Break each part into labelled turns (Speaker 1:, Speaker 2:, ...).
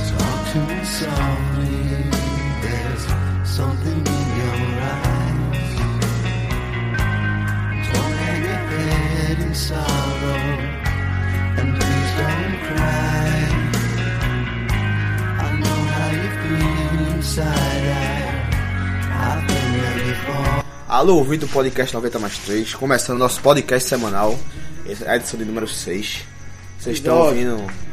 Speaker 1: too softly. There's something in your eyes. Don't hang your head in sorrow, and please don't cry. I know how you feel inside. I, I've been there before.
Speaker 2: Alô, ouvido do podcast 90 mais 3, começando nosso podcast semanal, essa é a edição de número 6. Vocês estão
Speaker 3: Idiota.
Speaker 2: ouvindo.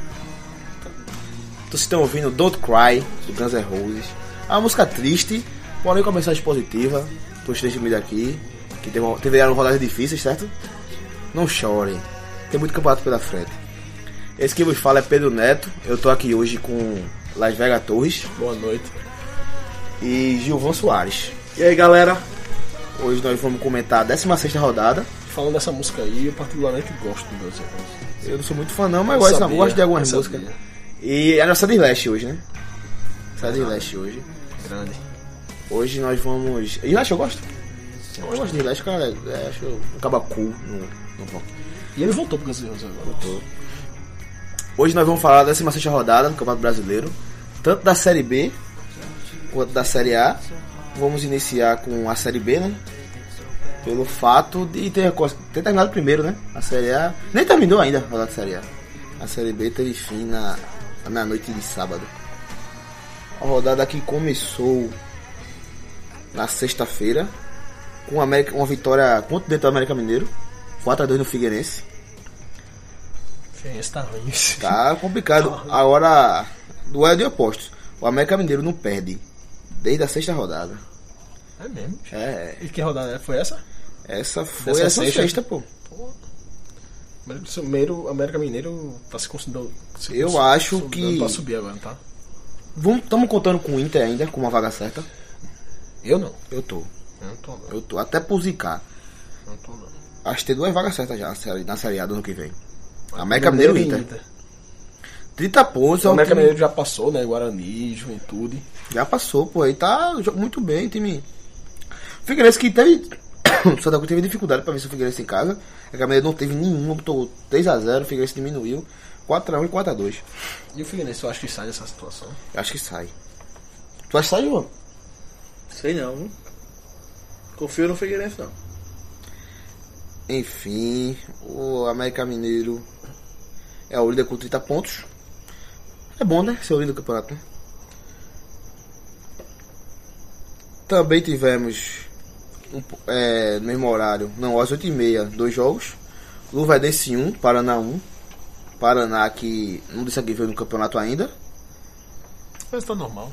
Speaker 2: Vocês estão ouvindo Don't Cry, do Guns N' Roses. É uma música triste, porém com uma mensagem positiva pros três times daqui, que teve- tiveram rodadas difíceis, certo? Não chorem, tem muito campeonato pela frente. Esse que vos fala é Pedro Neto, eu tô aqui hoje com Las Vegas Torres
Speaker 3: Boa noite.
Speaker 2: e Gilvan Soares.
Speaker 3: E aí, galera?
Speaker 2: Hoje nós vamos comentar a 16 rodada.
Speaker 3: Falando dessa música aí, eu particularmente gosto do Guns N' Roses.
Speaker 2: Eu não sou muito fã não, mas gosto,
Speaker 3: sabia,
Speaker 2: gosto de algumas
Speaker 3: eu sabia.
Speaker 2: músicas. E é a nossa Slash hoje, né? Slash hoje.
Speaker 3: Grande.
Speaker 2: Hoje nós vamos... Slash eu gosto. Eu gosto de Slash, cara. é, acho um caba cool no, no rock.
Speaker 3: E ele voltou pro Guns N' Roses agora.
Speaker 2: Hoje nós vamos falar da 16 rodada no Campeonato Brasileiro. Tanto da Série B, quanto da Série A. Vamos iniciar com a Série B, né? Pelo fato de ter, ter terminado primeiro, né? A Série A... Nem terminou ainda a rodada da Série A. A Série B teve fim na, na noite de sábado. A rodada que começou na sexta-feira com o América- uma vitória contra dentro do América Mineiro. 4x2 no Figueirense.
Speaker 3: Fê, esse tá ruim.
Speaker 2: Tá complicado. Agora, duelo de opostos. O América Mineiro não perde. Desde a sexta rodada.
Speaker 3: É mesmo.
Speaker 2: É,
Speaker 3: E que rodada foi essa?
Speaker 2: essa foi
Speaker 3: Dessa
Speaker 2: essa sexta,
Speaker 3: sexta?
Speaker 2: pô.
Speaker 3: Primeiro, América Mineiro tá se considerando. se
Speaker 2: Eu
Speaker 3: cons-
Speaker 2: acho
Speaker 3: considerando
Speaker 2: que-
Speaker 3: Pra subir agora, tá?
Speaker 2: Estamos contando com o Inter ainda, com uma vaga certa.
Speaker 3: Eu não.
Speaker 2: Eu tô.
Speaker 3: Eu não tô, não.
Speaker 2: Eu tô. Até por zicar.
Speaker 3: Eu não tô, não.
Speaker 2: Acho que tem duas vagas certas já na série, na série A do ano que vem. América Mineiro e Inter.
Speaker 3: Inter.
Speaker 2: 30 pontos. é
Speaker 3: O
Speaker 2: um
Speaker 3: América
Speaker 2: time-
Speaker 3: Mineiro já passou, né? Guarani, Juventude.
Speaker 2: Já passou, pô. Aí tá jo- muito bem, time. Figueirense que teve. O Santa Cruz teve dificuldade pra ver se o Figueirense em casa. É A Gabriela não teve nenhuma, botou 3x0, o Figueirense diminuiu. 4x1 e 4x2.
Speaker 3: E o Figueirense, eu acho que sai dessa situação.
Speaker 2: Eu acho que sai. Tu acha que sai, João?
Speaker 4: Sei não. viu? Confio no Figueirense não.
Speaker 2: Enfim, o América Mineiro é o líder com 30 pontos. É bom, né? Ser o líder do campeonato, né? Também tivemos um po- é, no mesmo horário, não, às 8h30, dois jogos. Luverdense 1, Paraná 1. Paraná que não disse que veio no campeonato ainda.
Speaker 3: Mas tá normal.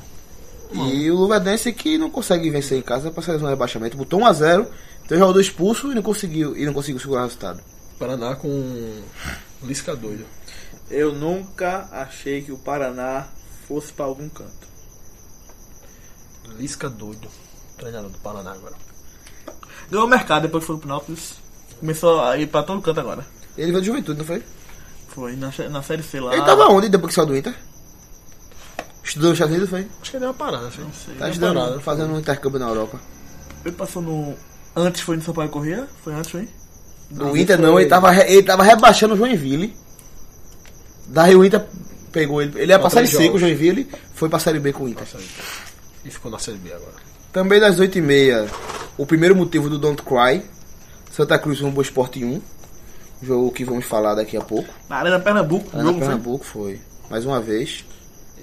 Speaker 2: E o Luverdense que não consegue vencer em casa para sair do um rebaixamento. Botou 1x0, tem o jogador expulso e não conseguiu, e não conseguiu segurar o resultado.
Speaker 3: Paraná com. um Lisca doido.
Speaker 4: Eu nunca achei que o Paraná fosse pra algum canto.
Speaker 3: Lisca doido. Treinador do Paraná agora.
Speaker 4: Ganhou o mercado depois que foi pro Nápoles. Começou a ir pra todo canto agora.
Speaker 2: Ele veio do Juventude, não foi?
Speaker 4: Foi na, sé- na série C lá.
Speaker 2: Ele tava onde depois que saiu do Inter? Estudou nos Estados Unidos, foi?
Speaker 3: Acho que ele deu uma parada, filho.
Speaker 4: sei.
Speaker 2: Tá
Speaker 3: Deu uma
Speaker 2: estudando,
Speaker 3: parada.
Speaker 2: fazendo um intercâmbio na Europa.
Speaker 4: Ele passou no. Antes foi no Sampaio Corrêa? Foi antes, foi?
Speaker 2: Do Inter não, ele tava, re- ele tava rebaixando o Joinville. Daí o Inter pegou ele. Ele ia
Speaker 3: Contra
Speaker 2: passar em
Speaker 3: os
Speaker 2: C com o
Speaker 3: jogos.
Speaker 2: Joinville, foi pra Série B com o Inter.
Speaker 3: Nossa, E ficou na Série B agora.
Speaker 2: Também das 8h30, o primeiro motivo do Don't Cry. Santa Cruz Rumbo Sport 1. Jogo que vamos falar daqui a pouco.
Speaker 4: Na Arena Pernambuco.
Speaker 2: Lá
Speaker 4: o
Speaker 2: na
Speaker 4: jogo né? foi.
Speaker 2: Pernambuco foi. Mais uma vez.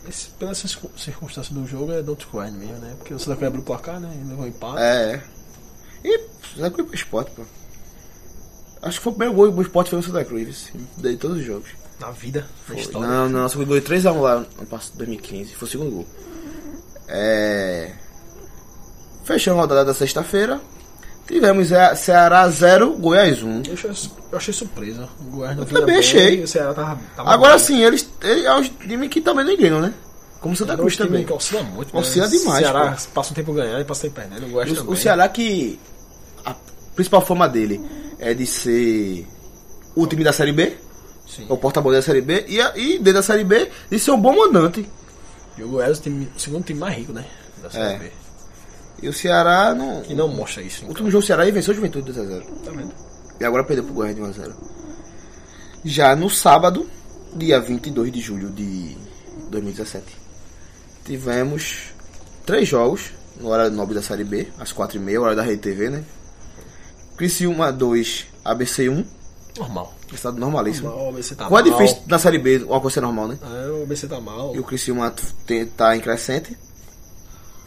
Speaker 3: Esse, pela circun- circunstância do jogo, é Don't Cry mesmo, né? Porque o Santa Cruz abriu o placar, né? E levou empate.
Speaker 2: É, é. E Santa Cruz pro esporte, pô. Acho que foi o primeiro gol do esporte foi o Santa Cruz, assim, de todos os jogos.
Speaker 3: Na vida, na
Speaker 2: Foi.
Speaker 3: história.
Speaker 2: Não, não, só foi gol de 3x1 lá no passo 2015, foi o segundo gol. É. Fechando a rodada da sexta-feira. Tivemos Ce- Ceará 0, Goiás 1.
Speaker 3: Eu achei, eu achei surpresa. O Goiás não
Speaker 2: Eu
Speaker 3: vinha
Speaker 2: também
Speaker 3: bem,
Speaker 2: achei.
Speaker 3: O Ceará tava, tava
Speaker 2: Agora
Speaker 3: bem.
Speaker 2: sim, eles, eles é um time que também não enganam, né? Como Santa
Speaker 3: Era um
Speaker 2: Cruz
Speaker 3: time
Speaker 2: também.
Speaker 3: que oscila muito.
Speaker 2: Oscila demais,
Speaker 3: O Ceará passa um tempo ganhando e passa um tempo perdendo. O Goiás
Speaker 2: O-
Speaker 3: também.
Speaker 2: O Ceará que a principal forma dele é de ser o time da Série B,
Speaker 3: Sim.
Speaker 2: é o porta-bandeira da Série B, e, a- e dentro da Série B de ser um bom mandante.
Speaker 3: E o Goiás é o, time- o segundo time mais rico, né? Da Série
Speaker 2: É.
Speaker 3: B.
Speaker 2: E o Ceará não...
Speaker 3: E não mostra isso.
Speaker 2: O último jogo do Ceará ele venceu o Juventude 2x0.
Speaker 3: Tá vendo?
Speaker 2: E agora perdeu pro Goiás de 1x0. Já no sábado, dia 22 de julho de 2017, Tivemos três jogos no horário nobre da Série B, às 4h30, horário da Rede TV, né? Criciúma 2, ABC 1,
Speaker 3: Normal.
Speaker 2: estado normalíssimo.
Speaker 3: Normal, o BC tá
Speaker 2: Qual é
Speaker 3: mal.
Speaker 2: difícil na Série B, uma coisa é normal, né?
Speaker 3: É, o BC tá mal.
Speaker 2: E o Criciúma t- tem- tá em crescente.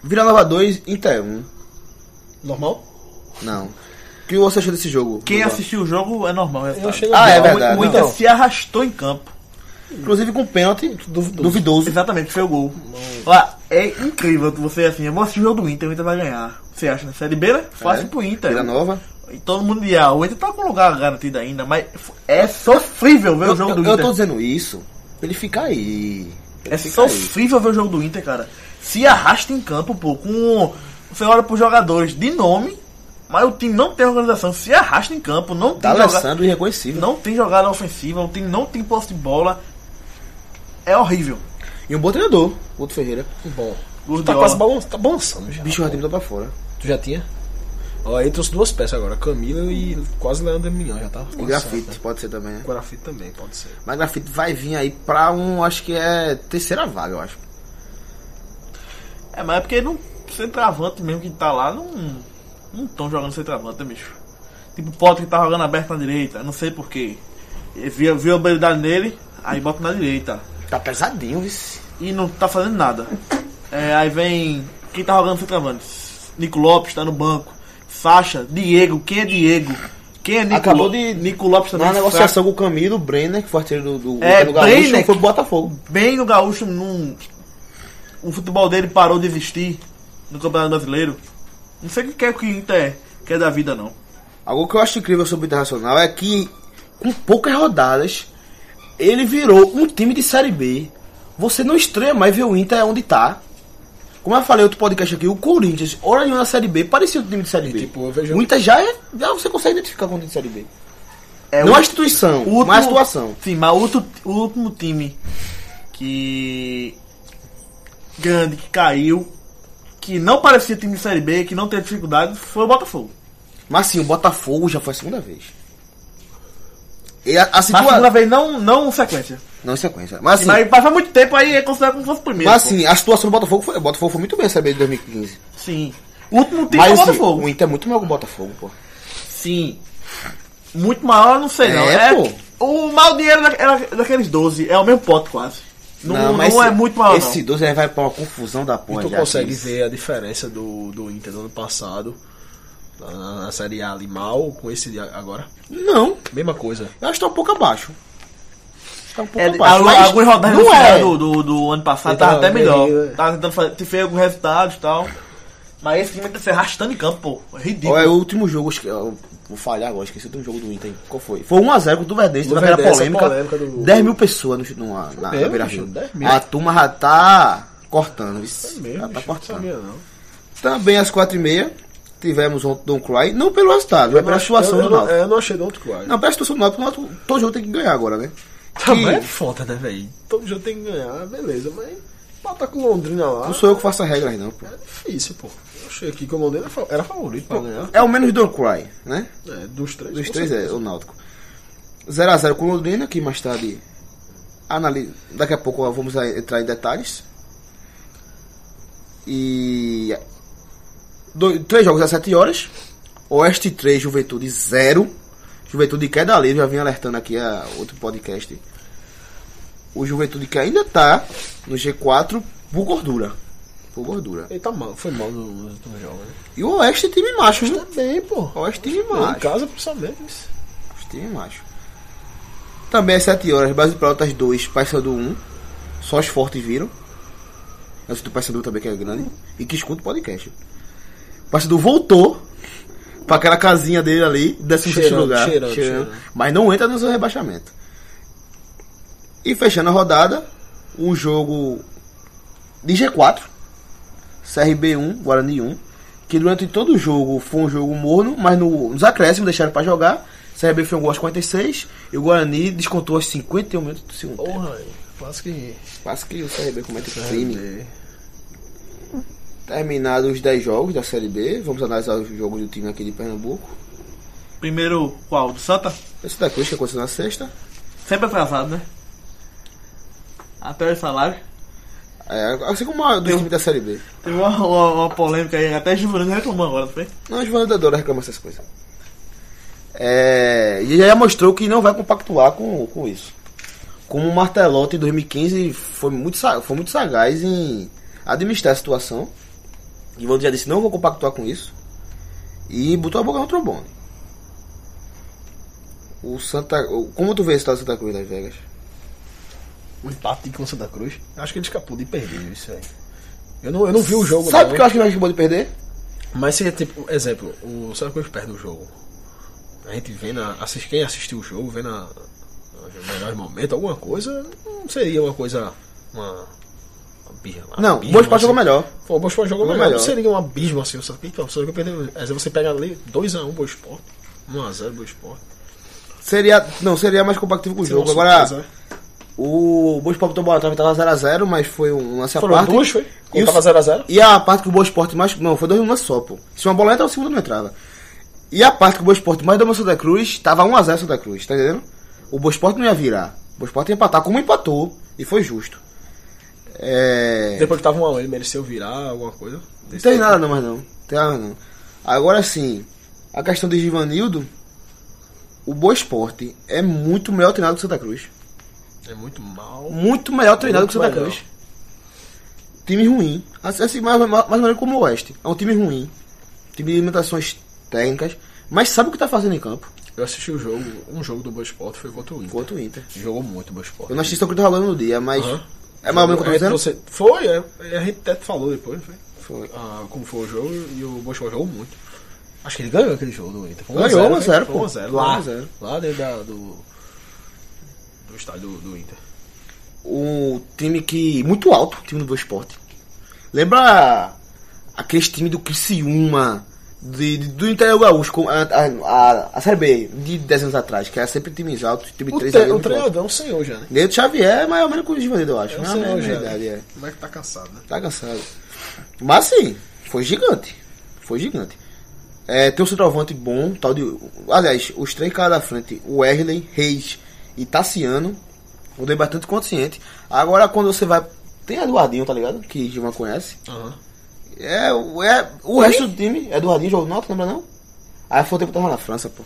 Speaker 2: Vila Nova 2, Inter 1.
Speaker 3: Normal?
Speaker 2: Não. O que você achou desse jogo?
Speaker 4: Quem
Speaker 2: Duval?
Speaker 4: assistiu o jogo é normal, o resultado.
Speaker 3: Eu achei
Speaker 2: Ah, é
Speaker 3: normal.
Speaker 2: verdade.
Speaker 4: O Inter
Speaker 3: Então,
Speaker 4: se arrastou em campo.
Speaker 2: Inclusive com pênalti duvidoso. duvidoso.
Speaker 4: Exatamente, foi o gol. Lá, é incrível que você assim, eu vou assistir o jogo do Inter, o Inter vai ganhar. Você acha, na Série B, né? Fácil
Speaker 2: É.
Speaker 4: pro Inter.
Speaker 2: Vila Nova.
Speaker 4: E todo mundo ia, o Inter tá com lugar garantido ainda, mas é sofrível ver
Speaker 2: Eu,
Speaker 4: o jogo
Speaker 2: eu-
Speaker 4: do
Speaker 2: eu
Speaker 4: Inter.
Speaker 2: tô dizendo isso pra ele ficar aí.
Speaker 4: É
Speaker 2: Pra ele ficar aí.
Speaker 4: sofrível ver o jogo do Inter, cara. Se arrasta em campo, pô, com. Você olha pros jogadores de nome, mas o time não tem organização. Se arrasta em campo, não
Speaker 2: Tá
Speaker 4: tem joga-
Speaker 2: Alessandro irreconhecível.
Speaker 4: não tem jogada ofensiva, o time não tem posse de bola. É horrível.
Speaker 2: E um bom treinador, Guto Ferreira.
Speaker 3: Bom. Tá
Speaker 4: Gordiola.
Speaker 3: quase balançando, tá balançando já.
Speaker 4: Ah,
Speaker 2: Bicho, o time tá pra fora.
Speaker 3: Tu já tinha? Ó, ele trouxe duas peças agora, Camila e quase Leandro Mignon, já tava.
Speaker 2: E grafite, pode ser também, né?
Speaker 3: Grafite também, pode ser.
Speaker 2: Mas grafite vai vir aí pra um, acho que é terceira vaga, eu acho.
Speaker 4: É, mas é porque não. Centroavante mesmo que tá lá, não. Não tão jogando centroavante, né, bicho. Tipo, o Potter que tá jogando aberto na direita, não sei porquê. Viu, viu a habilidade nele, aí bota na direita.
Speaker 2: Tá pesadinho, vice.
Speaker 4: e não tá fazendo nada. É, aí vem quem tá jogando centroavante? Nico Lopes tá no banco. Sacha, Diego, quem é Diego? Quem é Nico
Speaker 2: Acabou
Speaker 4: Lo-
Speaker 2: de-
Speaker 4: Nico Lopes também.
Speaker 2: Na
Speaker 4: fraco.
Speaker 2: negociação com o é assim. Camilo, o Brenner, que foi artilheiro do, do,
Speaker 4: É,
Speaker 2: do Gaúcho,
Speaker 4: Brenner.
Speaker 2: foi pro Botafogo.
Speaker 4: Bem no Gaúcho, num, o futebol dele parou de existir no Campeonato Brasileiro. Não sei o que quer que o Inter quer da vida, não.
Speaker 2: Algo que eu acho incrível sobre o Internacional é que, com poucas rodadas, ele virou um time de Série B. Você não estranha mais ver o Inter onde tá. Como eu falei em outro podcast aqui, o Corinthians, hora nenhuma na Série B, parecia um time de Série B.
Speaker 3: tipo, eu vejo-
Speaker 2: O Inter já é. Já você consegue identificar com o time de Série B.
Speaker 4: É
Speaker 2: não
Speaker 4: o-
Speaker 2: a instituição,
Speaker 4: O último-
Speaker 2: mas a situação.
Speaker 4: Sim, mas o outro- o último time que. grande, que caiu, que não parecia time de Série B, que não teve dificuldade, foi o Botafogo.
Speaker 2: Mas sim, o Botafogo já foi a segunda vez. E Tipo a, a
Speaker 4: Na
Speaker 2: situa-
Speaker 4: segunda vez, não, não sequência.
Speaker 2: Não em sequência. Mas assim,
Speaker 4: Mas passa muito tempo aí, é considerado como se fosse o primeiro.
Speaker 2: mas,
Speaker 4: pô.
Speaker 2: assim a situação do Botafogo foi. O Botafogo foi muito bem na Série B de 2015.
Speaker 4: Sim. O último time foi o
Speaker 2: Mas assim,
Speaker 4: Botafogo.
Speaker 2: o Inter é muito melhor que o Botafogo, pô.
Speaker 4: Sim. Muito maior, não sei não.
Speaker 2: É,
Speaker 4: É,
Speaker 2: pô.
Speaker 4: O mal dinheiro da, era daqueles 12. É o mesmo pote quase. Não, não, é muito maior,
Speaker 2: Esse 12 aí vai pra uma confusão da
Speaker 3: E
Speaker 2: porra.
Speaker 3: tu
Speaker 2: já,
Speaker 3: consegue
Speaker 2: Cris.
Speaker 3: ver a diferença do, do Inter do ano passado, na, na Série A ali mal, com esse de a- agora?
Speaker 2: Não,
Speaker 3: Mesma coisa.
Speaker 2: eu acho que tá um pouco abaixo. Tá um pouco
Speaker 4: não. É,
Speaker 2: abaixo.
Speaker 4: algu-
Speaker 2: mas
Speaker 4: algumas rodadas no
Speaker 2: não
Speaker 4: final
Speaker 2: é. Então,
Speaker 4: do, do, do ano passado
Speaker 3: Ele
Speaker 4: tava
Speaker 3: tava
Speaker 4: até
Speaker 3: bem,
Speaker 4: melhor.
Speaker 3: é.
Speaker 4: Tava tentando fazer, te fez alguns resultados e tal. Mas esse time tá se arrastando em campo, pô. É ridículo.
Speaker 2: Ó, é o último jogo, acho que- eu vou falhar agora, esqueci o último jogo do Inter. hein? Qual foi? Foi 1x0 contra o Verdense, teve aquela
Speaker 3: Verdense,
Speaker 2: polêmica.
Speaker 3: a polêmica do-
Speaker 2: 10 mil pessoas no, no, na,
Speaker 3: mesmo,
Speaker 2: na Beira
Speaker 3: bicho,
Speaker 2: Rio.
Speaker 3: 10 mil.
Speaker 2: A turma já tá cortando. Isso, já tá
Speaker 3: bicho, não
Speaker 2: cortando.
Speaker 3: sabia, não.
Speaker 2: Também às 4h30 tivemos ontem Don Cry, não pelo resultado, mas pela
Speaker 3: Eu-
Speaker 2: É situação
Speaker 3: eu,
Speaker 2: do
Speaker 3: eu não-
Speaker 2: Náutico.
Speaker 3: Eu não achei do outro quadro.
Speaker 2: Não, pela situação do Náutico, porque o Náutico, todo jogo tem que ganhar agora, né?
Speaker 3: Também
Speaker 2: Que-
Speaker 3: é foda, né, velho? Todo jogo tem que ganhar, beleza, mas bota com Londrina lá.
Speaker 2: Não sou eu que faço a regra, não, pô.
Speaker 3: É difícil, pô. Eu achei aqui que o Londrina é fa- era favorito pra ganhar.
Speaker 2: É o menos Don't Cry, né?
Speaker 3: É, dos três.
Speaker 2: Dos
Speaker 3: com
Speaker 2: três é
Speaker 3: certeza.
Speaker 2: o Náutico. 0x0 com Londrina, que mais tarde analisa. Daqui a pouco ó, vamos a- entrar em detalhes. E. dois- três jogos às 7 horas. Oeste 3, Juventude 0. Juventude queda livre, já vim alertando aqui a outro podcast. O Juventude que ainda tá no G4 por gordura. Por gordura.
Speaker 3: Ele tá mal, foi mal no- nos últimos jogos, né?
Speaker 2: E o Oeste time macho, né?
Speaker 3: Também, tá pô.
Speaker 2: Oeste time
Speaker 3: Em
Speaker 2: macho.
Speaker 3: casa, principalmente. isso.
Speaker 2: Time macho. Também às 7 horas, Brasil Pelotas 2, Paysandu 1. Só os fortes viram. Essa do Paysandu também que é grande. E que escuta o podcast. O Paysandu voltou pra aquela casinha dele ali, 16
Speaker 3: Cheirando,
Speaker 2: lugar.
Speaker 3: cheirando, cheirando.
Speaker 2: Mas não entra no seu rebaixamento. E fechando a rodada, um jogo de G4. CRB 1, Guarani 1. Que durante todo o jogo foi um jogo morno, mas no, nos acréscimos deixaram pra jogar. CRB foi um gol aos 46 e o Guarani descontou aos 51 minutos do segundo tempo.
Speaker 3: Porra, aí, quase que.
Speaker 2: Quase que o CRB comete um crime.
Speaker 3: Sim.
Speaker 2: Terminados os 10 jogos da Série B, vamos analisar os jogos do time aqui de Pernambuco.
Speaker 4: Primeiro, qual? Do Santa?
Speaker 2: Esse da Cruz que aconteceu na sexta.
Speaker 4: Sempre atrasado, né? Até o salário.
Speaker 2: É, assim como a do time da Série B.
Speaker 4: Teve uma, uma, uma polêmica aí, até Giovanni reclamou agora, não foi?
Speaker 2: Não, a Giovanna adora reclamar essas coisas. É, e já mostrou que não vai compactuar com, com isso. Como o Martelotti em 2015 foi muito, sa- foi muito sagaz em administrar a situação. E já disse, não vou compactuar com isso. E botou a boca no trombone. O Santa. o- Como tu vê esse estado do Santa Cruz das Vegas?
Speaker 3: O um empate com o Santa Cruz. Acho que ele escapou de perder isso aí. Eu não, eu não vi o jogo.
Speaker 2: Sabe
Speaker 3: não, né?
Speaker 2: por que eu acho que nós acabamos de perder?
Speaker 3: Mas seria tipo, exemplo, o Santa Cruz perde o jogo. A gente vendo, a, assist, quem assistiu o jogo, vendo a, a- o melhor momento, alguma coisa, não seria uma coisa. Uma. uma birra. uma
Speaker 2: Não, o
Speaker 3: birra,
Speaker 2: Boa Esporte
Speaker 3: assim.
Speaker 2: jogou melhor.
Speaker 3: Pô, o Boa Esporte jogou
Speaker 2: Jogou
Speaker 3: melhor. Não
Speaker 2: melhor.
Speaker 3: seria um abismo assim, o Santa Cruz. Então, o Santa Cruz perdeu. Às vezes você pega ali 2x1 Boa Esporte, 1x0 Boa Esporte.
Speaker 2: Seria, não, seria mais compatível com o jogo. Agora,
Speaker 3: Surpresa, né?
Speaker 2: o Boa Esporte tomou a trave, tava 0x0, mas foi um lance à
Speaker 3: Foram
Speaker 2: parte.
Speaker 3: duas, foi?
Speaker 2: E o-
Speaker 3: Quando tava 0x0?
Speaker 2: E a parte que o Boa Esporte mais. Não, foi dois lances só, pô. Se uma bola entra, é o segundo não entrava. E a parte que o Boa Esporte mais dominou o Santa Cruz, tava 1x0 Santa Cruz, tá entendendo? O Boa Esporte não ia virar. O Boa Esporte ia empatar, como empatou. E foi justo. É.
Speaker 3: Depois que tava 1x1, ele mereceu virar alguma coisa.
Speaker 2: Não tem nada não, mas não. Tem nada não. Agora sim, a questão de Givanildo, o Boa Esporte é muito melhor treinado que o Santa Cruz.
Speaker 3: É muito mal.
Speaker 2: Muito melhor treinado que o
Speaker 3: Muito
Speaker 2: Santa
Speaker 3: melhor.
Speaker 2: Cruz. Time ruim. Assim, assim, mais, mais, mais ou menos como o Oeste. É um time ruim. Time de limitações técnicas. Mas sabe o que tá fazendo em campo.
Speaker 3: Eu assisti o jogo, um jogo do Boa Esporte foi contra o Inter.
Speaker 2: Contra o Inter.
Speaker 3: Jogou muito o Boa Esporte.
Speaker 2: Eu não assisti o que tá rolando no dia, mas.
Speaker 3: Aham.
Speaker 2: É mais ou menos o que eu tô
Speaker 3: É,
Speaker 2: dizendo?
Speaker 3: você- Foi, é, a gente até falou depois, foi.
Speaker 2: Foi.
Speaker 3: Ah, como foi o jogo e o Boa Esporte jogou muito. Acho que ele ganhou aquele jogo do Inter. Foi um
Speaker 2: Ganhou,
Speaker 3: a
Speaker 2: um a zero,
Speaker 3: né?
Speaker 2: pô.
Speaker 3: Foi um a zero,
Speaker 2: Lá.
Speaker 3: lá,
Speaker 2: Um a zero.
Speaker 3: lá dentro da- do, do estádio do, do Inter.
Speaker 2: um time que muito alto, o time do Boa Esporte. Lembra aqueles times do Criciúma, de, de- do Interior Gaúcho, com a, a, a, a Série B de 10 anos atrás, que era sempre times altos, time
Speaker 3: O,
Speaker 2: 3
Speaker 3: tre o treinador é um senhor já, né?
Speaker 2: Neto Xavier é mais ou menos com o Givanildo, eu acho.
Speaker 3: É um
Speaker 2: Não,
Speaker 3: senhor
Speaker 2: é,
Speaker 3: já.
Speaker 2: verdade, é.
Speaker 3: Como é que tá cansado, né?
Speaker 2: Tá cansado. Mas sim, foi gigante. Foi gigante. É, tem um centroavante bom, tal de. Aliás, os três caras da frente, o Erlen, Reis e Tassiano. Um dei bastante consciente. Agora quando você vai. Tem Eduardinho, tá ligado? Que Givan conhece.
Speaker 3: Aham.
Speaker 2: É, o- é o resto do time, Eduardinho jogou não, tu lembra não? Aí foi o tempo que tava na França, pô.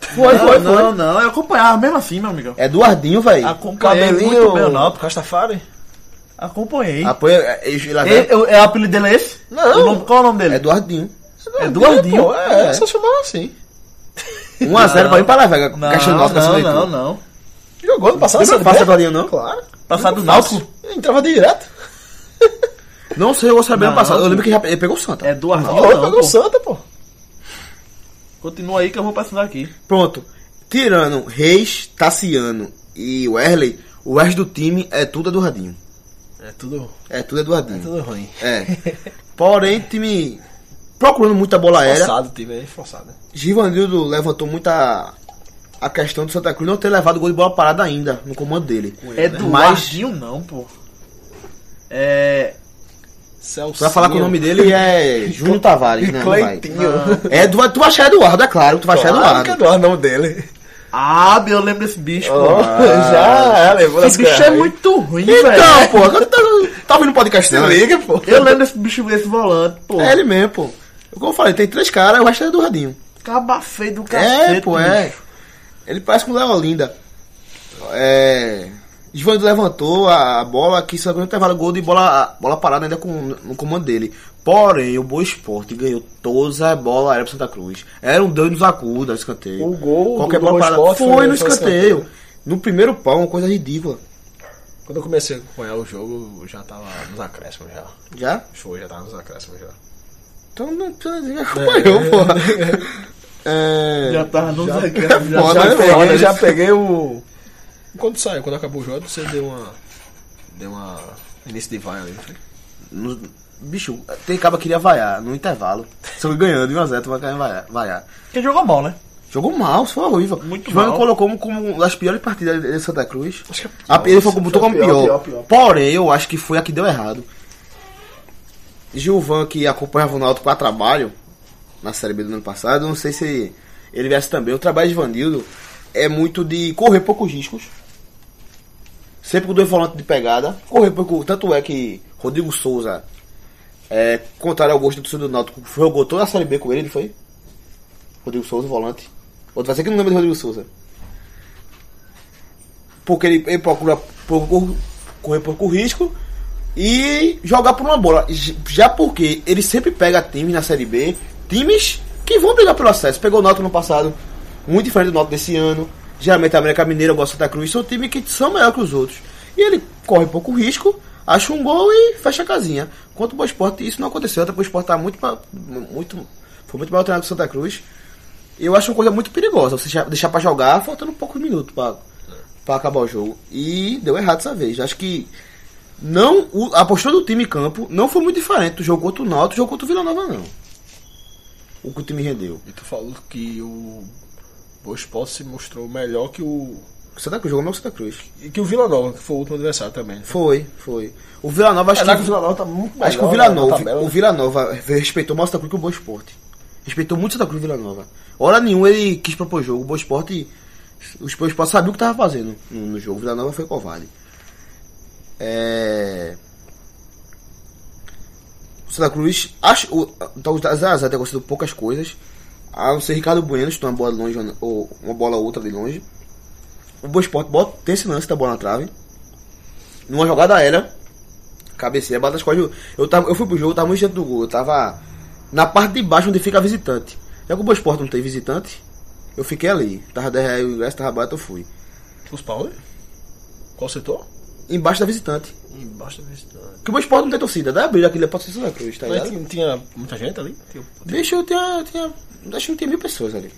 Speaker 2: Foi,
Speaker 4: não,
Speaker 2: foi,
Speaker 4: não,
Speaker 2: foi.
Speaker 4: não, eu acompanhava mesmo assim, meu amigo.
Speaker 2: Eduardinho, velho.
Speaker 4: Acompanhei muito bem o Náutico.
Speaker 3: Rastafari?
Speaker 4: Acompanhei.
Speaker 2: Apoio. É, é, ele lá
Speaker 4: Ele-
Speaker 2: dentro.
Speaker 4: eu- é o apelido dele é esse?
Speaker 2: Não.
Speaker 4: O nome- qual é o nome dele?
Speaker 2: Eduardinho.
Speaker 4: Eduardinho?
Speaker 3: Pô, é,
Speaker 2: É.
Speaker 3: só chamava assim.
Speaker 2: 1x0 pra ir pra lá, velho.
Speaker 4: Não,
Speaker 2: Caixa
Speaker 4: não,
Speaker 2: nova, caixa
Speaker 4: não,
Speaker 2: leite.
Speaker 4: não, não.
Speaker 3: Jogou ano passado,
Speaker 2: Você não
Speaker 3: Série
Speaker 2: passa
Speaker 3: B?
Speaker 2: Eduardinho, não?
Speaker 3: Claro.
Speaker 4: Passado do
Speaker 3: Fácil.
Speaker 4: Náutico.
Speaker 3: Entrava direto.
Speaker 2: Não sei, eu vou saber ano
Speaker 4: Não.
Speaker 2: passado. Eu lembro que ele já- ele pegou o Santa.
Speaker 4: É do Arnaldo.
Speaker 3: Não,
Speaker 4: não,
Speaker 3: pegou
Speaker 4: pô.
Speaker 3: o Santa, pô.
Speaker 4: Continua aí que eu vou passando aqui.
Speaker 2: Pronto. Tirando Reis, Tassiano e Werley, o resto do time é tudo Eduardinho.
Speaker 3: É tudo,
Speaker 2: É tudo Eduardinho.
Speaker 3: tudo ruim.
Speaker 2: É. Porém, time procurando muita bola aérea.
Speaker 3: Forçado, tive aí, forçado. né?
Speaker 2: Givanildo levantou muita a questão do Santa Cruz não ter levado gol de bola parada ainda no comando dele.
Speaker 4: É do
Speaker 2: Mas
Speaker 4: Eduardinho não, pô. É.
Speaker 3: Celso.
Speaker 2: pra falar que o nome dele é Júnior Tavares, né? Não vai.
Speaker 3: Cleitinho.
Speaker 2: É, tu, vai- tu vai achar Eduardo, é claro, tu vai achar
Speaker 3: Claro
Speaker 2: Eduardo.
Speaker 3: que é Eduardo o nome dele.
Speaker 4: Ah, eu lembro desse bicho, pô.
Speaker 2: Ah,
Speaker 3: já, é, levou
Speaker 4: Esse bicho é muito ruim,
Speaker 2: Então,
Speaker 4: velho.
Speaker 2: pô, eu tá, tá ouvindo o podcast
Speaker 3: Se
Speaker 2: não?
Speaker 3: liga, pô.
Speaker 4: Eu lembro desse bicho, esse volante, pô.
Speaker 2: É ele mesmo, pô. Como eu falei, tem três caras, o resto é do Radinho.
Speaker 4: Caba feio do cacete.
Speaker 2: É, pô, é.
Speaker 4: bicho.
Speaker 2: Ele parece com o Leolinda. É. Givanildo levantou a a bola que só ganhou intervalo gol de bola, bola parada ainda com, no comando dele. Porém, o Boa Esporte ganhou todas as bolas era pro Santa Cruz. Era um Deus nos acuda, escanteio.
Speaker 3: O gol
Speaker 2: Qualquer
Speaker 3: do
Speaker 2: bola
Speaker 3: Boa
Speaker 2: parada
Speaker 3: Esporte
Speaker 2: foi,
Speaker 3: foi-
Speaker 2: no
Speaker 3: foi
Speaker 2: escanteio.
Speaker 3: escanteio.
Speaker 2: No primeiro pau, uma coisa ridícula.
Speaker 3: Quando eu comecei a acompanhar o jogo, eu já tava nos acréscimos já.
Speaker 2: Já?
Speaker 3: Show já tava nos acréscimos já.
Speaker 2: Então não precisa dizer que acompanhou, porra. É.
Speaker 4: Já tá, tava no Zé
Speaker 2: É foda,
Speaker 4: já-
Speaker 2: né,
Speaker 4: já-
Speaker 2: foda,
Speaker 4: já-
Speaker 2: né?
Speaker 3: peguei o. Quando saiu, quando acabou o jogo, você deu uma. Deu uma. Início de vai ali. né?
Speaker 2: No- bicho, tem caba que queria vaiar no intervalo. Só ganhando, 1x0, tu vai querer vaiar, vaiar.
Speaker 4: Porque jogou mal, né?
Speaker 2: Jogou mal, foi horrível.
Speaker 4: Muito
Speaker 2: Giovanni
Speaker 4: mal.
Speaker 2: colocou como, como uma das piores partidas de Santa Cruz.
Speaker 3: Acho que é
Speaker 2: A-
Speaker 3: pior,
Speaker 2: ele foi,
Speaker 3: isso.
Speaker 2: botou
Speaker 3: Foi
Speaker 2: como
Speaker 3: pior,
Speaker 2: pior,
Speaker 3: pior, pior.
Speaker 2: Porém, eu acho que foi a que deu errado. Gilvan, que acompanhava o Náutico a trabalho na Série B do ano passado, não sei se ele viesse também. O trabalho de Vanildo é muito de correr poucos riscos. Sempre com dois volantes de pegada. Correr pouco. Tanto é que Rodrigo Souza, é, contrário ao gosto do torcedor do Náutico, jogou toda a Série B com ele, não foi? Rodrigo Souza, volante. Outro vai ser que não lembra de Rodrigo Souza. Porque ele, ele procura pouco- correr pouco risco e jogar por uma bola. J- Já porque ele sempre pega times na Série B, times que vão brigar pelo acesso. Pegou o Náutico no passado, muito diferente do Náutico desse ano. Geralmente a América Mineira gosta da Cruz, são times que são melhores que os outros. E ele corre pouco risco, acha um gol e fecha a casinha. Quanto o Boa Esporte, isso não aconteceu, até porque o Esporte tá muito, pra- muito, foi muito mal treinado que o Santa Cruz. Eu acho uma coisa muito perigosa, você já- deixar pra jogar faltando um poucos minutos pra, pra acabar o jogo. E deu errado dessa vez. Acho que não, o- a postura do time em campo não foi muito diferente do jogo contra o Náutico e do jogo contra o Vila Nova, não. O que o time rendeu.
Speaker 3: E tu falou que o Boa Esporte se mostrou melhor que o.
Speaker 2: O Santa Cruz jogou melhor que o Santa Cruz.
Speaker 3: E que o Vila Nova, que foi o último adversário também. né?
Speaker 2: Foi, foi. O Vila Nova, acho
Speaker 3: Apesar
Speaker 2: É, que...
Speaker 3: Vila Nova tá muito
Speaker 2: Acho que o
Speaker 3: melhor
Speaker 2: Vila
Speaker 3: na- na
Speaker 2: Nova,
Speaker 3: tabela,
Speaker 2: o
Speaker 3: né?
Speaker 2: Vila Nova respeitou mais o Santa Cruz que o Boa Esporte. Respeitou muito o Santa Cruz e o Vila Nova. Hora nenhuma ele quis propor jogo. O Boa Esporte, os Boa Esporte sabiam o que tava fazendo no, no jogo. O Vila Nova foi covarde. É... O Santa Cruz, acho, o, então, o Zaza tem acontecido poucas coisas. A não ser Ricardo Bueno, chutou uma bola longe, ou uma bola ou outra de longe. O Boa Esporte bota, tem esse lance da bola na trave. Numa jogada aérea, cabeceia, bate as costas. Eu, eu, tava, eu fui pro jogo, eu tava muito dentro do gol. Eu tava na parte de baixo onde fica a visitante. Já que o Boa Esporte não tem visitante, eu fiquei ali. Tava 10 reais o ingresso, tava barato, eu fui.
Speaker 3: Os pau, né? Qual setor?
Speaker 2: Embaixo da visitante.
Speaker 3: Embaixo da visitante.
Speaker 2: Porque o Boa Esporte não tem torcida. Daí abriu aquilo, pode ser Santa Cruz, tá
Speaker 3: Mas
Speaker 2: ligado?
Speaker 3: tinha, tinha muita gente ali? Tinha- um
Speaker 2: Bicho, eu tinha, eu tinha. Acho que não tinha mil pessoas ali.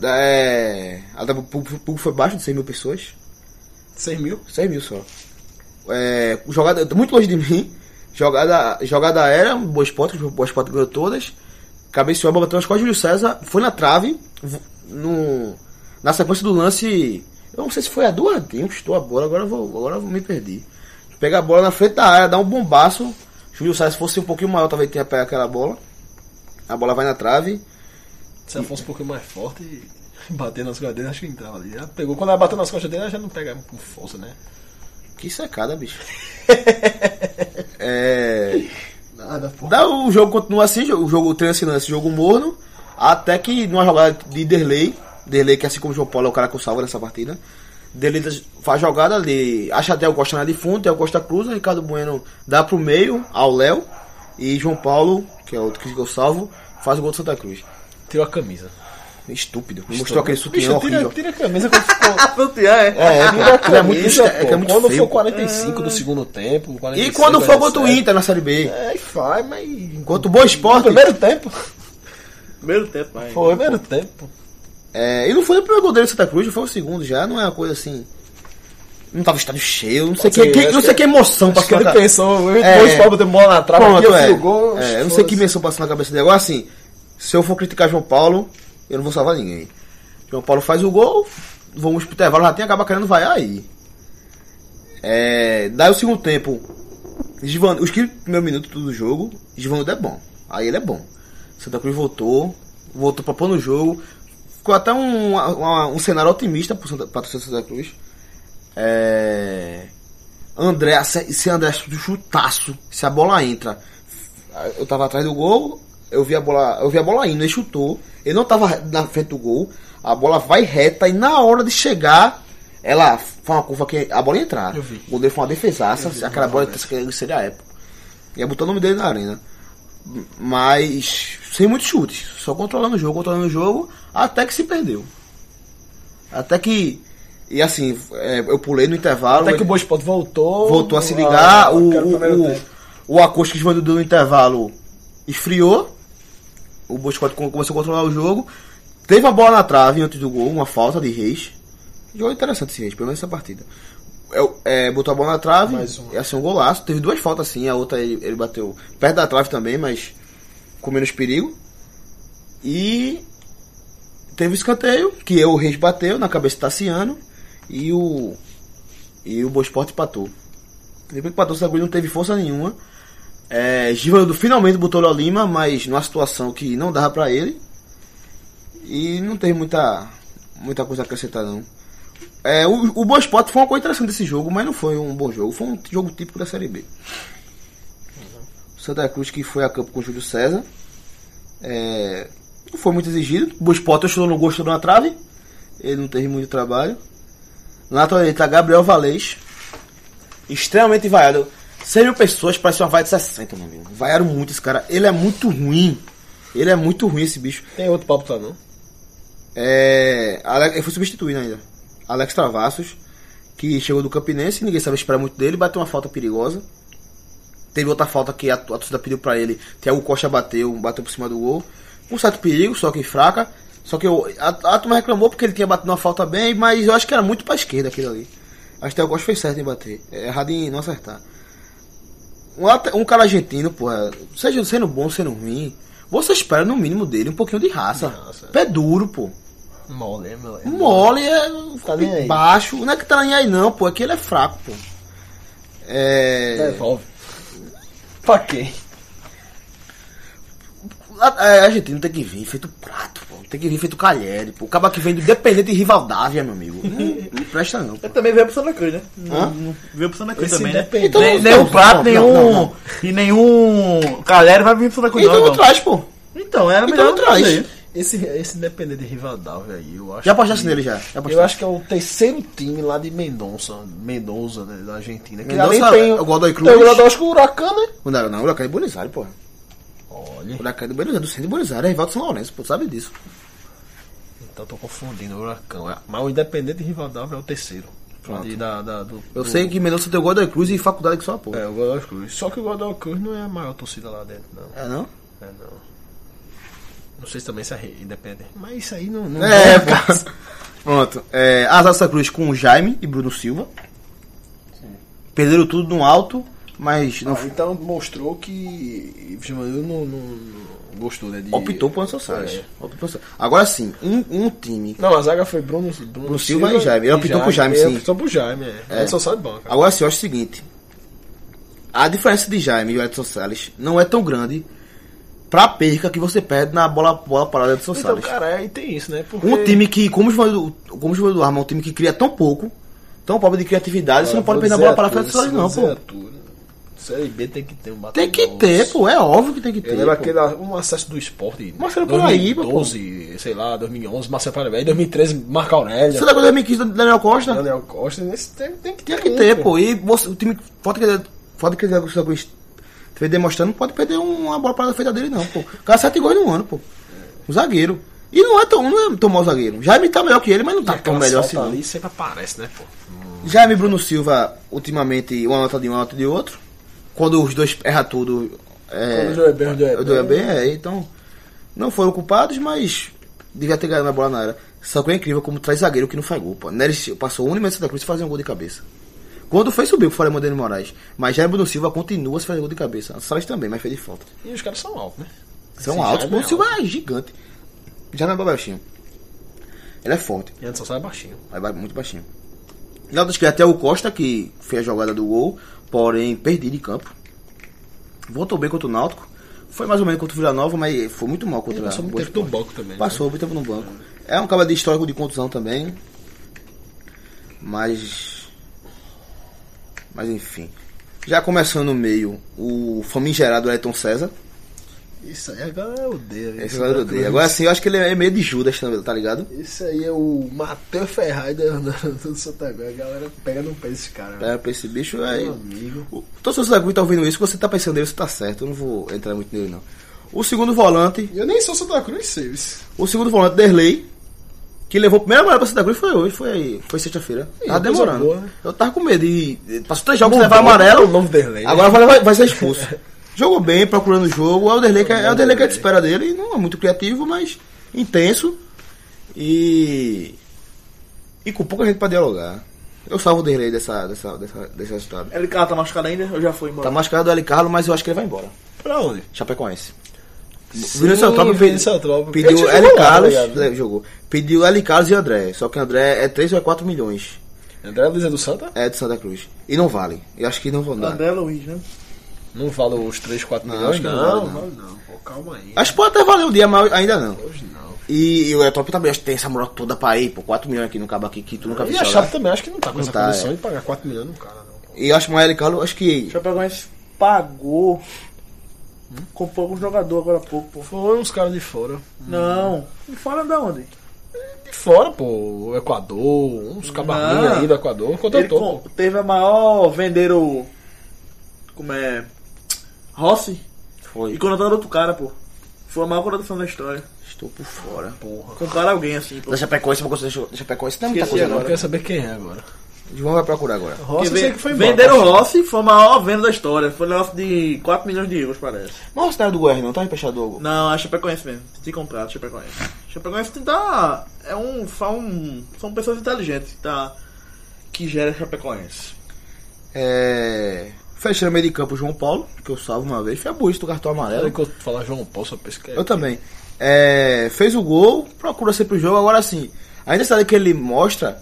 Speaker 2: Da, é, a da- o público o público foi baixo de 100 mil pessoas.
Speaker 3: 6 mil?
Speaker 2: 100 mil só. É, jogada muito longe de mim. Jogada, jogada aérea, boas potas, boas potas ganhou todas. Cabeceou, a bola bateu nas costas, Júlio César foi na trave. v- No, na sequência do lance, eu não sei se foi a do Adinho que estou a bola, agora eu vou, agora eu me perdi. Pega a bola na frente da área, dá um bombaço. Júlio César, se fosse um pouquinho maior, talvez tenha pegado aquela bola. A bola vai na trave.
Speaker 3: Se ela fosse um pouquinho mais forte e bater nas costas dele, acho que entrava ali. Ela pegou. Quando ela bateu nas costas dele, ela já não pega com força, né?
Speaker 2: Que secada, bicho. é.
Speaker 3: Nada, pô.
Speaker 2: Daí o jogo continua assim, o jogo tem esse lance, jogo morno, até que numa jogada de Derlei, Derlei que assim como o João Paulo é o cara que eu salvo nessa partida, Derlei faz jogada ali, acha até o Costa na de fundo, Del Costa cruza, Ricardo Bueno dá pro meio, ao Léo, e João Paulo, que é outro que eu salvo, faz o gol do Santa Cruz.
Speaker 3: Tirou a camisa.
Speaker 2: Estúpido, mostrou aquele sutiã
Speaker 3: Bicho, tira,
Speaker 2: horrível.
Speaker 3: tira a camisa quando ficou.
Speaker 2: É, é,
Speaker 3: Tira a
Speaker 2: é, muito,
Speaker 3: camisa,
Speaker 2: é, que é muito
Speaker 3: quando
Speaker 2: feio.
Speaker 3: for 45 do segundo tempo. 45,
Speaker 2: E quando for contra o
Speaker 3: 47,
Speaker 2: Inter na Série B,
Speaker 3: É, faz, mas.
Speaker 2: contra o Boa
Speaker 3: No
Speaker 2: Esporte,
Speaker 3: primeiro tempo.
Speaker 4: Primeiro tempo, aí.
Speaker 3: Foi, primeiro tempo.
Speaker 2: É, e não foi o primeiro gol dele do Santa Cruz, foi o segundo já, não é uma coisa assim. Não tava o estádio cheio, não sei
Speaker 3: Pode
Speaker 2: que,
Speaker 3: ser,
Speaker 2: que-
Speaker 3: acho
Speaker 2: não
Speaker 3: que
Speaker 2: sei
Speaker 3: é-
Speaker 2: que emoção
Speaker 3: Acho que
Speaker 2: passou na
Speaker 3: ele
Speaker 2: cabeça.
Speaker 3: pensou, eu
Speaker 2: É.
Speaker 3: é, dois pau bater bola na trave, aqui
Speaker 2: Pronto,
Speaker 3: eu
Speaker 2: é.
Speaker 3: fio o gol.
Speaker 2: É, eu não sei que menção passou na cabeça dele. Agora assim, se eu for criticar João Paulo, eu não vou salvar ninguém. João Paulo faz o gol, vamos pro intervalo, já tem acaba querendo vaiar aí. É, daí o segundo tempo, Givan, os 15 primeiros minutos do jogo, Givanildo é bom. Aí ele é bom. Santa Cruz voltou, voltou pra pôr no jogo. Ficou até um, uma- um cenário otimista pro Santa, pra torcida do Santa Cruz. É, André, se se André chuta um chutaço, se a bola entra. Eu tava atrás do gol, eu vi a bola, eu vi a bola indo, ele chutou. Ele não tava na frente do gol. A bola vai reta e na hora de chegar, ela faz uma curva que a bola ia entrar.
Speaker 3: Eu vi.
Speaker 2: O goleiro foi uma defesaça, aquela bola que seria a época. Ia botar o nome dele na arena. Mas sem muitos chutes, só controlando o jogo, controlando o jogo, até que se perdeu. Até que. E assim, é, eu pulei no intervalo.
Speaker 3: Até que o
Speaker 2: ele-
Speaker 3: Boa Esporte voltou.
Speaker 2: voltou a se ligar.
Speaker 3: Ah,
Speaker 2: o,
Speaker 3: aquele primeiro
Speaker 2: o, o,
Speaker 3: tempo.
Speaker 2: o Acosta que esvandou no intervalo esfriou. O Boscott começou a controlar o jogo. Teve uma bola na trave antes do gol, uma falta de Reis. Jogo interessante esse Reis, pelo menos essa partida. É, é, botou a bola na trave,
Speaker 3: Mais uma.
Speaker 2: e assim um golaço. Teve duas faltas assim, a outra ele, ele bateu perto da trave também, mas com menos perigo. E teve o escanteio, que é o Reis bateu na cabeça do Tassiano e o. E o Boa Esporte empatou. Depois que empatou, o Santa Cruz não teve força nenhuma. É, Givanildo finalmente botou o Lima, mas numa situação que não dava pra ele. E não teve muita, muita coisa a acrescentar não. É, o, o Boa Esporte foi uma coisa interessante desse jogo, mas não foi um bom jogo. Foi um jogo típico da Série B. Santa Cruz que foi a campo com o Júlio César. É, não foi muito exigido. O Boa Esporte achou no gosto na trave. Ele não teve muito trabalho. Na toaleta, Gabriel Valês. Extremamente vaiado. 100 mil pessoas parece uma vaia de 60, meu amigo. Vaiaram muito esse cara. Ele é muito ruim. Ele é muito ruim esse bicho.
Speaker 3: Tem outro papo lá não?
Speaker 2: É, Ale- eu fui substituído ainda. Alex Travassos, que chegou do Campinense, ninguém sabe esperar muito dele, bateu uma falta perigosa. Teve outra falta que a, a torcida pediu pra ele. Thiago Costa bateu, bateu por cima do gol. Um certo perigo, só que fraca. Só que eu, a, a turma reclamou porque ele tinha batido uma falta bem, mas eu acho que era muito pra esquerda aquilo ali. Acho que Thiago Costa fez certo em bater. É errado em não acertar. Um, at- um cara argentino, porra, seja sendo bom, sendo ruim, você espera no mínimo dele um pouquinho de raça.
Speaker 3: De raça.
Speaker 2: Pé duro, pô.
Speaker 3: Mole, meu.
Speaker 2: Mole é
Speaker 5: Tá nem aí.
Speaker 2: baixo. Não é que tá nem aí não, pô. É que ele é fraco, pô.
Speaker 5: Tá
Speaker 2: É.
Speaker 3: Devolve.
Speaker 5: Pra quê?
Speaker 2: A, é, a Argentina tem que vir feito prato, pô. Tem que vir feito calheri, pô. O cara que vem do Independente e Rivaldávia, meu amigo. Não, não presta não, pô.
Speaker 4: Ele também veio pro Santa Cruz, né?
Speaker 2: Hã?
Speaker 4: Não- Veio pro Santa Cruz
Speaker 3: Esse
Speaker 4: também, né?
Speaker 3: independe-
Speaker 2: Então,
Speaker 4: nem,
Speaker 2: não,
Speaker 4: nenhum
Speaker 2: não,
Speaker 4: prato,
Speaker 2: não,
Speaker 4: nenhum.
Speaker 2: não, não.
Speaker 4: E nenhum. Galera vai vir pro Santa Cruz,
Speaker 2: Então
Speaker 4: não,
Speaker 2: não
Speaker 4: não.
Speaker 2: traz, pô.
Speaker 4: Então, era
Speaker 2: Então
Speaker 4: melhor
Speaker 2: não traz.
Speaker 4: fazer.
Speaker 3: Esse, esse depender de Rivadavia aí, eu acho.
Speaker 2: Já apostasse
Speaker 3: que-
Speaker 2: nele já. já
Speaker 3: Eu acho que é o terceiro time lá de Mendonça, Mendoza, né, da Argentina. Que
Speaker 2: Mendoza,
Speaker 3: ali tem
Speaker 2: é o Godoy Cruz.
Speaker 3: Tem o Godoy Cruz com o Huracan, né?
Speaker 2: Não, não, não. O Huracan é de Buenos Aires, pô.
Speaker 3: Olha,
Speaker 2: O Huracan é de Buenos Aires, do centro de Buenos Aires. É rival do São Lourenço, pô. Sabe disso.
Speaker 3: então tô confundindo o Huracan. É, Mas o Independente de Rivadavia é o terceiro.
Speaker 2: Pronto.
Speaker 3: Ali da, da- do,
Speaker 2: Eu
Speaker 3: do-
Speaker 2: sei que Mendonça tem o Godoy Cruz e faculdade que só, pô.
Speaker 3: É, o Godoy Cruz. Só que o Godoy Cruz não é a maior torcida lá dentro, não.
Speaker 2: É, não?
Speaker 3: É, não. Não sei se também se é re- Independente. Mas isso aí não... não
Speaker 2: É,
Speaker 3: não-
Speaker 2: pô. Pronto. É, Azar Santa Cruz com o Jaime e Bruno Silva. Perderam tudo no alto, mas não
Speaker 3: Ah,
Speaker 2: foi.
Speaker 3: então mostrou que Jumanil não, não, não gostou, né? De...
Speaker 2: Optou por Anderson Salles.
Speaker 3: É.
Speaker 2: Optou por Anderson- Agora sim, um, um time.
Speaker 3: Não, a zaga foi Bruno, Bruno,
Speaker 2: Bruno Silva e Jaime. Ele optou pro Jaime,
Speaker 3: Ele
Speaker 2: sim.
Speaker 3: Optou pro Jaime, é.
Speaker 2: É.
Speaker 3: Ele só sabe banca.
Speaker 2: Agora sim, eu acho o seguinte. A diferença de Jaime e o Edson Salles não é tão grande pra perca que você perde na bola, bola parada do Edson
Speaker 3: Então,
Speaker 2: Salles.
Speaker 3: cara, aí tem isso, né? Porque...
Speaker 2: Um time que, como o Giovanni do- como o Giovanni do Arma, é um time que cria tão pouco, tão pobre de criatividade, você não pode perder a bola parada pro Edson Salles, não, pô.
Speaker 3: né? Série B tem que ter um
Speaker 2: Tem
Speaker 3: batedor.
Speaker 2: que ter, pô. É óbvio que tem que ter.
Speaker 3: Eu lembro
Speaker 2: pô.
Speaker 3: aquele, um acesso do esporte.
Speaker 2: Marcelo Paraíba, pô.
Speaker 3: 2012, sei lá, 2011, Marcelo Paraíba. Aí 2013, Marco Aurélio.
Speaker 2: Você tá lembra de 2015 do Daniel Costa?
Speaker 3: Daniel Costa, esse tem, tem que ter.
Speaker 2: Tem que
Speaker 3: um,
Speaker 2: ter, pô. E você- o time, foda que ele- foda que ele o Santa Cruz foi demonstrando, não pode perder um, uma bola parada feita dele, não, pô. O cara sete gols no ano, pô. Um zagueiro. E não é tão, não é tão mau zagueiro. Jaime tá melhor que ele, mas não tá
Speaker 3: Tá
Speaker 2: tão melhor assim, não.
Speaker 3: ali sempre aparece, né, pô?
Speaker 2: Jaime e Bruno Silva, ultimamente, uma nota de um, uma nota de outro. Quando os dois erram tudo, é,
Speaker 3: Quando o Joel Berro deu
Speaker 2: Eu dou bem, é, então. Não foram culpados, mas devia ter ganhado a bola na área. Só que é incrível como traz zagueiro que não faz gol, pô. Neres passou um minuto Santa Cruz e fazia um gol de cabeça. Quando foi, subiu pro Falemão Daniel Moraes. Mas Jair Bruno Silva continua se fazendo gol de cabeça. Salles também, mas fez de falta.
Speaker 3: E os caras são altos, né?
Speaker 2: São
Speaker 3: Esse
Speaker 2: altos,
Speaker 3: Jaime
Speaker 2: Bruno
Speaker 3: é
Speaker 2: Silva é gigante. Já não é baixinho. Ele é forte.
Speaker 3: E Anderson sai baixinho.
Speaker 2: Aí vai muito baixinho. E lá dos que até o Costa, que fez a jogada do gol, porém perdido em campo. Voltou bem contra o Náutico. Foi mais ou menos contra o Vila Nova, mas foi muito mal contra
Speaker 3: Ele passou muito
Speaker 2: Boa
Speaker 3: tempo no
Speaker 2: Esporte.
Speaker 3: banco também. né?
Speaker 2: Passou muito tempo no banco. É um cara de histórico de contusão também. Mas. Mas enfim. Já começando no meio, o famigerado Ayrton César.
Speaker 3: né? Isso aí a galera odeia. né?
Speaker 2: Esse jogador eu odeio. Agora sim, eu acho que ele é meio de Judas também, tá ligado?
Speaker 3: Esse aí é o Matheus Ferraz da- da- do Santa Cruz. A galera pega no pé desse cara. né?
Speaker 2: É, pra esse bicho aí.
Speaker 3: Meu amigo.
Speaker 2: O torcedor do Santa Cruz tá ouvindo isso, você tá pensando nele, você tá certo. Eu não vou entrar muito nele, não. O segundo volante,
Speaker 3: Eu nem sou Santa Cruz, sei. isso.
Speaker 2: o segundo volante, Derley, que levou a primeira bola pra Santa Cruz foi hoje, foi, foi sexta-feira. Tava
Speaker 3: coisa
Speaker 2: demorando.
Speaker 3: boa, né?
Speaker 2: Eu tava com medo e e passou três jogos sem levar amarelo.
Speaker 3: O novo Derlei. né?
Speaker 2: Agora vai, levar- vai ser expulso. Jogou bem, procurando o jogo. É o Derlei que, é o Derlei que a gente espera dele. Não é muito criativo, mas intenso. E. E com pouca gente pra dialogar. Eu salvo o Derlei dessa, dessa, dessa, desse resultado.
Speaker 4: Ele cara tá machucado ainda, eu já fui embora.
Speaker 2: Tá machucado o L. Carlos, mas eu acho que ele vai embora.
Speaker 3: pra onde?
Speaker 2: Chapecoense.
Speaker 3: Sim,
Speaker 2: pediu,
Speaker 3: Tropa. Ele
Speaker 2: pediu
Speaker 3: jogou
Speaker 2: L.
Speaker 3: lá, tá
Speaker 2: Carlos.
Speaker 3: ligado, né?
Speaker 2: é, jogou. Pediu L. Carlos e André. Só que André é 3 ou é 4 milhões.
Speaker 3: André Luiz é do Santa?
Speaker 2: É de Santa Cruz. E não vale. Eu acho que não vão dar.
Speaker 4: André Luiz, né?
Speaker 3: Não vale os 3, 4
Speaker 2: Não,
Speaker 3: milhões? né?
Speaker 2: acho que não
Speaker 3: não,
Speaker 2: vale,
Speaker 3: vale não. Pô, calma aí.
Speaker 2: Acho que pode até valer um dia, mas ainda não.
Speaker 3: Hoje não.
Speaker 2: E, e o Etop também acho que tem essa moral toda pra ir, pô, 4 milhões aqui no cabo aqui que tu nunca viu
Speaker 3: E a
Speaker 2: jogar.
Speaker 3: Chape também, acho que não tá com
Speaker 2: Não
Speaker 3: essa
Speaker 2: tá,
Speaker 3: condição
Speaker 2: é.
Speaker 3: de pagar 4 milhões num cara, não.
Speaker 2: E eu acho que o Maia Carlos, acho que.
Speaker 4: Chapecoense pagou. Comprou algum jogador agora há pouco, pô.
Speaker 3: Foi uns caras de fora.
Speaker 4: Não. E fora da onde?
Speaker 3: De fora, pô. O Equador, uns cabarrinhos
Speaker 4: Não.
Speaker 3: aí do Equador.
Speaker 4: Ele
Speaker 3: Contratou,
Speaker 4: com-
Speaker 3: pô.
Speaker 4: teve a maior vender o. Como é? Rossi. E
Speaker 2: Foi.
Speaker 4: contrataram outro cara, pô. Foi a maior contratação da história.
Speaker 2: Estou por fora. Porra.
Speaker 4: Compraram alguém assim, pô.
Speaker 2: Da Chapecoense, uma coisa da Chapecoense tem muita
Speaker 4: Esqueci
Speaker 2: coisa
Speaker 3: Eu
Speaker 2: agora.
Speaker 4: agora.
Speaker 3: quero saber quem é agora.
Speaker 2: João vai procurar agora.
Speaker 3: Roça, eu
Speaker 4: Porque
Speaker 3: sei
Speaker 4: ven-
Speaker 3: que foi embora.
Speaker 4: venderam o Rossi, foi a maior venda da história. Foi um negócio de 4 milhões de euros, parece.
Speaker 2: Mas o cenário do Goiás não tá repechador, Hugo?
Speaker 4: Não, a Chapecoense mesmo. Tem comprado, a Chapecoense. A Chapecoense tem tá. É um, são, são pessoas inteligentes tá, que gera a Chapecoense.
Speaker 2: É. Fechando o meio de campo, João Paulo, que eu salvo uma vez. Foi a burrice do cartão amarelo.
Speaker 3: Peraí que eu falar João Paulo, só penso que é.
Speaker 2: Eu também. É, fez o gol, procura sempre o jogo. Agora sim, ainda sabe que ele mostra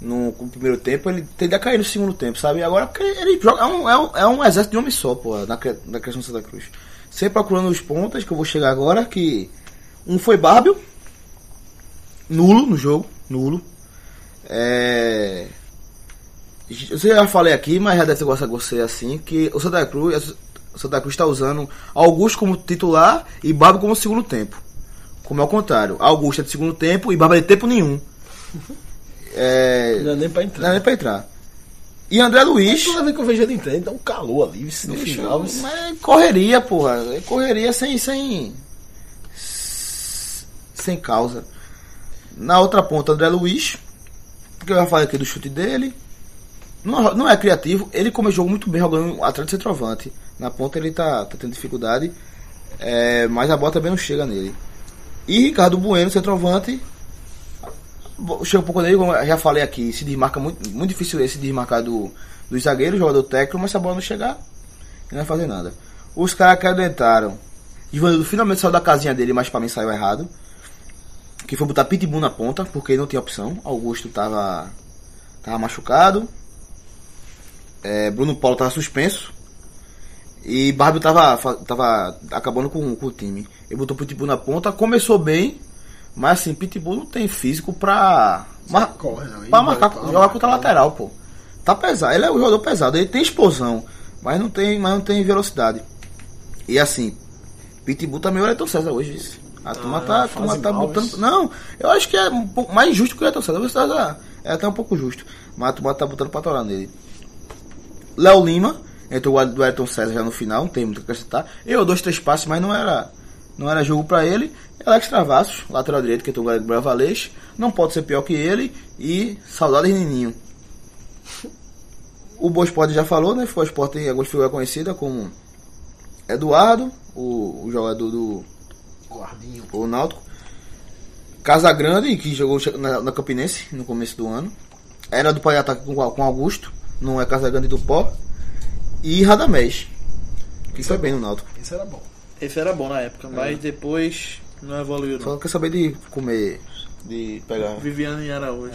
Speaker 2: no, no primeiro tempo, ele tende a cair no segundo tempo, sabe? Agora porque ele joga. É um, é um, é um exército de homem só, pô, na, cria- na criação do Santa Cruz. Sempre procurando os pontas, que eu vou chegar agora, que. Um foi Bárbio, nulo no jogo, nulo. É. Eu sei que eu já falei aqui, mas já deve ter gostado de você assim, que o Santa Cruz é, o Santa Cruz está usando Augusto como titular e Babo como segundo tempo. Como é o contrário. Augusto é de segundo tempo e Babo é de tempo nenhum. É,
Speaker 3: Não é nem pra
Speaker 2: não dá
Speaker 3: entrar.
Speaker 2: nem pra entrar. E André Luiz.
Speaker 3: Toda vez que eu vejo ele entrando, dá um calor ali, vice, no
Speaker 2: Bicho,
Speaker 3: final. vice.
Speaker 2: Ah, Mas correria, porra. É Correria sem. sem. sem causa. Na outra ponta, André Luiz. Que eu já falei aqui do chute dele. Não, não é criativo. Ele começou muito bem jogando atrás do centroavante. Na ponta ele tá, tá tendo dificuldade. é, mas a bola também não chega nele. E Ricardo Bueno, centroavante. Bo- Chega um pouco nele, como eu já falei aqui. Se desmarca muito, muito difícil ele se desmarcar do, do zagueiro, jogador técnico. Mas se a bola não chegar, ele não vai fazer nada. Os caras acreditaram. Ivanildo finalmente saiu da casinha dele, mas pra mim saiu errado. Que foi botar Pitbull na ponta, porque não tinha opção. Augusto tava, tava machucado. É, Bruno Paulo tava suspenso. E Bárbio tava, fa- tava acabando com, com o time. Ele botou Pitbull na ponta, começou bem. Mas assim, Pitbull não tem físico pra. mar-
Speaker 3: corre, não, hein?
Speaker 2: pra marcar,
Speaker 3: Vai tá pra
Speaker 2: jogar contra a
Speaker 3: marcar.
Speaker 2: lateral, pô. Tá pesado. Ele é um jogador pesado, ele tem explosão, mas não tem, mas não tem velocidade. E assim, Pitbull também é o Ayrton César hoje. isso. A turma tá, a turma
Speaker 3: fase
Speaker 2: tá
Speaker 3: mal,
Speaker 2: botando.
Speaker 3: isso.
Speaker 2: Não, eu acho que é um pouco mais justo que o Ayrton César. O Ayrton César é até um pouco justo, mas a turma tá botando pra torar nele. Léo Lima, entrou o do Ayrton César já no final, não tem muito o que acrescentar. Eu dois, três passes, mas não era, não era jogo pra ele. Alex Travassos, lateral direito, que entrou o goleiro do Bravalês, não pode ser pior que ele. E saudades Nininho. O Boa Esporte já falou, né? Foi o Esporte tem algumas figuras conhecidas como Eduardo, o, o jogador do
Speaker 3: Guardinho.
Speaker 2: o Náutico. Casagrande, que jogou na, na Campinense no começo do ano. Era do Palhaço com, com Augusto, não é Casagrande do Pó. E Radamés, que foi bem no Náutico.
Speaker 3: Esse era bom.
Speaker 4: Esse era bom na
Speaker 3: É.
Speaker 4: época, mas depois não evoluiu não.
Speaker 2: Só quer saber de comer, de pegar.
Speaker 4: Viviane Araújo.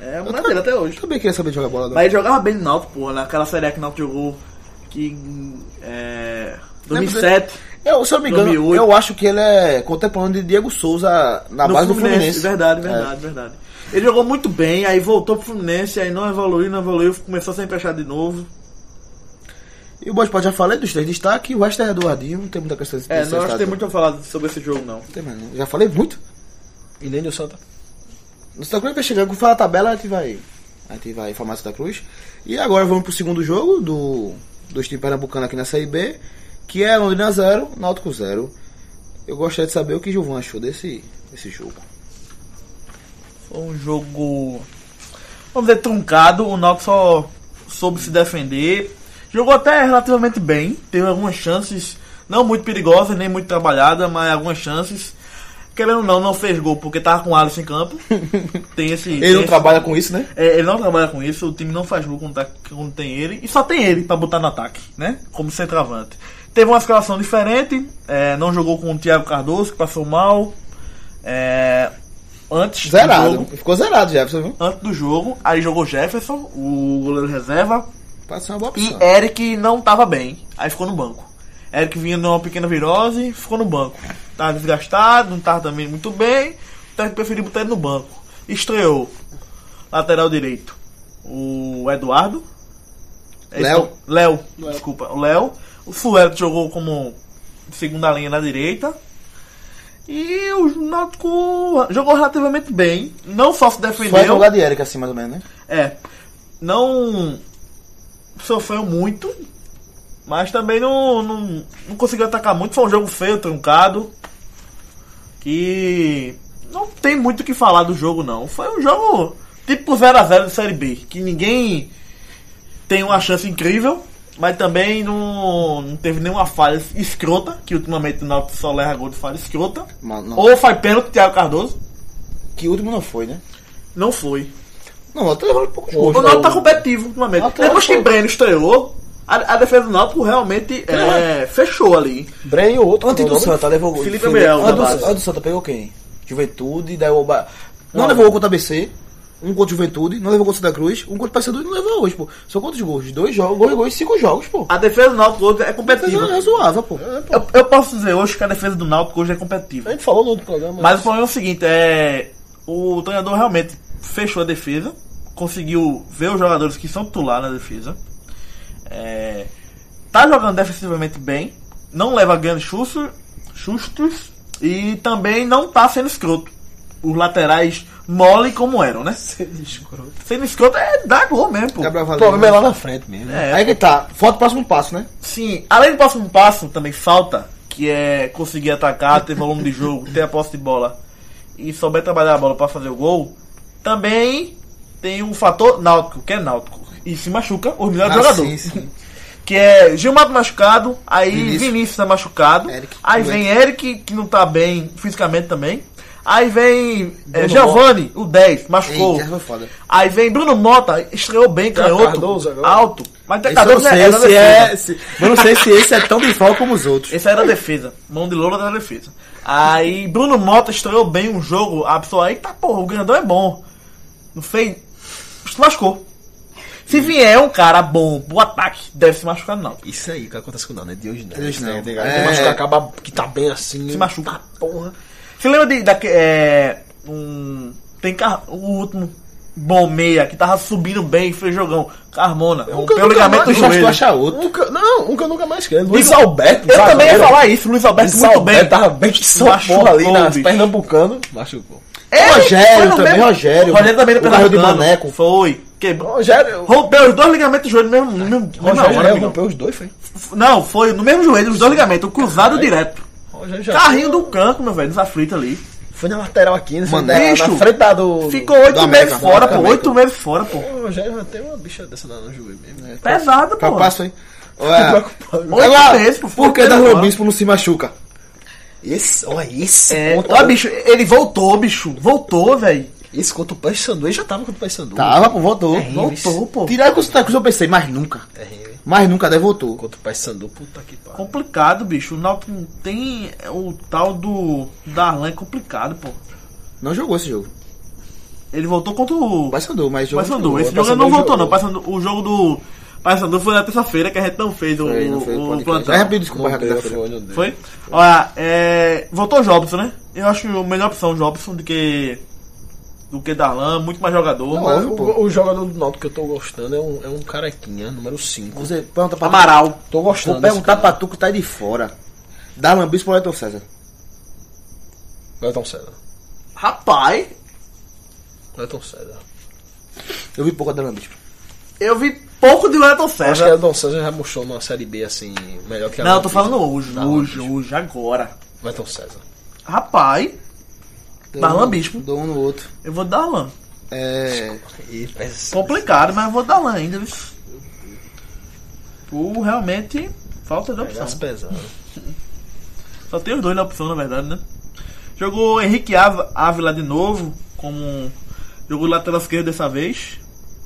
Speaker 4: É, é a mulher dele até
Speaker 2: Eu
Speaker 4: hoje.
Speaker 2: também queria saber de jogar bola agora.
Speaker 4: Mas ele jogava bem no Náutico, pô, naquela série A que o Náutico jogou que é 2007
Speaker 2: Eu, se eu não me engano,
Speaker 4: 2008.
Speaker 2: eu acho que ele é contemporâneo de Diego Souza na
Speaker 4: no
Speaker 2: base
Speaker 4: Fluminense. É.
Speaker 2: do Fluminense. É.
Speaker 4: Verdade, verdade, verdade. Ele jogou muito bem, aí voltou pro Fluminense, aí não evoluiu, não evoluiu, começou a ser emprestado de novo.
Speaker 2: E o Boa Esporte já falei dos três destaques. O resto é Eduardinho, não tem muita questão de
Speaker 4: É, não acho
Speaker 2: destaque,
Speaker 4: que tem muito a falar sobre esse jogo não.
Speaker 2: Tem mais, não. Já falei muito.
Speaker 3: E nem do Santa.
Speaker 2: No Santa Cruz vai chegando, fala a tabela, a gente vai. A gente vai formar Santa Cruz. E agora vamos pro segundo jogo do, do time pernambucano aqui na Série B, que é Londrina 0, Náutico 0. Eu gostaria de saber o que o Gilvan achou desse, desse jogo.
Speaker 4: Foi um jogo. Vamos dizer, truncado. O Náutico só soube se defender. Jogou até relativamente bem. Teve algumas chances, não muito perigosas, nem muito trabalhadas, mas algumas chances. Querendo ou não, não fez gol porque tava com o Alisson em campo. Tem esse. tem
Speaker 2: Ele não
Speaker 4: esse-
Speaker 2: trabalha com isso, né?
Speaker 4: é, ele não trabalha com isso, o time não faz gol quando, tá- quando tem ele, e só tem ele pra botar no ataque, né? Como centroavante. Teve uma escalação diferente, é, não jogou com o Thiago Cardoso, que passou mal. É, antes do
Speaker 2: Zerado.
Speaker 4: jogo.
Speaker 2: Ficou zerado, Jefferson, viu?
Speaker 4: Antes do jogo, aí jogou Jefferson, o goleiro reserva,
Speaker 2: Pode ser uma boa
Speaker 4: e é
Speaker 2: opção.
Speaker 4: Eric não tava bem, aí ficou no banco. Eric vinha numa pequena virose, ficou no banco. Tava desgastado, não tava também muito bem. O técnico preferiu botar ele no banco. Estreou. Lateral direito. O Eduardo. É
Speaker 2: Léo.
Speaker 4: isso? Léo, desculpa. O Léo. O Suelto jogou como segunda linha na direita. E o Náutico jogou relativamente bem. Não só se
Speaker 2: Foi
Speaker 4: defendeu.
Speaker 2: jogar de Eric assim, mais ou menos, né?
Speaker 4: É. Não sofreu muito, mas também não, não, não conseguiu atacar muito. Foi um jogo feio, truncado. Que não tem muito o que falar do jogo, não. Foi um jogo tipo 0x0 de Série B, que ninguém tem uma chance incrível, mas também não, não teve nenhuma falha escrota, que ultimamente o Náutico só leva gol de falha escrota.
Speaker 2: Mas não-
Speaker 4: Ou faz pênalti, Thiago Cardoso.
Speaker 2: Que último não foi, né?
Speaker 4: Não foi.
Speaker 2: Não, até levando poucos
Speaker 4: O
Speaker 2: gols.
Speaker 4: Náutico tá competitivo ultimamente.
Speaker 2: é Náutico é
Speaker 4: Depois que
Speaker 2: foda.
Speaker 4: o Breno estreou, a, a defesa do Náutico realmente é, fechou ali.
Speaker 5: Breno e o outro.
Speaker 2: Antes
Speaker 5: como
Speaker 2: do
Speaker 5: é o nome?
Speaker 2: Santa, tá? levou gol.
Speaker 4: Felipe Melo,
Speaker 2: Antes do-
Speaker 4: na base.
Speaker 2: antes do Santa pegou quem? Juventude, daí o Ba- Não levou gol contra o ABC, um contra o Juventude, não levou gol contra o Santa Cruz, um contra o Paysandu e não levou hoje, pô. São quantos gols? Dois jogos, gol e gol em cinco jogos, pô.
Speaker 4: A defesa do Náutico hoje é
Speaker 5: tipo-
Speaker 2: Mas é
Speaker 4: competitiva.
Speaker 2: razoável, pô.
Speaker 4: Eu, eu posso dizer hoje que a defesa do Náutico hoje é
Speaker 5: É, A
Speaker 4: competitiva.
Speaker 5: gente falou no outro programa.
Speaker 4: Mas o problema é o seguinte, é. O treinador realmente fechou a defesa, conseguiu ver os jogadores que são titular na defesa. É, tá jogando defensivamente bem, não leva grandes chustos, chustos e também não tá sendo escroto. Os laterais mole como eram, né? Sendo escroto é dar gol mesmo, pô.
Speaker 2: Gabriel
Speaker 5: O
Speaker 2: Valente.
Speaker 5: problema é lá na frente mesmo.
Speaker 4: É,
Speaker 2: Aí que tá, falta o próximo passo, né?
Speaker 4: Sim, além do próximo passo, também falta, que é conseguir atacar, ter volume de jogo, ter a posse de bola e souber trabalhar a bola para fazer o gol. Também tem um fator náutico, que é náutico. E se machuca É o melhor
Speaker 2: Ah,
Speaker 4: jogador.
Speaker 2: sim, sim.
Speaker 4: Que é Gilmar machucado, aí
Speaker 2: Vinícius.
Speaker 4: Vinícius, tá machucado,
Speaker 2: Eric,
Speaker 4: aí vem Eric, que não tá bem fisicamente também. Aí vem é, Giovanni, o 10, machucou.
Speaker 2: Eita, foi foda.
Speaker 4: Aí vem Bruno Mota, estreou bem,
Speaker 3: Thiago
Speaker 4: canhoto,
Speaker 3: Cardoso agora.
Speaker 4: alto. Mas
Speaker 2: Esse eu não
Speaker 4: Cardoso é-
Speaker 2: sei
Speaker 4: é da
Speaker 2: se
Speaker 4: defesa.
Speaker 2: é. se- Eu não sei se esse é tão bifal como os outros.
Speaker 4: Esse era a defesa. Mão de loura da defesa. Aí Bruno Mota estreou bem um jogo. A pessoa aí tá, porra, o grandão é bom. Não fez. Se lascou. Se vier um cara bom pro ataque, deve se machucar não.
Speaker 3: Isso aí que acontece com o Nando, é Deus não.
Speaker 2: Deus não.
Speaker 3: Né? Tem
Speaker 2: É.
Speaker 3: cara que machuca, acaba que tá bem assim.
Speaker 4: Se machuca.
Speaker 3: Porra.
Speaker 4: Você lembra de. daque- é, um, tem Car- o último bom meia que tava subindo bem, fez jogão. Carmona. Rompeu o ligamento do
Speaker 2: Eu já
Speaker 4: joelho.
Speaker 2: estou achar outro.
Speaker 3: Um que- não, um que eu nunca mais quero.
Speaker 4: Luiz Eu também ia falar isso, Luiz Alberto
Speaker 3: Luiz
Speaker 4: muito
Speaker 3: Alberto
Speaker 4: bem.
Speaker 3: tava bem que só
Speaker 4: Machucou,
Speaker 3: porra ali na
Speaker 4: bicho.
Speaker 3: Pernambucano. Machucou.
Speaker 4: Ele
Speaker 2: Rogério
Speaker 4: É, foi no
Speaker 2: também,
Speaker 4: mesmo-
Speaker 2: Rogério.
Speaker 4: Rogério também
Speaker 2: O
Speaker 4: no
Speaker 2: Rogério de
Speaker 4: Pernambucano.
Speaker 2: Maneco.
Speaker 4: Foi. Quebrou.
Speaker 3: Rogério.
Speaker 4: Rompeu os dois ligamentos do joelho mesmo. mesmo mesma
Speaker 3: Rogério
Speaker 4: hora,
Speaker 3: já
Speaker 4: amigão.
Speaker 3: rompeu os dois, foi?
Speaker 4: Não, foi no mesmo joelho, os dois ligamentos, o cruzado
Speaker 2: É.
Speaker 4: direto.
Speaker 3: Rogério
Speaker 4: Carrinho do canto, meu velho, nos aflitos ali.
Speaker 3: Foi na lateral aqui, né?
Speaker 2: Mané.
Speaker 3: Na, na frente da do...
Speaker 4: Ficou oito meses
Speaker 2: do América,
Speaker 4: fora,
Speaker 2: do
Speaker 4: pô.
Speaker 2: América.
Speaker 4: Oito meses fora, pô.
Speaker 3: O Rogério já tem uma bicha dessa na- no joelho mesmo. né? É.
Speaker 4: Pesado,
Speaker 2: Pra
Speaker 4: pô.
Speaker 2: passo, hein? Ué,
Speaker 3: Preocupado.
Speaker 4: Oito
Speaker 2: lá,
Speaker 4: meses, pô.
Speaker 2: por que
Speaker 4: da
Speaker 2: da Rua Bispo não se machuca?
Speaker 3: Esse, olha, esse
Speaker 4: É,
Speaker 3: contra
Speaker 2: um-
Speaker 4: ó,
Speaker 3: o-
Speaker 4: bicho, ele voltou, bicho. Voltou, velho.
Speaker 3: Esse contra o Paysandu, ele já tava contra o Paysandu.
Speaker 2: Tava, pô, voltou.
Speaker 3: É,
Speaker 4: Voltou, pô.
Speaker 2: Tiraram com o Santa Cruz, eu pensei, mas nunca.
Speaker 3: É,
Speaker 2: Mas nunca, daí voltou.
Speaker 3: contra o Paysandu, puta que pariu.
Speaker 4: Complicado, bicho. O Náutico tem é, o tal do Darlan é complicado, pô.
Speaker 2: Não jogou esse jogo.
Speaker 4: Ele voltou contra o
Speaker 2: O Paysandu, mas jogou.
Speaker 4: Paysandu. Esse
Speaker 3: o
Speaker 4: jogo ele
Speaker 3: Paysandu
Speaker 4: não voltou,
Speaker 3: jogou.
Speaker 4: não. Paysandu- O jogo do Paysandu foi na terça-feira que a gente não fez o,
Speaker 2: Foi, não foi o
Speaker 4: o
Speaker 2: podcast.
Speaker 4: plantão.
Speaker 2: É rapidinho, desculpa,
Speaker 3: Não deu,
Speaker 2: rapidinho.
Speaker 3: foi, não deu.
Speaker 4: Foi? Olha, é, voltou o Jobson, né? Eu acho a melhor opção o Jobson do que. do que Darlan, muito mais jogador.
Speaker 3: Mas
Speaker 2: Óbvio, pô.
Speaker 3: o, o jogador do Náutico que eu tô gostando é um, é um carequinha, número 5.
Speaker 2: Você pergunta pra
Speaker 4: Amaral.
Speaker 3: Tô
Speaker 2: Vou
Speaker 3: gostando.
Speaker 2: perguntar pra tu que tá aí de fora. Dá lambis pro Elton é César.
Speaker 3: Elton César.
Speaker 4: Rapaz,
Speaker 3: Elton César.
Speaker 2: Eu vi pouco da lambis.
Speaker 4: eu vi pouco de Wellington
Speaker 3: Acho que
Speaker 4: César.
Speaker 3: Elton César já mostrou numa série B assim, melhor que
Speaker 4: É
Speaker 3: a
Speaker 4: Não,
Speaker 3: Tá
Speaker 4: eu tô
Speaker 3: Lambis.
Speaker 4: falando hoje, hoje,
Speaker 3: Lambis.
Speaker 4: hoje, agora.
Speaker 3: Elton um César.
Speaker 4: Rapaz, Darlan Bispo.
Speaker 2: Dou um no outro.
Speaker 4: eu vou Darlan.
Speaker 2: É.
Speaker 3: E parece-
Speaker 4: Complicado, mas eu vou Darlan ainda, viu? Pô, realmente, falta de opção.
Speaker 3: Pegasse pesado.
Speaker 4: Só tem os dois na opção, na verdade, né? Jogou Henrique Ava- Ávila de novo, como jogou lateral esquerdo dessa vez.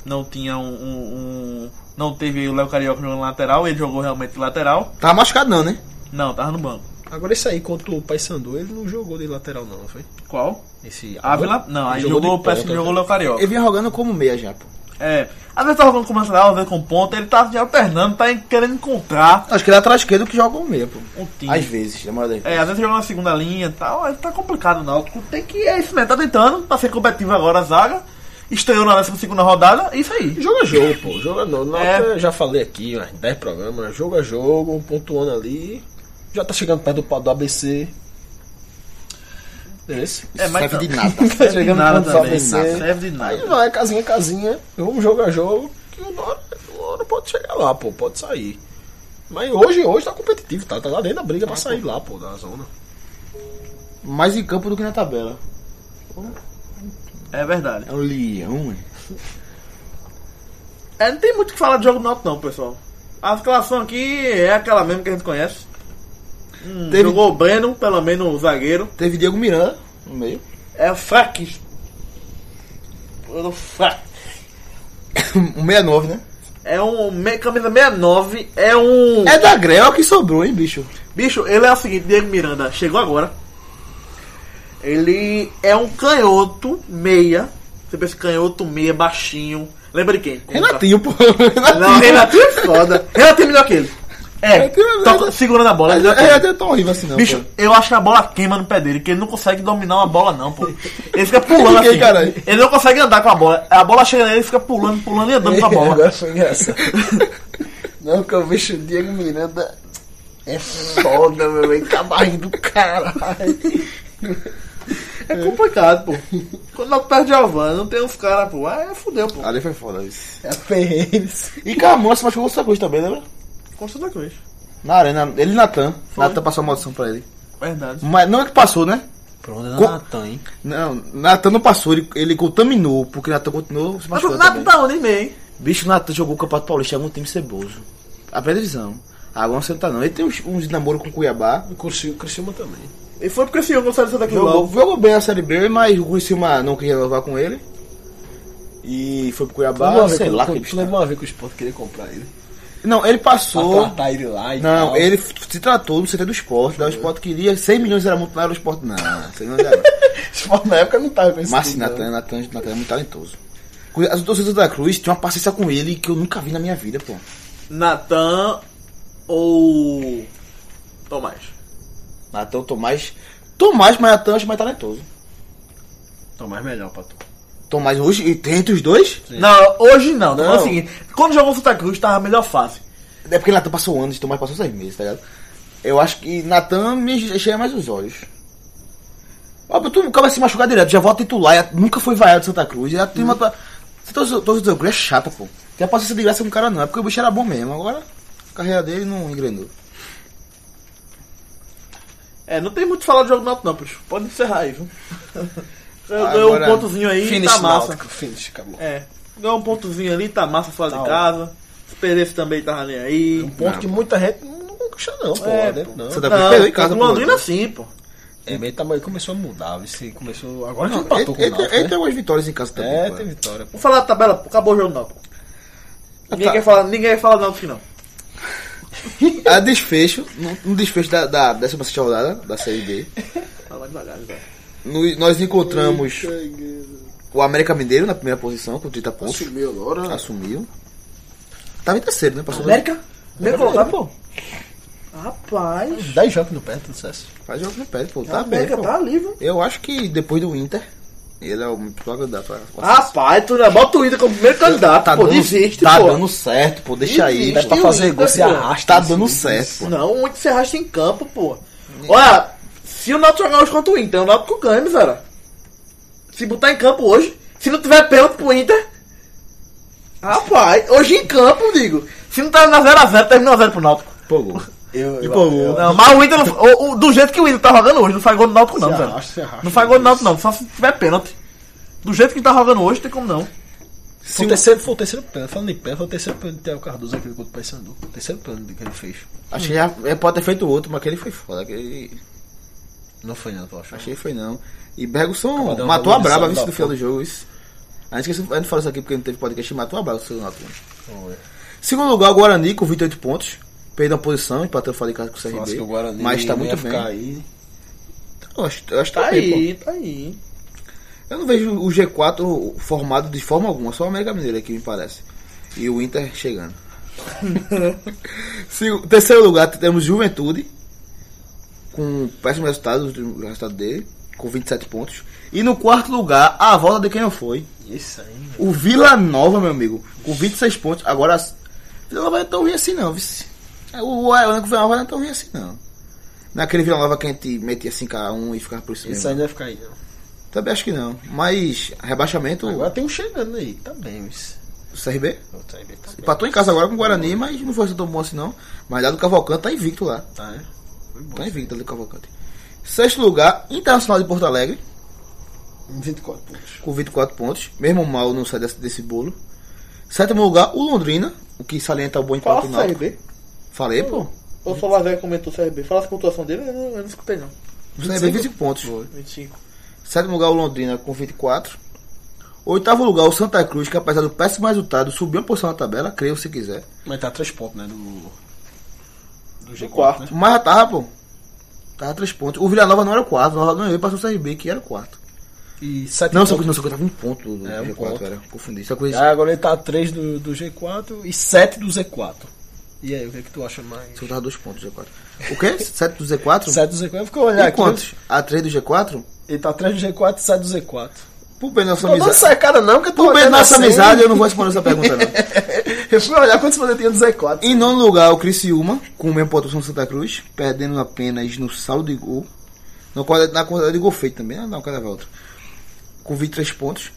Speaker 4: Não tinha um. um- um- não teve o Léo Carioca jogando lateral, ele jogou realmente lateral.
Speaker 2: Tá machucado não, né?
Speaker 4: Não, tava no banco.
Speaker 3: Agora esse aí contra o Paysandu, ele não jogou de lateral não, foi?
Speaker 4: Qual?
Speaker 3: Esse
Speaker 4: Ávila? Não, aí
Speaker 3: Ele
Speaker 4: jogou,
Speaker 3: de
Speaker 4: parece que
Speaker 3: ponta, né?
Speaker 4: jogou o Léo Carioca.
Speaker 2: Ele vinha jogando como meia já, pô.
Speaker 4: É. Às vezes tá jogando como lateral, às vezes com ponta, ele tá se alternando, tá em- querendo encontrar
Speaker 2: Acho que ele é atrás esquerdo que joga o meio, pô.
Speaker 4: um time.
Speaker 2: Às vezes, né, na maioria das
Speaker 4: É, às vezes joga na segunda linha e tal, aí tá complicado o Náutico. Tem que. É isso mesmo, tá tentando, pra ser competitivo agora a zaga. Estreou na 12 segunda rodada, é isso aí.
Speaker 3: Jogo a jogo, pô. Jogo a não.
Speaker 4: É.
Speaker 3: eu já falei aqui, uns 10 programas. né? Jogo a jogo, um pontuando ali. Já tá chegando perto do, pa- do ABC. Esse.
Speaker 4: É, mas
Speaker 2: serve de
Speaker 4: não-
Speaker 2: nada.
Speaker 4: serve de
Speaker 3: Chegando
Speaker 4: nada
Speaker 3: no ponto do
Speaker 4: também,
Speaker 3: ABC.
Speaker 4: nada, Serve de
Speaker 3: Aí
Speaker 4: nada.
Speaker 3: vai, casinha, casinha. Vamos jogo a jogo. Que o Noro, o Noro pode chegar lá, pô. Pode sair. Mas hoje, hoje tá competitivo, tá? Tá lá dentro da briga pra sair lá, pô, da zona.
Speaker 2: Mais em campo do que na tabela.
Speaker 4: É verdade.
Speaker 2: É um leão, mano.
Speaker 4: É, não tem muito o que falar de jogo do Náutico não, pessoal. A escalação aqui é aquela mesma que a gente conhece. Hum,
Speaker 2: Teve-
Speaker 4: Jogou o Breno, pelo menos o zagueiro.
Speaker 2: Teve Diego Miranda no meio.
Speaker 4: É fraquíssimo. Pelo fraco.
Speaker 2: Um 69, né?
Speaker 4: É um me- camisa 69, é um.
Speaker 2: É da Grel que sobrou, hein, bicho?
Speaker 4: Bicho, ele é o seguinte, Diego Miranda chegou agora. Ele é um canhoto meia. Você pensa canhoto meia, baixinho. Lembra de quem? Como
Speaker 2: Renatinho, é pô.
Speaker 4: tá- Não, Renatinho é foda. Renatinho é melhor que ele. É,
Speaker 2: Renatinho é-
Speaker 4: toca, segurando a bola. é melhor que ele.
Speaker 2: É, é tão horrível assim, não.
Speaker 4: Bicho,
Speaker 2: pô.
Speaker 4: eu acho que a bola queima no pé dele, que ele não consegue dominar uma bola, não, pô. Ele fica pulando
Speaker 2: Fiquei,
Speaker 4: assim.
Speaker 2: caralho.
Speaker 4: Ele não consegue andar com a bola. A bola chega nele, ele fica pulando, pulando e andando com a bola.
Speaker 5: Agora foi engraçado. Não, porque eu vejo o Diego
Speaker 4: tá,
Speaker 5: Miranda. É foda, meu velho. Cabarrinho do caralho.
Speaker 4: É complicado, pô. Quando tá não perde Alvan, não tem uns caras, pô. Ah, é fudeu, pô.
Speaker 2: Ali foi foda isso.
Speaker 5: É Ferreiros.
Speaker 2: E Camões se machucou com outra coisa também, lembra?
Speaker 4: Com Santa Cruz.
Speaker 2: Na arena, ele e Natan.
Speaker 4: Foi.
Speaker 2: Natan passou a maldição pra ele.
Speaker 4: Verdade.
Speaker 2: Mas não é que passou, né?
Speaker 5: Pronto,
Speaker 2: Co-
Speaker 5: Natan, hein?
Speaker 2: Não, Natan não passou, ele, ele contaminou, porque Natan continuou se
Speaker 4: Mas
Speaker 2: machucando.
Speaker 4: o Nato
Speaker 2: também.
Speaker 4: tá onde em meio, hein?
Speaker 2: Bicho, Natan jogou o Campeonato Paulista em algum time ceboso. A previsão. Agora você não tá não. Ele tem uns, uns namoro com o Cuiabá.
Speaker 3: O Criciú- Criciúma também.
Speaker 4: E foi porque assim, esse jogo saiu do Santa Cruz
Speaker 2: Jogou,
Speaker 4: logo.
Speaker 2: jogou bem a Série B, mas o Criciúma não queria renovar com ele. E foi pro Cuiabá, Ah,
Speaker 3: Tudo a ver
Speaker 2: sei
Speaker 3: com-
Speaker 2: lá
Speaker 3: com-
Speaker 2: que tá.
Speaker 3: Tudo
Speaker 2: bicho.
Speaker 3: levou a ver que o Sport queria comprar ele.
Speaker 2: Não, ele
Speaker 5: Pra
Speaker 2: passou...
Speaker 5: tratar ele lá e
Speaker 2: Não,
Speaker 5: tal.
Speaker 2: ele f- se tratou no CT do esporte. Daí o esporte queria 100 milhões era muito, não era o esporte. Não, 100 milhões era.
Speaker 5: Sport na época não tava com esse
Speaker 2: Mas sim,
Speaker 5: tudo,
Speaker 2: Natan,
Speaker 5: não.
Speaker 2: Natan, Natan é muito talentoso. As torcidas da Cruz tinham uma paciência com ele que eu nunca vi na minha vida, pô.
Speaker 4: Natan ou. Tomás.
Speaker 2: Natan, Tomás. Tomás, mas Natan acho mais talentoso.
Speaker 3: Tomás melhor pra tu.
Speaker 2: Tomás hoje, e tem entre os dois?
Speaker 4: Não, hoje não. Não é o
Speaker 2: Não.
Speaker 4: seguinte. Quando jogou o Santa Cruz, tava a melhor fase.
Speaker 2: É porque Natan passou anos, Tomás passou seis meses, tá ligado? Eu acho que Natan me encheia mais os olhos. Ó, mas tu acaba se machucar direto, já volta titular, já- nunca foi vaiado de Santa Cruz. E a turma. tá- Essa torcida torcida da Cruz é chata, pô. Tem a paciência de graça com o cara não, é porque o bicho era bom mesmo. Agora, a carreira dele não engrenou.
Speaker 4: É, não tem muito o que falar do jogo do Náutico, não, bicho. Pode encerrar aí, viu? Ganhou um
Speaker 2: Agora,
Speaker 4: pontozinho aí,
Speaker 5: Finish
Speaker 4: tá massa.
Speaker 5: Náutico, finish, acabou.
Speaker 4: É. Ganhou um pontozinho ali, tá massa fora de casa. Os Pereira também tava nem aí.
Speaker 3: Um ponto que muita gente não não conquista, não, pô.
Speaker 4: É,
Speaker 3: lá dentro,
Speaker 4: pô.
Speaker 3: não.
Speaker 2: Santa Cruz perdeu em casa,
Speaker 4: o
Speaker 2: pô.
Speaker 4: Londrina sim, pô.
Speaker 3: É, meio tamanho começou a mudar, viu? se começou. Agora
Speaker 2: Não,
Speaker 3: já empatou
Speaker 2: ele,
Speaker 3: com o
Speaker 2: ele,
Speaker 3: Náutico,
Speaker 2: ele
Speaker 3: né?
Speaker 2: tem algumas vitórias em casa também.
Speaker 3: É,
Speaker 2: pô.
Speaker 3: tem vitória, pô.
Speaker 4: Vamos falar da tabela, pô. Acabou o jogo, não, pô. Ninguém,
Speaker 2: tá.
Speaker 4: quer falar, ninguém quer falar do Náutico, não.
Speaker 2: A desfecho, no, no desfecho da, da 16 rodada, da Série B,
Speaker 4: Fala devagar, velho.
Speaker 2: no- nós encontramos o América Mineiro na primeira posição, com 30 pontos.
Speaker 5: Sumiu agora.
Speaker 3: né?
Speaker 2: Ah. Assumiu. Tava em terceiro, né? Passou
Speaker 4: América? Primeiro colocado, pô.
Speaker 3: Uns
Speaker 4: Rapaz.
Speaker 3: 10 jogos no pé, tudo sucesso.
Speaker 2: Faz jogo no pé, pô.
Speaker 4: a
Speaker 2: Tá
Speaker 4: América
Speaker 2: bem, pô.
Speaker 4: tá ali, viu?
Speaker 2: Eu acho que depois do Inter, ele é o principal candidato pra... pra-
Speaker 4: Rapaz, tu não é bota o Inter como primeiro candidato, pô. Desiste,
Speaker 2: Ah, tá
Speaker 4: pô.
Speaker 2: dando certo, pô. Deixa aí.
Speaker 4: Desiste,
Speaker 2: Tá,
Speaker 5: Pra
Speaker 4: Eu
Speaker 5: fazer
Speaker 4: ainda,
Speaker 5: gol, se
Speaker 4: pô.
Speaker 5: arrasta.
Speaker 2: tá dando certo, pô.
Speaker 4: Não, o Inter se arrasta em campo, pô. Olha, se o Náutico jogar hoje contra o Inter, o Náutico ganha, cara. Se botar em campo hoje, se não tiver pênalti pro Inter. Rapaz, hoje em campo, digo. Se não tá na 0x0, termina 1x0 pro Náutico.
Speaker 2: Empolgou.
Speaker 5: Eu,
Speaker 2: Empolgou.
Speaker 4: Não, mas o Inter, não, o- o- do jeito que o Inter tá jogando hoje, não faz gol no Náutico, não,
Speaker 3: Se
Speaker 4: velho.
Speaker 3: arrasta, se arrasta.
Speaker 4: Não faz gol no Náutico, não. Só se tiver pênalti. Do jeito que tá jogando hoje, tem como não.
Speaker 3: Foi o terceiro, foi o terceiro pênalti. Falando em pênalti, foi o terceiro pênalti do Thiago Cardoso aquele contra o Paysandu. O terceiro pênalti que ele fez.
Speaker 2: Acho que já ele pode ter feito outro, mas aquele foi foda. Aquele...
Speaker 3: Não foi não, tu acha?
Speaker 2: Achei que foi não. E Bergson
Speaker 3: Acabou
Speaker 2: matou a
Speaker 3: dando
Speaker 2: braba,
Speaker 3: valorização
Speaker 2: visto
Speaker 3: da
Speaker 2: do final do jogo, isso. A gente, esqueceu, a gente falou isso aqui porque não teve podcast, matou a braba do segundo Náutico.
Speaker 3: Foi.
Speaker 2: Segundo lugar, o Guarani com 28 pontos. Perdeu a posição, empatou fora de casa com o
Speaker 5: Nossa,
Speaker 2: CRB.
Speaker 5: que o Guarani é
Speaker 2: mas tá
Speaker 5: não ia
Speaker 2: muito bem.
Speaker 5: ficar aí.
Speaker 2: Eu acho, eu acho que
Speaker 4: Tá
Speaker 2: tá bem, pô.
Speaker 4: aí, tá aí.
Speaker 2: Eu não vejo o G4 formado de forma alguma, só o América Mineiro aqui, me parece. E o Inter chegando. Segu- terceiro lugar, temos Juventude, com péssimo resultado, o último resultado dele, com 27 pontos. E no quarto lugar, a volta de quem não foi,
Speaker 3: Isso aí, velho.
Speaker 2: o Vila Nova, meu amigo, com 26 pontos. Agora, Vila Nova não é tão ruim assim, não. vice. O o elenco do Vila Nova não é tão ruim assim, não. Naquele Vila Nova que a gente metia 5x1 e ficava por cima.
Speaker 3: Isso aí não vai ficar aí, não.
Speaker 2: Também acho que não. Mas rebaixamento,
Speaker 3: Agora tem um chegando aí, tá bem, isso.
Speaker 2: o CRB.
Speaker 3: O Trembe tá bem.
Speaker 2: Empatou em casa agora com o Guarani, mas não foi tão bom assim, não. Mas lá do Cavalcante tá invicto lá.
Speaker 3: Tá, né? Foi bom.
Speaker 2: Tá invicto ali do Cavalcante. Sexto lugar, Internacional de Porto Alegre,
Speaker 3: 24 pontos.
Speaker 2: com 24 pontos. Mesmo mal não sai desse, desse bolo. Sétimo lugar, o Londrina, o que salienta o bom
Speaker 4: Fala
Speaker 2: empate
Speaker 4: a
Speaker 2: do
Speaker 4: série
Speaker 2: Náutico.
Speaker 4: B.
Speaker 2: Falei, pô.
Speaker 4: Ou só o Lavé comentou CRB. Fala a pontuação dele, eu não, eu não escutei não.
Speaker 2: O CRB 25 pontos.
Speaker 4: 25.
Speaker 2: Sétimo lugar, o Londrina com 24. Oitavo lugar, o Santa Cruz, que apesar do péssimo resultado, subiu uma posição na tabela, creio se quiser.
Speaker 3: Mas tá 3 pontos, né? Do. Do G4.
Speaker 4: quarto.
Speaker 3: né?
Speaker 2: Mas já tava, pô. Tava 3 pontos. O Vila Nova não era o quarto, o Vila Nova ganhou e passou o CRB, que era o quarto.
Speaker 3: E 7
Speaker 2: Não,
Speaker 3: pontos.
Speaker 2: só que não, só que eu tava um ponto do
Speaker 3: É, um
Speaker 2: G4,
Speaker 3: ponto.
Speaker 2: era. Confundi. Só coisa.
Speaker 3: Ah, agora ele tá 3 do, do G4 e 7 do Z4. E aí, o que, é que tu acha mais?
Speaker 2: Só tava dois pontos do G4. O quê? 7 do Z4?
Speaker 3: 7 do Z4, ficou olhando
Speaker 2: e
Speaker 3: aqui.
Speaker 2: quantos? A3 do G4?
Speaker 3: Ele tá 3 do G4 e 7 do Z4.
Speaker 2: Por bem da nossa
Speaker 3: Não dá
Speaker 2: amizade.
Speaker 3: essa é cara não, que eu tô
Speaker 2: Por bem da
Speaker 3: olhando
Speaker 2: nossa
Speaker 3: assim.
Speaker 2: amizade, eu não vou responder essa pergunta, não.
Speaker 3: Eu fui olhar quantos poder tinha do Z4.
Speaker 2: Em nono lugar, o Criciúma, com o mesmo pontuação do Santa Cruz, perdendo apenas no saldo de gol. Na quantidade, na quantidade de gol feito também, né? não, cada volta. Com 23 pontos.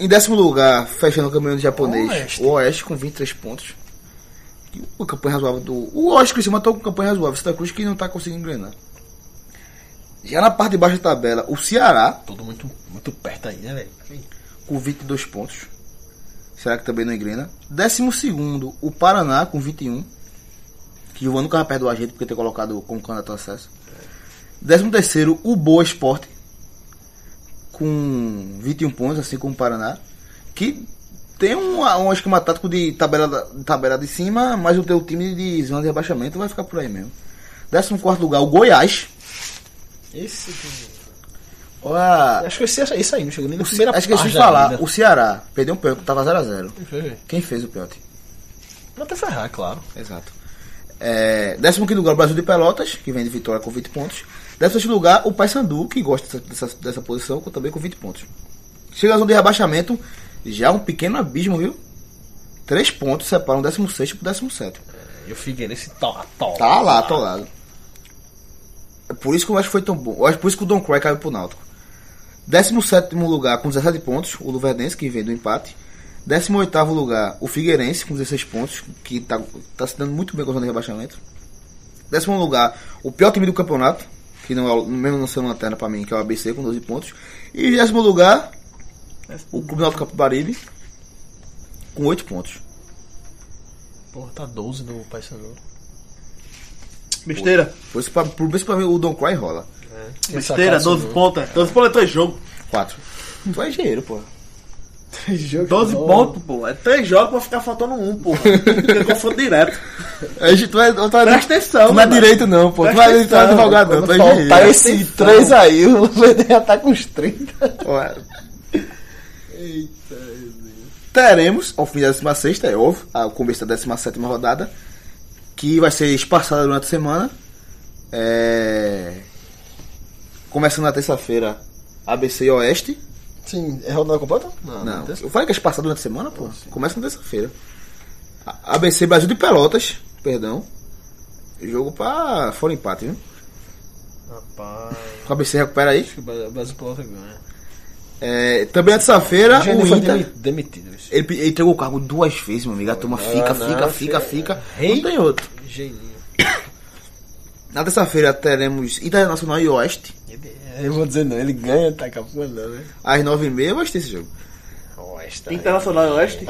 Speaker 2: Em décimo lugar, fechando o campeonato japonês,
Speaker 3: Oeste.
Speaker 2: o Oeste com 23 pontos. E O campanha razoável do. O Oeste e o Criciúma estão com campanha razoável. Santa Cruz que não está conseguindo engrenar. Já na parte de baixo da tabela, o Ceará
Speaker 3: Todo muito, muito perto aí, né, velho?
Speaker 2: com 22 pontos. Será que também não engrena? Décimo segundo, o Paraná com 21. Que eu nunca vai perdoar a gente porque ter colocado como candidato ao acesso. Décimo terceiro, o Boa Esporte. Com 21 pontos, assim como o Paraná. Que tem um, um esquema tático de tabela, da- de tabela de cima, mas o teu time de zona de rebaixamento vai ficar por aí mesmo. Décimo quarto lugar, o Goiás.
Speaker 3: Esse que...
Speaker 2: Ó, a-
Speaker 3: Acho que esse, isso aí, não chegou nem na
Speaker 2: o Ce-
Speaker 3: primeira
Speaker 2: acho que esqueci de
Speaker 3: página
Speaker 2: falar,
Speaker 3: ainda.
Speaker 2: o Ceará perdeu um pênalti, tava 0x0.
Speaker 3: Deixa eu ver.
Speaker 2: Quem fez o pênalti?
Speaker 3: Pra até ferrar, claro.
Speaker 2: Exato. É, décimo quinto lugar, o Brasil de Pelotas, que vem de vitória com 20 pontos. Décimo sexto lugar, o Paysandu, que gosta dessa, dessa, dessa posição, com- também com 20 pontos. Chega a zona de rebaixamento, já um pequeno abismo, viu? Três pontos separam o décimo sexto pro décimo sétimo.
Speaker 3: Eu fiquei nesse tal. tal
Speaker 2: Tá lá, atolado. É por isso que eu acho que foi tão bom. Eu acho por isso que o Don Cry caiu pro Náutico. 17 lugar com 17 pontos, o Luverdense, que vem do empate. 18 lugar, o Figueirense, com 16 pontos, que tá, tá se dando muito bem com o zona de rebaixamento. Décimo lugar, o pior time do campeonato, que não é, o- mesmo não sendo lanterna pra mim, que é o ABC, com 12 pontos. E décimo lugar, o Clube Náutico Capibaribe, com 8 pontos.
Speaker 3: Porra, tá 12 do Paysandu.
Speaker 4: Besteira.
Speaker 2: Por isso, pra, por isso pra mim, o Don Cry rola.
Speaker 4: Besteira, 12 pontos. 12 pontos é 3 jogos.
Speaker 2: 4. Tu é engenheiro, pô.
Speaker 4: 12 pontos, pô. É 3 jogos pra ficar faltando um, pô. Fica confronto direto.
Speaker 2: A gente vai. Tu é vai
Speaker 4: Presta atenção, né,
Speaker 2: tu não é
Speaker 4: mano.
Speaker 2: direito, não, pô. Tu não é, tu não é advogado,
Speaker 3: tá
Speaker 2: não. Tu é
Speaker 5: Faltar
Speaker 2: engenheiro.
Speaker 5: esse 3 aí, o Leder já tá com os 30.
Speaker 2: Ué. Teremos, ao fim da 16, é óbvio, ao começo da 17 rodada, que vai ser espaçada durante a semana. É... Começando na terça-feira, ABC e Oeste.
Speaker 3: Sim, é rodada completa?
Speaker 2: Não, eu falei que é espaçado durante a semana, pô. Começa na terça-feira. A- ABC Brasil de Pelotas, perdão. Jogo pra fora empate, viu?
Speaker 3: Rapaz.
Speaker 2: O ABC recupera aí.
Speaker 3: Acho que o Bra- o Brasil Pelota ganha.
Speaker 2: É, também na terça-feira,
Speaker 4: é
Speaker 3: Já
Speaker 2: o
Speaker 3: foi
Speaker 2: Inter.
Speaker 3: demi- demitido. isso.
Speaker 2: Ele, pe- ele entregou o cargo duas vezes, meu amigo. A
Speaker 4: Ah,
Speaker 2: turma fica,
Speaker 3: não,
Speaker 2: fica,
Speaker 3: não,
Speaker 2: fica, fica.
Speaker 3: Ei.
Speaker 2: Não tem outro.
Speaker 3: Geninho.
Speaker 2: Na terça-feira teremos Internacional e Oeste.
Speaker 3: Ele- é, Eu vou dizer não, ele ganha, tá capô não, né?
Speaker 2: Às nove e meia eu gostei desse jogo.
Speaker 3: Oeste.
Speaker 5: Então-
Speaker 4: Internacional e Oeste.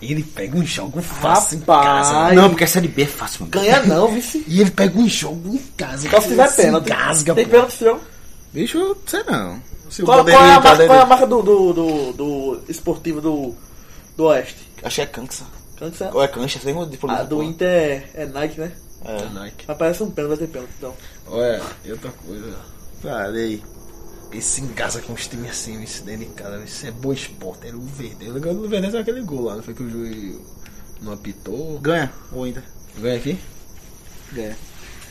Speaker 3: Ele pega um jogo fácil
Speaker 4: Rapaz.
Speaker 3: em casa. né?
Speaker 2: não, porque a Série B é fácil, mano.
Speaker 4: Ganhar não, vice.
Speaker 3: E ele pega um jogo em casa.
Speaker 4: Só se tiver pênalti.
Speaker 3: Gasga,
Speaker 4: Tem pênalti esse jogo.
Speaker 2: Bicho, eu não sei não.
Speaker 4: Qual, qual é a
Speaker 2: tá
Speaker 4: marca, qual é a marca do, do, do, do esportivo do, do Oeste?
Speaker 2: Achei que é Cansa.
Speaker 4: Cansa.
Speaker 2: Ou é Cancha, tem um de
Speaker 4: A Ah, do Inter é, é Nike, né?
Speaker 3: É Nike.
Speaker 4: Mas parece um pênalti, vai ter pênalti, então.
Speaker 3: Olha, e outra coisa.
Speaker 2: Parei.
Speaker 3: Esse engasa com os times assim, esse dentro de casa, isso é bom esporte, era o Verde. O gol do Verde é aquele gol lá, não foi que o juiz não apitou.
Speaker 2: Ganha ou ainda?
Speaker 3: Vem aqui. Um
Speaker 2: Ganha.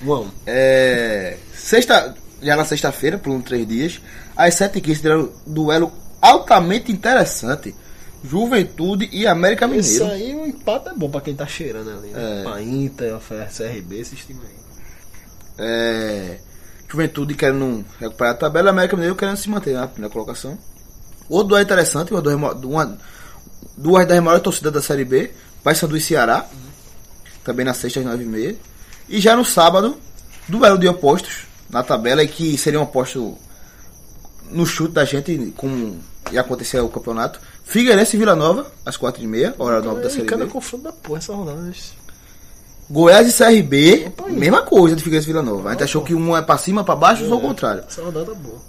Speaker 3: Vamos.
Speaker 2: É, sexta, já na sexta-feira, por um três dias, às 7h15 terá um duelo altamente interessante. Juventude e América
Speaker 3: Isso
Speaker 2: Mineiro.
Speaker 3: aí, um empate é bom pra quem tá cheirando ali. Né?
Speaker 2: É.
Speaker 3: Pra Inter, pra CRB, esses times aí.
Speaker 2: É, Juventude querendo recuperar a tabela, América Mineiro querendo se manter na primeira colocação. Outro duelo é interessante, uma, das mo- uma- duas das maiores torcidas da Série B, Paysandu e Ceará, também na sexta às 9h30. E já no sábado, duelo de opostos na tabela, e que seria um oposto no chute da gente, como ia acontecer o campeonato. Figueirense e Vila Nova, às 4h30, hora nova da
Speaker 3: Cada-
Speaker 2: Série
Speaker 3: Cada
Speaker 2: B.
Speaker 3: confronto da porra essa rodada. né?
Speaker 2: Goiás e CRB,
Speaker 3: Opa, aí.
Speaker 2: mesma coisa de Figueirense e Vila Nova. A gente achou que um é pra cima, pra baixo, ou o contrário.
Speaker 3: Essa rodada é boa.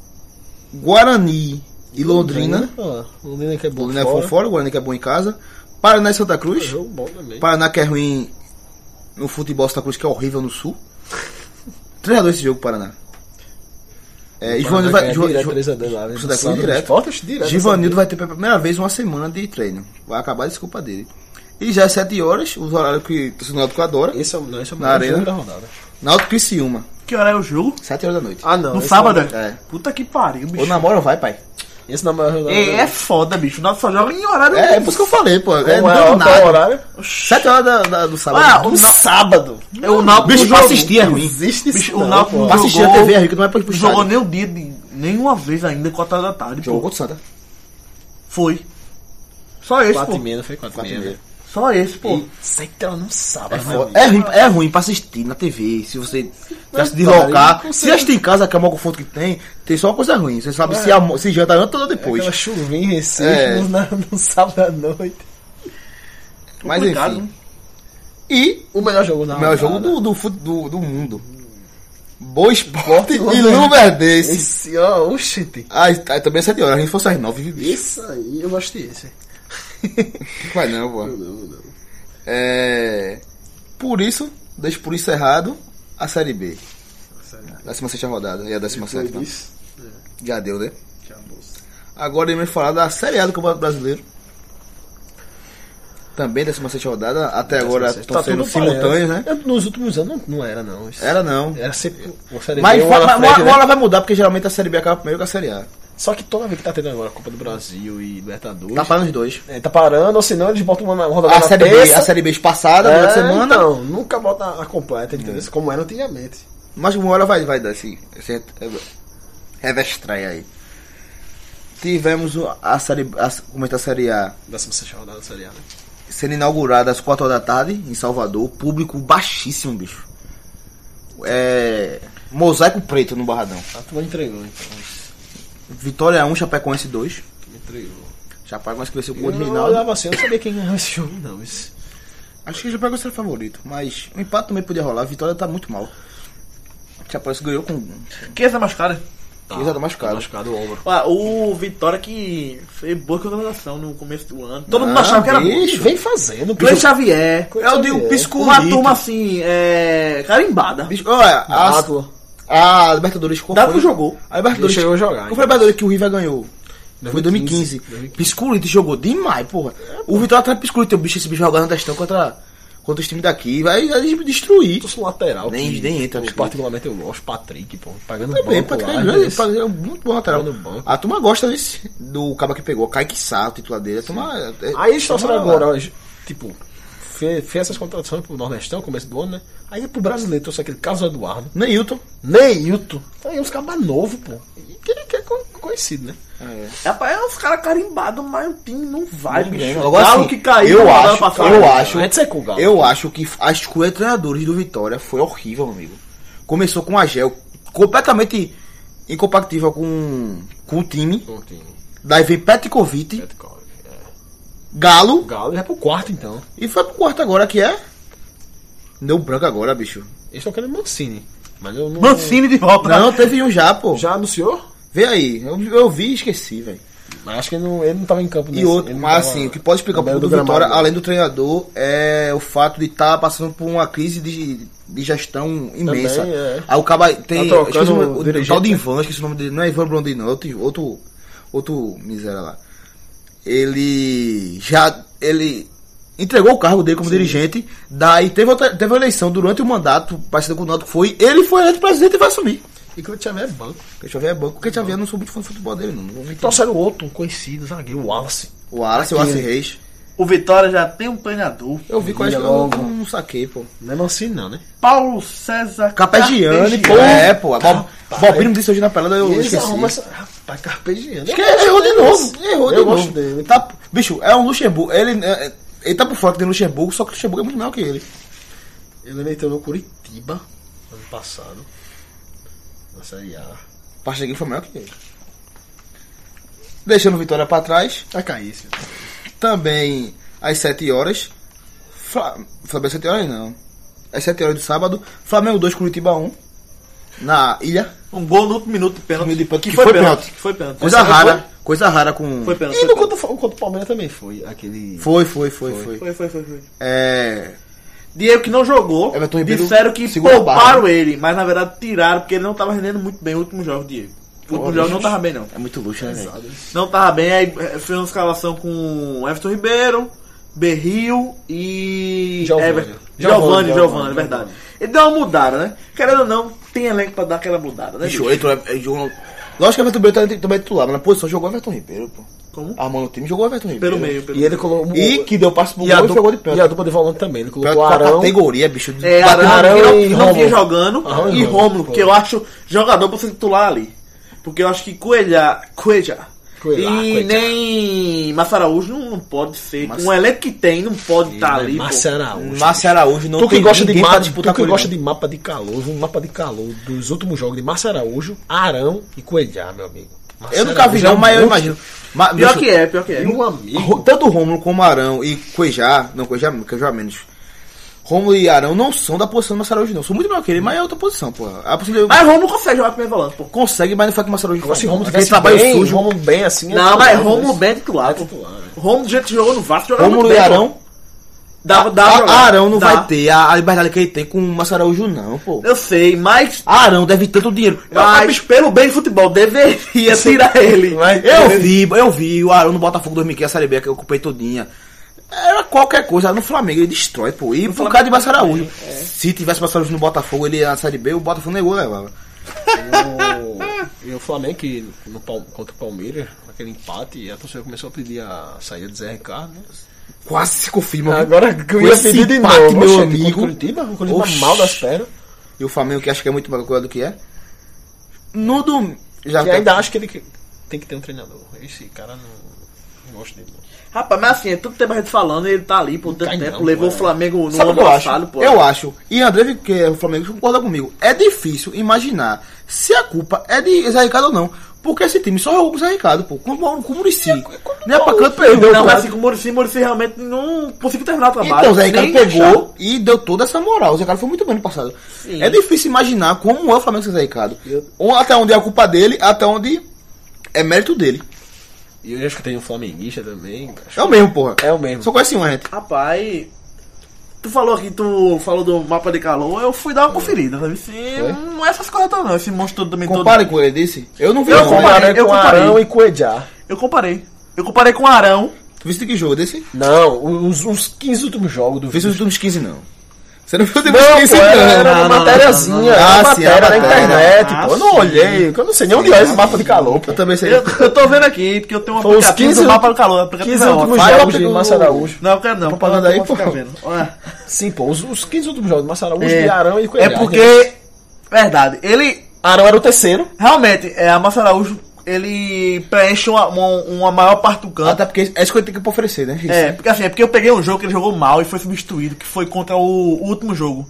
Speaker 2: Guarani e
Speaker 3: né?
Speaker 2: Londrina.
Speaker 3: Ó, Londrina que é bom.
Speaker 2: Londrina é bom fora, o Guarani que é bom em casa. Paraná e Santa
Speaker 3: É
Speaker 2: Cruz.
Speaker 3: jogo bom também.
Speaker 2: Paraná que é ruim no futebol, Santa Cruz que é horrível no sul. 3x2 esse jogo, Paraná. É, e Givanildo vai, Giva-
Speaker 3: direto
Speaker 2: Giva-
Speaker 3: 3 a 2 lá. né?
Speaker 2: Santa Cruz
Speaker 3: Sábado,
Speaker 2: direto.
Speaker 3: Esportes direto.
Speaker 2: Givanildo vai ter pela primeira vez uma semana de treino. Vai acabar a desculpa dele. E já às 7 horas, os horários que o Náutico adora.
Speaker 3: Esse é, o- não, esse é o
Speaker 2: Na
Speaker 3: melhor
Speaker 2: arena.
Speaker 3: jogo da rodada.
Speaker 2: Náutico e Ciúma,
Speaker 4: Que hora é o jogo?
Speaker 2: 7 horas da noite.
Speaker 3: Ah, não.
Speaker 4: no sábado?
Speaker 2: é.
Speaker 4: Puta que pariu, bicho.
Speaker 2: Ou namora ou vai, pai.
Speaker 3: Esse não é o melhor jogo da
Speaker 4: É, é
Speaker 3: rodada.
Speaker 4: foda, bicho. Nós só joga em horário.
Speaker 2: É, é por isso que eu falei, pô. É, não
Speaker 3: Qual
Speaker 2: deu
Speaker 3: o- qual o
Speaker 2: nada.
Speaker 3: horário?
Speaker 2: 7 horas da- da- do sábado.
Speaker 4: Ah, o
Speaker 2: Não-
Speaker 3: sábado.
Speaker 4: É o Náutico.
Speaker 2: Bicho,
Speaker 4: não
Speaker 2: pra
Speaker 4: jogou-
Speaker 2: assistir é ruim.
Speaker 3: Existe isso.
Speaker 4: Bicho,
Speaker 3: não,
Speaker 4: o Náutico
Speaker 3: pô.
Speaker 2: Pra assistir a
Speaker 4: Jogou-
Speaker 2: TV é rico, não é pra ir
Speaker 4: Não
Speaker 2: pro
Speaker 4: jogou
Speaker 2: estádio.
Speaker 4: nem o dia de. nenhuma vez ainda, 4 horas da tarde.
Speaker 2: Jogou
Speaker 4: Pô.
Speaker 2: contra o Santa.
Speaker 4: Foi. Só esse,
Speaker 3: 4
Speaker 4: pô.
Speaker 3: e meia, não foi 4 e meia. né?
Speaker 4: Só esse, pô.
Speaker 3: Sei que ela não né, sabe.
Speaker 2: É, foda. é, ruim, é ruim pra assistir na TV. Se você já se
Speaker 3: pariu,
Speaker 2: deslocar.
Speaker 3: não
Speaker 2: Se
Speaker 3: sei.
Speaker 2: assistir em casa, que é o maior conforto que tem, tem só uma coisa ruim. Você sabe se, almo- se janta antes ou depois.
Speaker 3: Aquela chuvinha em Recife
Speaker 2: É.
Speaker 3: no, na- no sábado à noite.
Speaker 2: Mas
Speaker 4: complicado,
Speaker 2: enfim.
Speaker 4: né?
Speaker 2: E
Speaker 3: O melhor jogo na
Speaker 2: o melhor jogo do, do, fut- do, do mundo. Boa Esporte e Luverdense.
Speaker 3: Esse, ó, oxente.
Speaker 2: Ah, e- ah, também é 7 horas. A gente fosse às 9 bicho.
Speaker 3: Isso aí, eu gosto desse.
Speaker 2: Não vai não, pô. É, Por isso, deixo por encerrado a Série B. 16 rodada e a 17
Speaker 4: é
Speaker 2: não.
Speaker 3: Isso.
Speaker 2: Já deu, né? Agora iremos falar da Série A do Campeonato Brasileiro. Também 17 rodada. Até agora estão sendo simultâneos, né?
Speaker 3: tá Eu, nos últimos anos não, não era, não. Isso-
Speaker 2: Era não.
Speaker 3: Era sempre. uma série
Speaker 2: Mas
Speaker 3: B,
Speaker 2: fa-
Speaker 3: uma
Speaker 2: mas uma,
Speaker 3: na frente, né?
Speaker 2: uma hora vai mudar, porque geralmente a Série B acaba primeiro que a Série A.
Speaker 3: Só que toda vez que tá tendo agora Copa do Brasil e Libertadores.
Speaker 2: Tá falando os dois.
Speaker 3: é, tá parando, ou senão eles botam uma, uma rodada
Speaker 2: A
Speaker 3: na
Speaker 2: série, B,
Speaker 3: terça.
Speaker 2: a série B espaçada,
Speaker 3: É,
Speaker 2: durante a semana.
Speaker 3: Não, nunca bota a completa, entendeu? Como era antigamente.
Speaker 2: Mas uma hora vai, vai dar esse, esse é, revestreia aí. Tivemos o- a série, a, como é que tá a série A
Speaker 3: Décima sexta rodada da Série A, né?
Speaker 2: sendo inaugurada às 4 horas da tarde em Salvador, público baixíssimo, bicho. É, mosaico preto no Barradão.
Speaker 3: A turma entregou, então.
Speaker 2: Vitória 1, Chapecoense 2.
Speaker 3: Me entregou.
Speaker 2: Chapecoense que venceu com o
Speaker 3: Eu
Speaker 2: gol de
Speaker 3: não
Speaker 2: Reinaldo.
Speaker 3: olhava assim, eu não sabia quem ganhava esse jogo, não. Isso.
Speaker 2: Acho que o Chapecoense era favorito, mas o empate também podia rolar. A vitória tá muito mal. Chapecoense ganhou com um.
Speaker 4: Quem é essa mais cara?
Speaker 2: Tá, Exato, machucado.
Speaker 3: Machucado o ombro.
Speaker 4: Ah, o Vitória que fez boa contratação no começo do ano. Todo mundo
Speaker 2: Ah,
Speaker 4: achava que era bom.
Speaker 2: bicho.
Speaker 3: Ele vem É fazendo,
Speaker 4: Cleiton
Speaker 3: bicho.
Speaker 4: Xavier.
Speaker 3: Cleiton
Speaker 4: eu digo
Speaker 3: Xavier.
Speaker 4: pisco.
Speaker 2: Uma
Speaker 4: Uma
Speaker 2: turma
Speaker 4: turma assim, é. carimbada.
Speaker 2: Bicho, olha, a,
Speaker 3: Dátula.
Speaker 2: a Libertadores qual
Speaker 4: Dado
Speaker 2: foi?
Speaker 4: jogou.
Speaker 2: A Libertadores.
Speaker 3: Ele chegou a jogar,
Speaker 2: Qual foi a Libertadores que o River ganhou? Foi 2015.
Speaker 3: 2015.
Speaker 2: Pisculito jogou demais, porra.
Speaker 3: É,
Speaker 2: O Vitória atrás Pisculito, o bicho, esse bicho jogando testão contra, contra os times daqui. Vai, vai destruir.
Speaker 3: Eu sou um lateral.
Speaker 2: Nem-
Speaker 3: que,
Speaker 2: nem entra,
Speaker 3: pô,
Speaker 2: bicho.
Speaker 3: Particularmente eu gosto. Patrick, pô. Pagando
Speaker 2: Também,
Speaker 3: banco lá, né?
Speaker 2: praticamente, ele
Speaker 3: isso.
Speaker 2: faz- é um muito bom lateral.
Speaker 3: Jogando banco.
Speaker 2: A turma gosta desse, do cabo que pegou, Kaique Sá, o titular dele. A turma, é-
Speaker 3: Aí eles torcendo
Speaker 2: turma-
Speaker 3: agora, ó, tipo, fe- fez essas contratações pro Nordestão, começo do ano, né? Aí é pro brasileiro, trouxe aquele Carlos Eduardo,
Speaker 2: Neilton.
Speaker 3: Neilton. Aí uns cabas novos, pô. E Que, que é co- conhecido, né?
Speaker 4: Rapaz, é uns caras carimbados, mas o time não vai, bicho.
Speaker 2: Agora,
Speaker 4: Galo
Speaker 2: assim,
Speaker 4: que caiu
Speaker 2: eu
Speaker 4: na rodada
Speaker 2: acho,
Speaker 4: passada.
Speaker 2: eu acho,
Speaker 3: A gente secou é o Galo.
Speaker 2: eu acho que a escolha de treinadores do Vitória foi horrível, amigo. Começou com a Gel, completamente incompatível com, com o time.
Speaker 3: Não tem
Speaker 2: Daí vem Petkovic,
Speaker 3: Petkovic, é. O
Speaker 2: Galo,
Speaker 3: Galo já é pro quarto, então.
Speaker 2: e foi pro quarto agora, que é... Deu branco agora, bicho.
Speaker 3: Eles estão querendo Mancini. Mas eu não.
Speaker 4: Mancini de volta. né?
Speaker 2: Não, teve um já, pô.
Speaker 3: Já anunciou?
Speaker 2: Vê aí, eu, eu vi e esqueci, velho.
Speaker 3: Mas acho que ele não, ele não tava em campo
Speaker 2: E outro, mas assim, o que pode explicar o
Speaker 3: problema
Speaker 2: problema do Vitória, além do treinador, é o fato de estar passando por uma crise de, de gestão imensa.
Speaker 3: é.
Speaker 2: Aí o Caba tem.
Speaker 3: Tá trocando
Speaker 2: esqueci o nome- o
Speaker 3: dirigente,
Speaker 2: tal de
Speaker 3: né?
Speaker 2: Ivan, esqueci o nome dele. Não é Ivan Blondin, não, é outro, outro, outro miséria lá. Ele já. Ele entregou o cargo dele como dirigente. Daí teve, outra- teve uma eleição durante o mandato, parecido com o Náutico foi. Ele foi eleito presidente e vai assumir.
Speaker 3: E que o Xavier é banco.
Speaker 2: Porque Xavier é banco, porque Xavier não sou muito fã do futebol dele, não. não vou mentir.
Speaker 3: Trouxeram outro, um conhecido, zagueiro, o Wallace.
Speaker 2: O Wallace, o Wallace Reis.
Speaker 4: O Vitória já tem um treinador.
Speaker 2: Eu vi quase que eu não,
Speaker 3: Logo.
Speaker 2: não saquei, pô.
Speaker 3: Não é Mancini não, né?
Speaker 4: Paulo César
Speaker 2: Capegiani, pô. É, pô. A Bob, Bobinho disse hoje na pelada, eu
Speaker 3: Eles
Speaker 2: esqueci.
Speaker 3: arrumam essa... Rapaz, carpegiano.
Speaker 2: Esque- errou de novo. Errou de
Speaker 3: Eu
Speaker 2: novo.
Speaker 3: gosto dele.
Speaker 2: Tá, bicho, é um Luxemburgo. Ele, é, é, ele tá por fora que tem Luxemburgo, só que o Luxemburgo é muito melhor que ele.
Speaker 3: tá- Ele entrou no Curitiba ano passado. Na Série A.
Speaker 2: Pachequinho foi melhor que ele. Deixando o Vitória pra trás.
Speaker 3: Vai cair esse.
Speaker 2: Também às 7 horas. Fla... Flamengo às 7 horas não. Às 7 horas do sábado. Flamengo 2, Curitiba 1. Na ilha.
Speaker 4: Um gol no último minuto de pênalti.
Speaker 2: Minuto de pênalti,
Speaker 4: Que,
Speaker 2: que
Speaker 4: foi
Speaker 2: foi
Speaker 4: pênalti.
Speaker 2: pênalti.
Speaker 4: Que foi pênalti.
Speaker 2: Coisa
Speaker 4: Essa
Speaker 2: rara. Coisa rara com.
Speaker 4: Foi pênalti.
Speaker 3: E
Speaker 4: foi
Speaker 3: no
Speaker 4: pênalti.
Speaker 3: contra, o contra o Palmeiras também foi. Aquele...
Speaker 2: Foi, foi, foi, foi.
Speaker 4: Foi, foi, foi, foi.
Speaker 2: É.
Speaker 4: Diego que não jogou.
Speaker 2: Everton Ribeiro,
Speaker 4: disseram que
Speaker 2: segunda
Speaker 4: pouparam
Speaker 2: barra.
Speaker 4: ele, mas na verdade tiraram porque ele não tava rendendo muito bem o último jogo, Diego. O último jogo não tava bem, não.
Speaker 2: É muito luxo, né, velho?
Speaker 4: Não tava bem, aí eh, fez uma escalação com Everton Ribeiro, Berril e.
Speaker 3: Giovani.
Speaker 4: Everton.
Speaker 3: Giovani,
Speaker 4: Giovanni,
Speaker 3: Giovani,
Speaker 4: Giovanni,
Speaker 3: Giovani.
Speaker 4: verdade. Ele deu uma mudada, né? Querendo ou não, tem elenco pra dar aquela mudada, né?
Speaker 2: Bicho,
Speaker 4: bicho?
Speaker 2: Heitor é, é de um- Lógico que o Everton Ribeiro tá- também é titular, mas na posição jogou Everton Ribeiro, pô.
Speaker 4: Como?
Speaker 2: Armando o time, jogou Everton Ribeiro.
Speaker 4: Pelo meio, pelo
Speaker 3: E ele colocou...
Speaker 2: E que deu passe pro
Speaker 3: E
Speaker 2: gol
Speaker 3: a,
Speaker 2: e pegou
Speaker 3: dupla,
Speaker 2: de
Speaker 3: e a
Speaker 2: pênalti.
Speaker 3: dupla de volante também. Ele
Speaker 2: Pênalti
Speaker 3: colocou
Speaker 2: com a
Speaker 3: Arão.
Speaker 2: categoria, bicho.
Speaker 4: É,
Speaker 2: Bateu-
Speaker 4: Arão,
Speaker 3: Arão
Speaker 4: que não,
Speaker 3: e
Speaker 4: que não vinha
Speaker 3: Rômulo.
Speaker 4: jogando.
Speaker 3: Arão e
Speaker 4: e
Speaker 3: Rômulo,
Speaker 4: Rômulo, que eu acho jogador pra ser titular ali. Porque eu acho que Coelhar, Coelhar
Speaker 3: Coelhar,
Speaker 4: e
Speaker 3: Coelhar.
Speaker 4: nem Massa Araújo não, não pode ser.
Speaker 2: Mas-
Speaker 4: Um elenco que tem não pode estar tá ali. pô.
Speaker 3: Márcio Araújo.
Speaker 2: Márcio Araújo não
Speaker 3: tu que
Speaker 2: tem
Speaker 3: gosta de
Speaker 2: ninguém pra
Speaker 3: mapa,
Speaker 2: disputar
Speaker 3: tu
Speaker 2: com
Speaker 3: que
Speaker 2: ele,
Speaker 3: gosta
Speaker 2: não.
Speaker 3: de mapa de calor, um mapa de calor dos últimos jogos de Márcio Araújo, Arão e Coelhar, meu amigo. Márcio
Speaker 2: Eu nunca vi,
Speaker 3: Araújo é
Speaker 2: não,
Speaker 3: um
Speaker 2: mas eu
Speaker 3: monstro.
Speaker 2: imagino. Mas,
Speaker 4: Pior
Speaker 2: bicho,
Speaker 4: que é, pior que é.
Speaker 3: Meu amigo.
Speaker 2: Ro- Tanto Rômulo como Arão e Cuejá, não Cuejá, Cuejá menos. Rômulo e Arão não são da posição do Massaro hoje, não. São muito melhor que ele, mas é outra posição, pô. A posição dele
Speaker 4: Mas Rômulo consegue jogar primeiro volante, pô.
Speaker 2: consegue, mas não foi com o Massaro hoje.
Speaker 3: Agora, se Romulo
Speaker 2: Aquele
Speaker 3: tivesse
Speaker 2: trabalho
Speaker 3: bem,
Speaker 2: sujo.
Speaker 3: Romulo bem assim... é
Speaker 4: Não, mas
Speaker 3: titular,
Speaker 4: Rômulo
Speaker 3: mas-
Speaker 4: bem é titular, pô.
Speaker 3: titular, né?
Speaker 4: Rômulo, do jeito que jogou no Vasco, jogava
Speaker 2: Rômulo
Speaker 4: muito
Speaker 2: e
Speaker 4: bem,
Speaker 2: Arão.
Speaker 4: pô. Dá, dá,
Speaker 2: A-
Speaker 4: pra jogar.
Speaker 2: Arão não
Speaker 4: Dá.
Speaker 2: vai ter a, a liberdade que ele tem com o Massaro hoje, não, pô.
Speaker 4: Eu sei, mas...
Speaker 2: Arão deve tanto dinheiro.
Speaker 4: Mas,
Speaker 2: Mas,
Speaker 4: pelo bem do futebol, deveria tirar ele.
Speaker 3: Mas-
Speaker 2: eu vi, eu vi o Arão no Botafogo 2015, a Série B, que eu ocupei todinha. Era qualquer coisa, no Flamengo ele destrói, pô. E por causa de Massaro Araújo.
Speaker 4: é.
Speaker 2: Se tivesse Massaro Araújo no Botafogo, ele ia na Série B, o Botafogo negou, né, levava.
Speaker 3: E o Flamengo que no, Pal- contra o Palmeiras, aquele empate, a torcida começou a pedir a saída de Zé Ricardo, né?
Speaker 2: Quase se confirma.
Speaker 3: Agora eu
Speaker 2: ia pedir de novo,
Speaker 3: meu
Speaker 2: oxe,
Speaker 3: amigo.
Speaker 2: contra o
Speaker 3: Curitiba, o
Speaker 2: Curitiba
Speaker 3: mal das pernas.
Speaker 2: E o Flamengo que acha que é muito melhor do que é. No domingo. Já
Speaker 3: E ainda acho que ele que- tem que ter um treinador. Esse cara não, não gosto dele. não.
Speaker 4: Rapaz, mas assim, é tanto tempo a gente falando e ele tá ali, pô, tanto
Speaker 3: cai
Speaker 4: tempo,
Speaker 3: não,
Speaker 4: levou
Speaker 3: pô,
Speaker 4: o Flamengo no
Speaker 2: Sabe o que
Speaker 4: ano
Speaker 2: eu acho?
Speaker 4: passado, pô.
Speaker 2: Eu acho. E André, que é o Flamengo, concorda comigo. É difícil imaginar se a culpa é de Zé Ricardo ou não. Porque esse time só jogou com o Zé Ricardo, pô. Com, com, com o Murici. Não é pra canto perdeu.
Speaker 4: Não,
Speaker 2: pô.
Speaker 4: mas assim, com o Muricy, Muricy realmente não conseguiu terminar o trabalho.
Speaker 2: Então, o Zé
Speaker 4: nem
Speaker 2: Ricardo pegou
Speaker 4: achar.
Speaker 2: e deu toda essa moral. O Zé Ricardo foi muito bem no passado.
Speaker 4: Sim.
Speaker 2: É difícil imaginar como é o Flamengo sem Zé Ricardo. Ou Até onde é a culpa dele, até onde é mérito dele.
Speaker 3: E eu já escutei um flamenguista também.
Speaker 2: É o mesmo, porra.
Speaker 3: É o mesmo.
Speaker 2: Só conhece um, gente.
Speaker 4: Rapaz, tu falou aqui, tu falou do mapa de calor, eu fui dar uma conferida, sabe? Se, não é essas coisas todas, não, esse monstro todo também
Speaker 2: Compare com ele, disse. Eu não vi
Speaker 4: Eu
Speaker 2: não,
Speaker 4: comparei,
Speaker 2: mas-
Speaker 4: eu
Speaker 3: com
Speaker 4: comparei.
Speaker 3: Arão e Coedjar.
Speaker 4: todo. Eu comparei. Eu comparei com o Arão.
Speaker 2: Tu viste que jogo desse?
Speaker 3: Não, os, uns 15 últimos jogos do
Speaker 2: Tu viste os últimos 15, não. Você não viu os
Speaker 3: Não,
Speaker 2: últimos
Speaker 3: pô, é,
Speaker 2: 15,
Speaker 3: era,
Speaker 2: não.
Speaker 3: era
Speaker 4: não,
Speaker 3: uma
Speaker 4: não, não, não,
Speaker 3: matériazinha,
Speaker 2: não. assim, né?
Speaker 3: era uma
Speaker 2: Ah, sim,
Speaker 3: matéria
Speaker 2: a
Speaker 3: na
Speaker 2: matéria.
Speaker 3: internet, pô. Eu não
Speaker 4: Ah,
Speaker 3: olhei, eu não sei nem onde é esse mapa de calor, pô.
Speaker 2: Eu também sei.
Speaker 4: Eu, eu tô vendo aqui, porque eu tenho um
Speaker 3: Foi os
Speaker 4: aplicativo
Speaker 3: 15
Speaker 4: do mapa do calor. o aplicativo
Speaker 3: 15
Speaker 4: é
Speaker 3: últimos
Speaker 4: ótimo.
Speaker 2: Vai,
Speaker 3: jogos
Speaker 2: eu
Speaker 3: de
Speaker 2: pego-
Speaker 3: Massa Araújo.
Speaker 4: Não, eu quero não.
Speaker 2: Propaganda aí,
Speaker 4: eu vou ficar
Speaker 2: pô.
Speaker 4: vendo. Olha.
Speaker 3: Sim, pô, os, os 15 últimos jogos de Massa Araújo,
Speaker 4: É.
Speaker 3: de Arão e
Speaker 4: É
Speaker 3: Coelhar.
Speaker 4: porque, verdade, ele
Speaker 3: Arão era o terceiro.
Speaker 4: realmente, é, a Márcia Araújo, ele preenche uma, uma, uma maior parte do campo.
Speaker 2: Até porque é isso que eu tenho que pra oferecer, né? Isso.
Speaker 4: É, porque assim, é porque eu peguei um jogo que ele jogou mal e foi substituído, que foi contra o, último jogo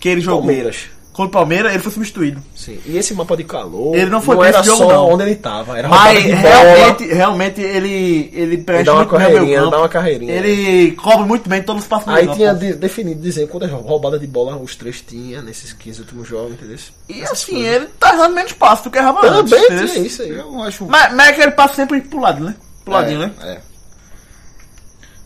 Speaker 4: que ele jogou.
Speaker 3: Palmeiras.
Speaker 4: Contra contra o Palmeiras, ele foi substituído.
Speaker 3: Sim. E esse mapa de calor.
Speaker 4: Ele não foi
Speaker 3: não
Speaker 4: bem
Speaker 3: era
Speaker 4: esse jogo,
Speaker 3: só
Speaker 4: não.
Speaker 3: onde ele tava. Era rodada
Speaker 4: Mas
Speaker 3: de bola.
Speaker 4: realmente, realmente ele, ele presta
Speaker 3: dá uma
Speaker 4: muito bem o meio
Speaker 3: carreirinha,
Speaker 4: campo.
Speaker 3: dá uma carreirinha.
Speaker 4: Ele cobre muito bem todos os passos do
Speaker 3: Aí
Speaker 4: meio
Speaker 3: tinha
Speaker 4: campo.
Speaker 3: de- definido dizer quantas roubadas de bola os três tinham nesses 15 últimos jogos, entendeu?
Speaker 4: E assim, ele tá errando menos passo do que errava antes.
Speaker 3: Também
Speaker 4: entendeu?
Speaker 2: É
Speaker 3: tinha isso aí.
Speaker 5: Eu acho.
Speaker 4: Mas, mas é que ele passa sempre pro lado, né? Pro ladinho, né?
Speaker 2: É.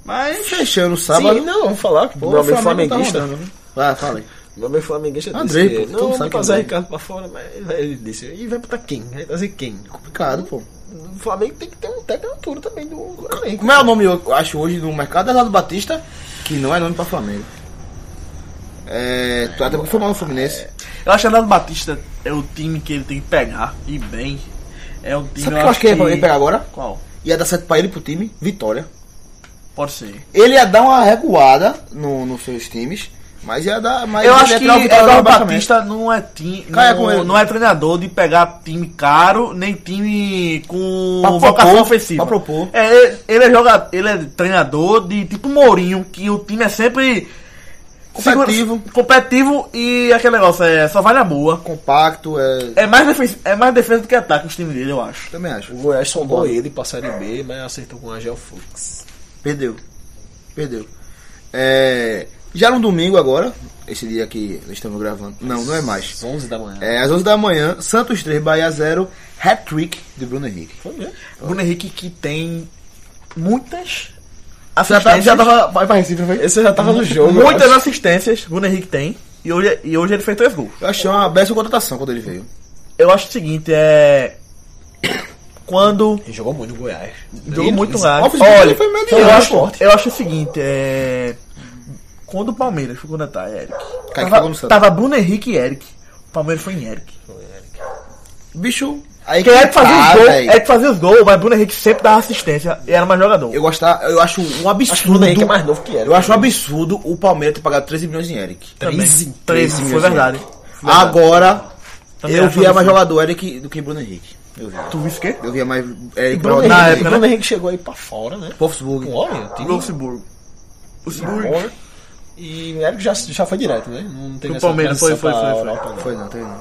Speaker 4: Mas
Speaker 2: Fechando o
Speaker 3: Sim,
Speaker 2: sábado.
Speaker 3: não, vamos falar que o
Speaker 5: Pô,
Speaker 3: é assim. meu amigo
Speaker 5: Flamengo tá
Speaker 3: flamenguista.
Speaker 5: rodando, viu?
Speaker 2: Ah, fala aí.
Speaker 3: Meu amigo flamenguista disse
Speaker 2: Andrei,
Speaker 3: que,
Speaker 2: pô, todo
Speaker 3: não,
Speaker 2: mundo
Speaker 3: vou
Speaker 2: sabe que
Speaker 3: trazer
Speaker 2: Andrei.
Speaker 3: Ricardo pra fora, mas ele disse, e vai botar quem? Vai trazer quem?
Speaker 2: Complicado, pô.
Speaker 3: O Flamengo tem que ter um técnico na altura também do elenco.
Speaker 2: Como é o nome, eu acho, hoje no mercado? Eduardo Batista, que não é nome pra Flamengo. É. Tu até porque foi mal no Fluminense.
Speaker 3: É,
Speaker 4: eu acho que o Renato Batista é o time que ele tem que pegar e bem. É um time
Speaker 2: Sabe o que eu acho que ele ia pegar agora?
Speaker 4: Qual?
Speaker 2: Ia dar certo pra ele e pro time? Vitória.
Speaker 4: Pode ser.
Speaker 2: Ele ia dar uma recuada no, nos seus times, mas ia dar. Mas
Speaker 4: Eu
Speaker 2: ia
Speaker 4: acho que
Speaker 2: tirar o Vitória é do
Speaker 4: Eduardo
Speaker 2: rebaixamento.
Speaker 4: Batista não é time,
Speaker 2: Caia com ele.
Speaker 4: não, não é treinador de pegar time caro, nem time com
Speaker 2: Pra propor,
Speaker 4: vocação ofensiva.
Speaker 2: pra propor.
Speaker 4: É, ele, ele é joga, ele é treinador de tipo Mourinho, que o time é sempre
Speaker 2: Competitivo.
Speaker 4: segura- competitivo e aquele negócio é só vai na boa.
Speaker 2: Compacto, é.
Speaker 4: É mais defesa, é mais defesa do que ataque os times dele, eu acho.
Speaker 2: Também acho.
Speaker 3: O Goiás sondou ele pra Série B, mas acertou com a Geoflux.
Speaker 2: Perdeu. Perdeu. É, já no domingo agora, esse dia que nós estamos gravando. Não, não é mais.
Speaker 3: 11 da manhã.
Speaker 2: É, às 11 da manhã, Santos 3, Bahia 0, hat-trick de Bruno Henrique.
Speaker 3: Foi mesmo.
Speaker 4: Bruno Henrique que tem muitas
Speaker 2: Já, tá,
Speaker 4: assistências.
Speaker 2: já tava. Vai pra Recife, foi?
Speaker 3: Esse já tava no jogo. eu
Speaker 4: muitas
Speaker 3: acho.
Speaker 4: assistências Bruno Henrique tem. E hoje, e hoje ele fez três gols.
Speaker 2: Eu achei uma bela contratação quando ele veio.
Speaker 4: Eu acho o seguinte, é. Quando.
Speaker 3: Ele jogou muito no Goiás.
Speaker 4: Jogou
Speaker 3: Ele-
Speaker 4: muito
Speaker 3: ele-
Speaker 4: lá.
Speaker 2: Obviamente,
Speaker 4: Olha,
Speaker 2: ele foi mediano,
Speaker 4: eu acho,
Speaker 3: forte.
Speaker 4: eu acho o seguinte, é. Quando o Palmeiras foi contratar Eric.
Speaker 2: Kaique
Speaker 4: Tava,
Speaker 2: pegou no Santos.
Speaker 4: tava Bruno Henrique e Eric. O Palmeiras foi em Eric. Ah,
Speaker 2: Bicho. Aí
Speaker 4: Porque é Eric fazia
Speaker 2: tá,
Speaker 4: os gols,
Speaker 2: véi.
Speaker 4: Eric fazia os gols, mas Bruno Henrique sempre dava assistência e era mais jogador.
Speaker 2: Eu gostava, eu acho um absurdo.
Speaker 3: Acho que o Bruno Henrique é mais novo que era. né?
Speaker 2: Eu acho um absurdo o Palmeiras ter pagado 13 milhões em Eric.
Speaker 4: também.
Speaker 3: 13,
Speaker 4: 13, foi
Speaker 2: milhões de
Speaker 4: verdade.
Speaker 2: Agora,
Speaker 4: Também
Speaker 2: eu
Speaker 4: acho
Speaker 2: via
Speaker 4: absurdo.
Speaker 2: mais jogador Eric do que Bruno Henrique. Eu via.
Speaker 4: Tu viste o quê?
Speaker 2: Eu via mais Eric
Speaker 3: Bruno
Speaker 2: Ronaldo.
Speaker 3: Henrique,
Speaker 4: Na época,
Speaker 3: Bruno
Speaker 4: né?
Speaker 3: Henrique chegou aí pra fora, né?
Speaker 2: Wolfsburg.
Speaker 3: Com o Orion, o time-
Speaker 4: Luxemburgo. Luxemburgo.
Speaker 3: Warren. um E o Eric já, já foi direto, né? Não teve
Speaker 4: Pro
Speaker 3: essa
Speaker 4: Palmeiras, foi,
Speaker 3: transição
Speaker 4: foi,
Speaker 3: pra
Speaker 4: foi, foi.
Speaker 3: Europa, não.
Speaker 2: Foi não, teve não.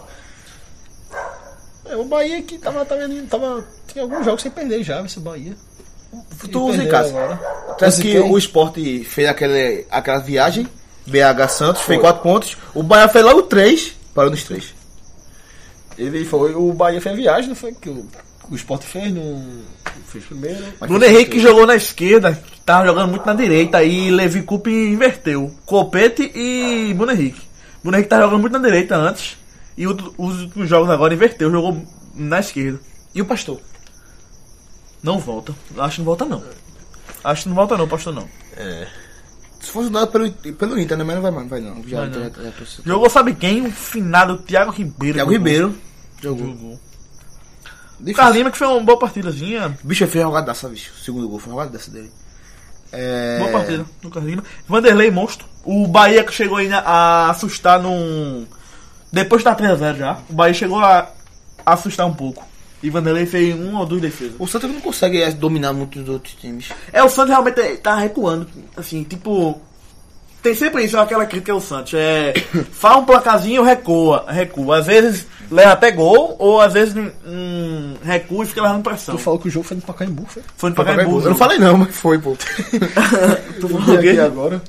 Speaker 3: É, o Bahia que tava, tava, tava. Tinha alguns jogos sem perder já, esse Bahia.
Speaker 2: Tu usa em
Speaker 3: perdeu
Speaker 2: casa.
Speaker 3: agora.
Speaker 2: Tu acha que
Speaker 3: Ziquei.
Speaker 2: o esporte fez aquele, aquela viagem, BH Santos, fez 4 pontos. O Bahia fez logo 3, parou nos 3.
Speaker 3: Ele foi. O Bahia fez a viagem, não foi? Que o, o Sport fez, não. Fez primeiro.
Speaker 4: Bruno Henrique jogou na esquerda, tava jogando muito na direita, e Levi Coupe inverteu. Copete e Bruno Henrique. Bruno Henrique tava jogando muito na direita antes, e outro- os últimos jogos agora inverteu, jogou na esquerda.
Speaker 3: E o pastor?
Speaker 4: Não volta. Acho que não volta não. Acho que não volta não, pastor não.
Speaker 2: Se fosse dado pelo, pelo Inter, né? Mas não vai, mais, não vai não. Já,
Speaker 4: Vai não.
Speaker 2: já, já, já trouxe.
Speaker 4: Jogou sabe quem? O finado Thiago Ribeiro.
Speaker 2: Thiago
Speaker 4: Jogou.
Speaker 2: Ribeiro. Jogou.
Speaker 4: Jogou. O
Speaker 2: Difícil.
Speaker 4: Carlos Lima que foi uma boa partidazinha.
Speaker 2: Bicho, ele fez uma jogadaça, bicho. O segundo gol foi uma jogadaça dele. É...
Speaker 4: Boa partida do Carlos Lima. Vanderlei, monstro. O Bahia que chegou ainda a assustar num. Depois tá 3x0 já. O Bahia chegou a assustar um pouco. E Vanderlei fez um ou dois defesas.
Speaker 2: O Santos não consegue é, dominar muito os outros times.
Speaker 4: É, o Santos realmente tá recuando. Assim, tipo. Tem sempre isso, aquela crítica ao Santos. É. Faz um placazinho, recua, recua. Às vezes leva até gol, ou às vezes hum, recua e fica levando pressão.
Speaker 3: Tu falou que o jogo foi no Pacaembu, foi?
Speaker 4: Foi no Pacaembu.
Speaker 2: Eu não falei não, mas foi, pô.
Speaker 4: Tu falou o
Speaker 3: E
Speaker 4: quê?
Speaker 3: agora?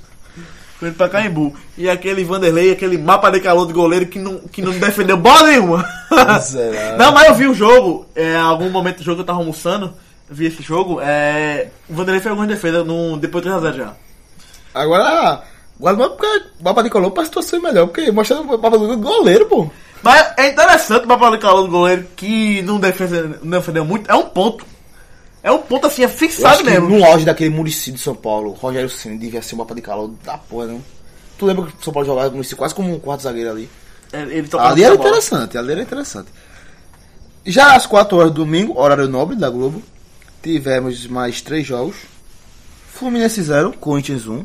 Speaker 4: Foi pra Caimbu. E aquele Vanderlei, aquele mapa de calor do goleiro que não, que não defendeu bola nenhuma.
Speaker 3: Miserável.
Speaker 4: não, mas eu vi o jogo. É, algum momento do jogo eu tava almoçando. Vi esse jogo. É, o Vanderlei fez algumas defesas no, depois do 3x0 já.
Speaker 2: Agora, guarda porque o Baba de Colombo pra situação melhor, porque mostra o Baba do goleiro, pô.
Speaker 4: Mas é interessante o mapa de calor do goleiro que não defendeu, não defendeu muito. É um ponto. É um ponto assim, é
Speaker 2: Eu acho
Speaker 4: fixado
Speaker 2: que
Speaker 4: mesmo.
Speaker 2: no auge daquele Murici de São Paulo, o Rogério Ceni devia ser o Baba de Calor da porra, não? Tu lembra que o São Paulo jogava com Murici quase como um quarto zagueiro ali?
Speaker 4: É, Ele tocava
Speaker 2: Ali era
Speaker 4: muita bola.
Speaker 2: interessante, ali era interessante. Já às 4 horas do domingo, horário nobre da Globo, tivemos mais três jogos. Fluminense 0, Corinthians 1,